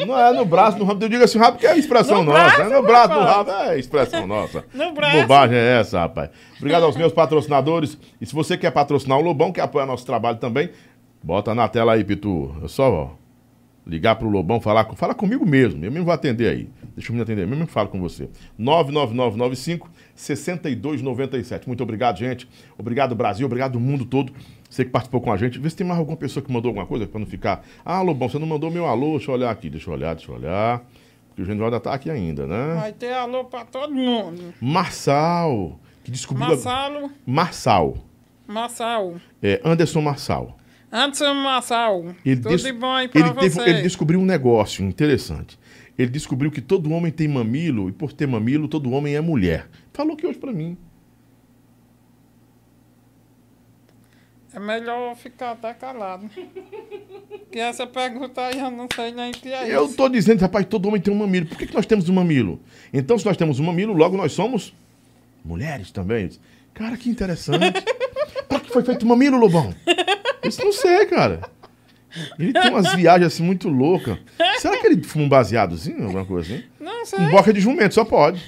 [SPEAKER 1] Não é no braço, no rabo. Eu digo assim, rabo que é expressão
[SPEAKER 2] No
[SPEAKER 1] nossa.
[SPEAKER 2] braço,
[SPEAKER 1] é no braço, no
[SPEAKER 2] rapaz.
[SPEAKER 1] rabo. É expressão nossa.
[SPEAKER 2] No
[SPEAKER 1] Que
[SPEAKER 2] braço.
[SPEAKER 1] Bobagem é essa, rapaz. Obrigado aos meus patrocinadores. E se você quer patrocinar o Lobão, que apoia nosso trabalho também, bota na tela aí, Pitu. É só ó, ligar pro Lobão, falar com, fala comigo mesmo. Eu mesmo vou atender aí. Deixa eu me atender, eu mesmo falo com você. 99995 6297. Muito obrigado, gente. Obrigado, Brasil. Obrigado, mundo todo. Você que participou com a gente. Vê se tem mais alguma pessoa que mandou alguma coisa para não ficar. Ah, Lobão, você não mandou meu alô. Deixa eu olhar aqui, deixa eu olhar, deixa eu olhar. Porque o General ainda tá aqui ainda, né?
[SPEAKER 2] Vai ter alô pra todo mundo.
[SPEAKER 1] Marçal, que descobriu. a-
[SPEAKER 2] Massalo,
[SPEAKER 1] Marçal.
[SPEAKER 2] Massal.
[SPEAKER 1] É, Anderson Marçal.
[SPEAKER 2] Anderson Massal.
[SPEAKER 1] Ele
[SPEAKER 2] Tudo
[SPEAKER 1] des-
[SPEAKER 2] de Então, bom aí pra
[SPEAKER 1] ele teve-
[SPEAKER 2] você.
[SPEAKER 1] ele descobriu um negócio interessante. Ele descobriu que todo homem tem mamilo e por ter mamilo, todo homem é mulher. Falou que hoje pra mim.
[SPEAKER 2] É melhor eu ficar até calado. Que essa pergunta aí eu não sei nem o que é
[SPEAKER 1] Eu
[SPEAKER 2] isso.
[SPEAKER 1] tô dizendo, rapaz, todo homem tem um mamilo. Por que, que nós temos um mamilo? Então, se nós temos um mamilo, logo nós somos mulheres também. Cara, que interessante. Pra que foi feito o mamilo, Lobão? Isso não sei, cara. Ele tem umas viagens assim muito loucas. Será que ele fuma um baseadozinho, alguma coisa assim?
[SPEAKER 2] Não sei.
[SPEAKER 1] Com boca de jumento, só pode.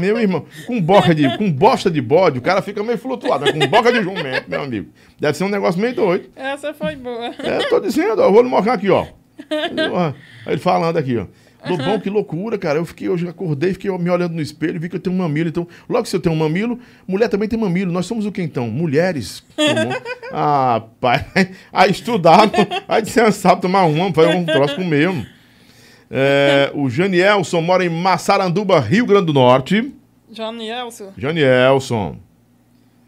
[SPEAKER 1] Meu irmão, com boca de, com bosta de bode, o cara fica meio flutuado, mas com boca de jumento, meu amigo. Deve ser um negócio meio doido.
[SPEAKER 2] Essa foi boa.
[SPEAKER 1] É, eu tô dizendo, ó, eu vou lhe mostrar aqui, ó. Eu, ó, Ele falando aqui, ó. Lobão, que loucura, cara. Eu fiquei hoje, acordei, fiquei me olhando no espelho e vi que eu tenho um mamilo. Então, logo se eu tenho um mamilo, mulher também tem mamilo. Nós somos o que então? Mulheres. ah, pai. Aí estudar, aí descansar, tomar uma, fazer um troço com mesmo. É, o Janielson mora em Massaranduba, Rio Grande do Norte.
[SPEAKER 2] Janielson,
[SPEAKER 1] Janielson,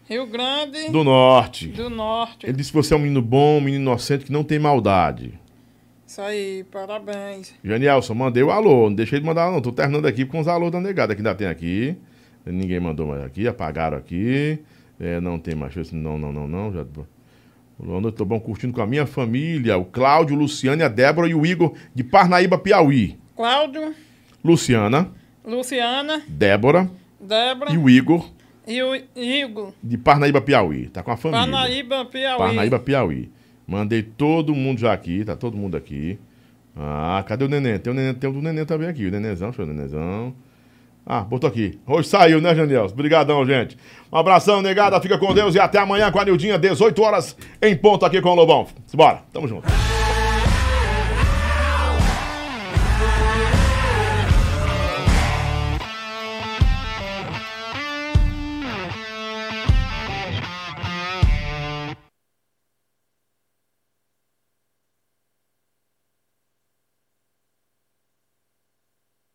[SPEAKER 2] Rio Grande.
[SPEAKER 1] do Norte.
[SPEAKER 2] Do Norte.
[SPEAKER 1] Ele disse que você é um menino bom, um menino inocente, que não tem maldade.
[SPEAKER 2] Isso aí, parabéns.
[SPEAKER 1] Janielson, mandei o alô. Não deixei de mandar, não. Tô terminando aqui com os alôs da negada que ainda tem aqui. Ninguém mandou mais aqui, apagaram aqui. É, não tem mais chance. Não, não, não, não. Já... Boa noite, tô bom curtindo com a minha família. O Cláudio, Luciane, a Débora e o Igor de Parnaíba, Piauí.
[SPEAKER 2] Cláudio,
[SPEAKER 1] Luciana,
[SPEAKER 2] Luciana,
[SPEAKER 1] Débora
[SPEAKER 2] Débora
[SPEAKER 1] e o Igor
[SPEAKER 2] e o Igor.
[SPEAKER 1] de Parnaíba, Piauí. Tá com a família.
[SPEAKER 2] Parnaíba, Piauí.
[SPEAKER 1] Parnaíba, Piauí. Mandei todo mundo já aqui, tá todo mundo aqui. Ah, cadê o neném? Tem o neném, tem o do neném também aqui. O nenenzão, deixa eu ver o nenenzão. Ah, botou aqui. Hoje saiu, né, Janiel? Obrigadão, gente. Um abração, negada. Fica com Deus e até amanhã com a Nildinha, 18 horas em ponto aqui com o Lobão. Bora, tamo junto.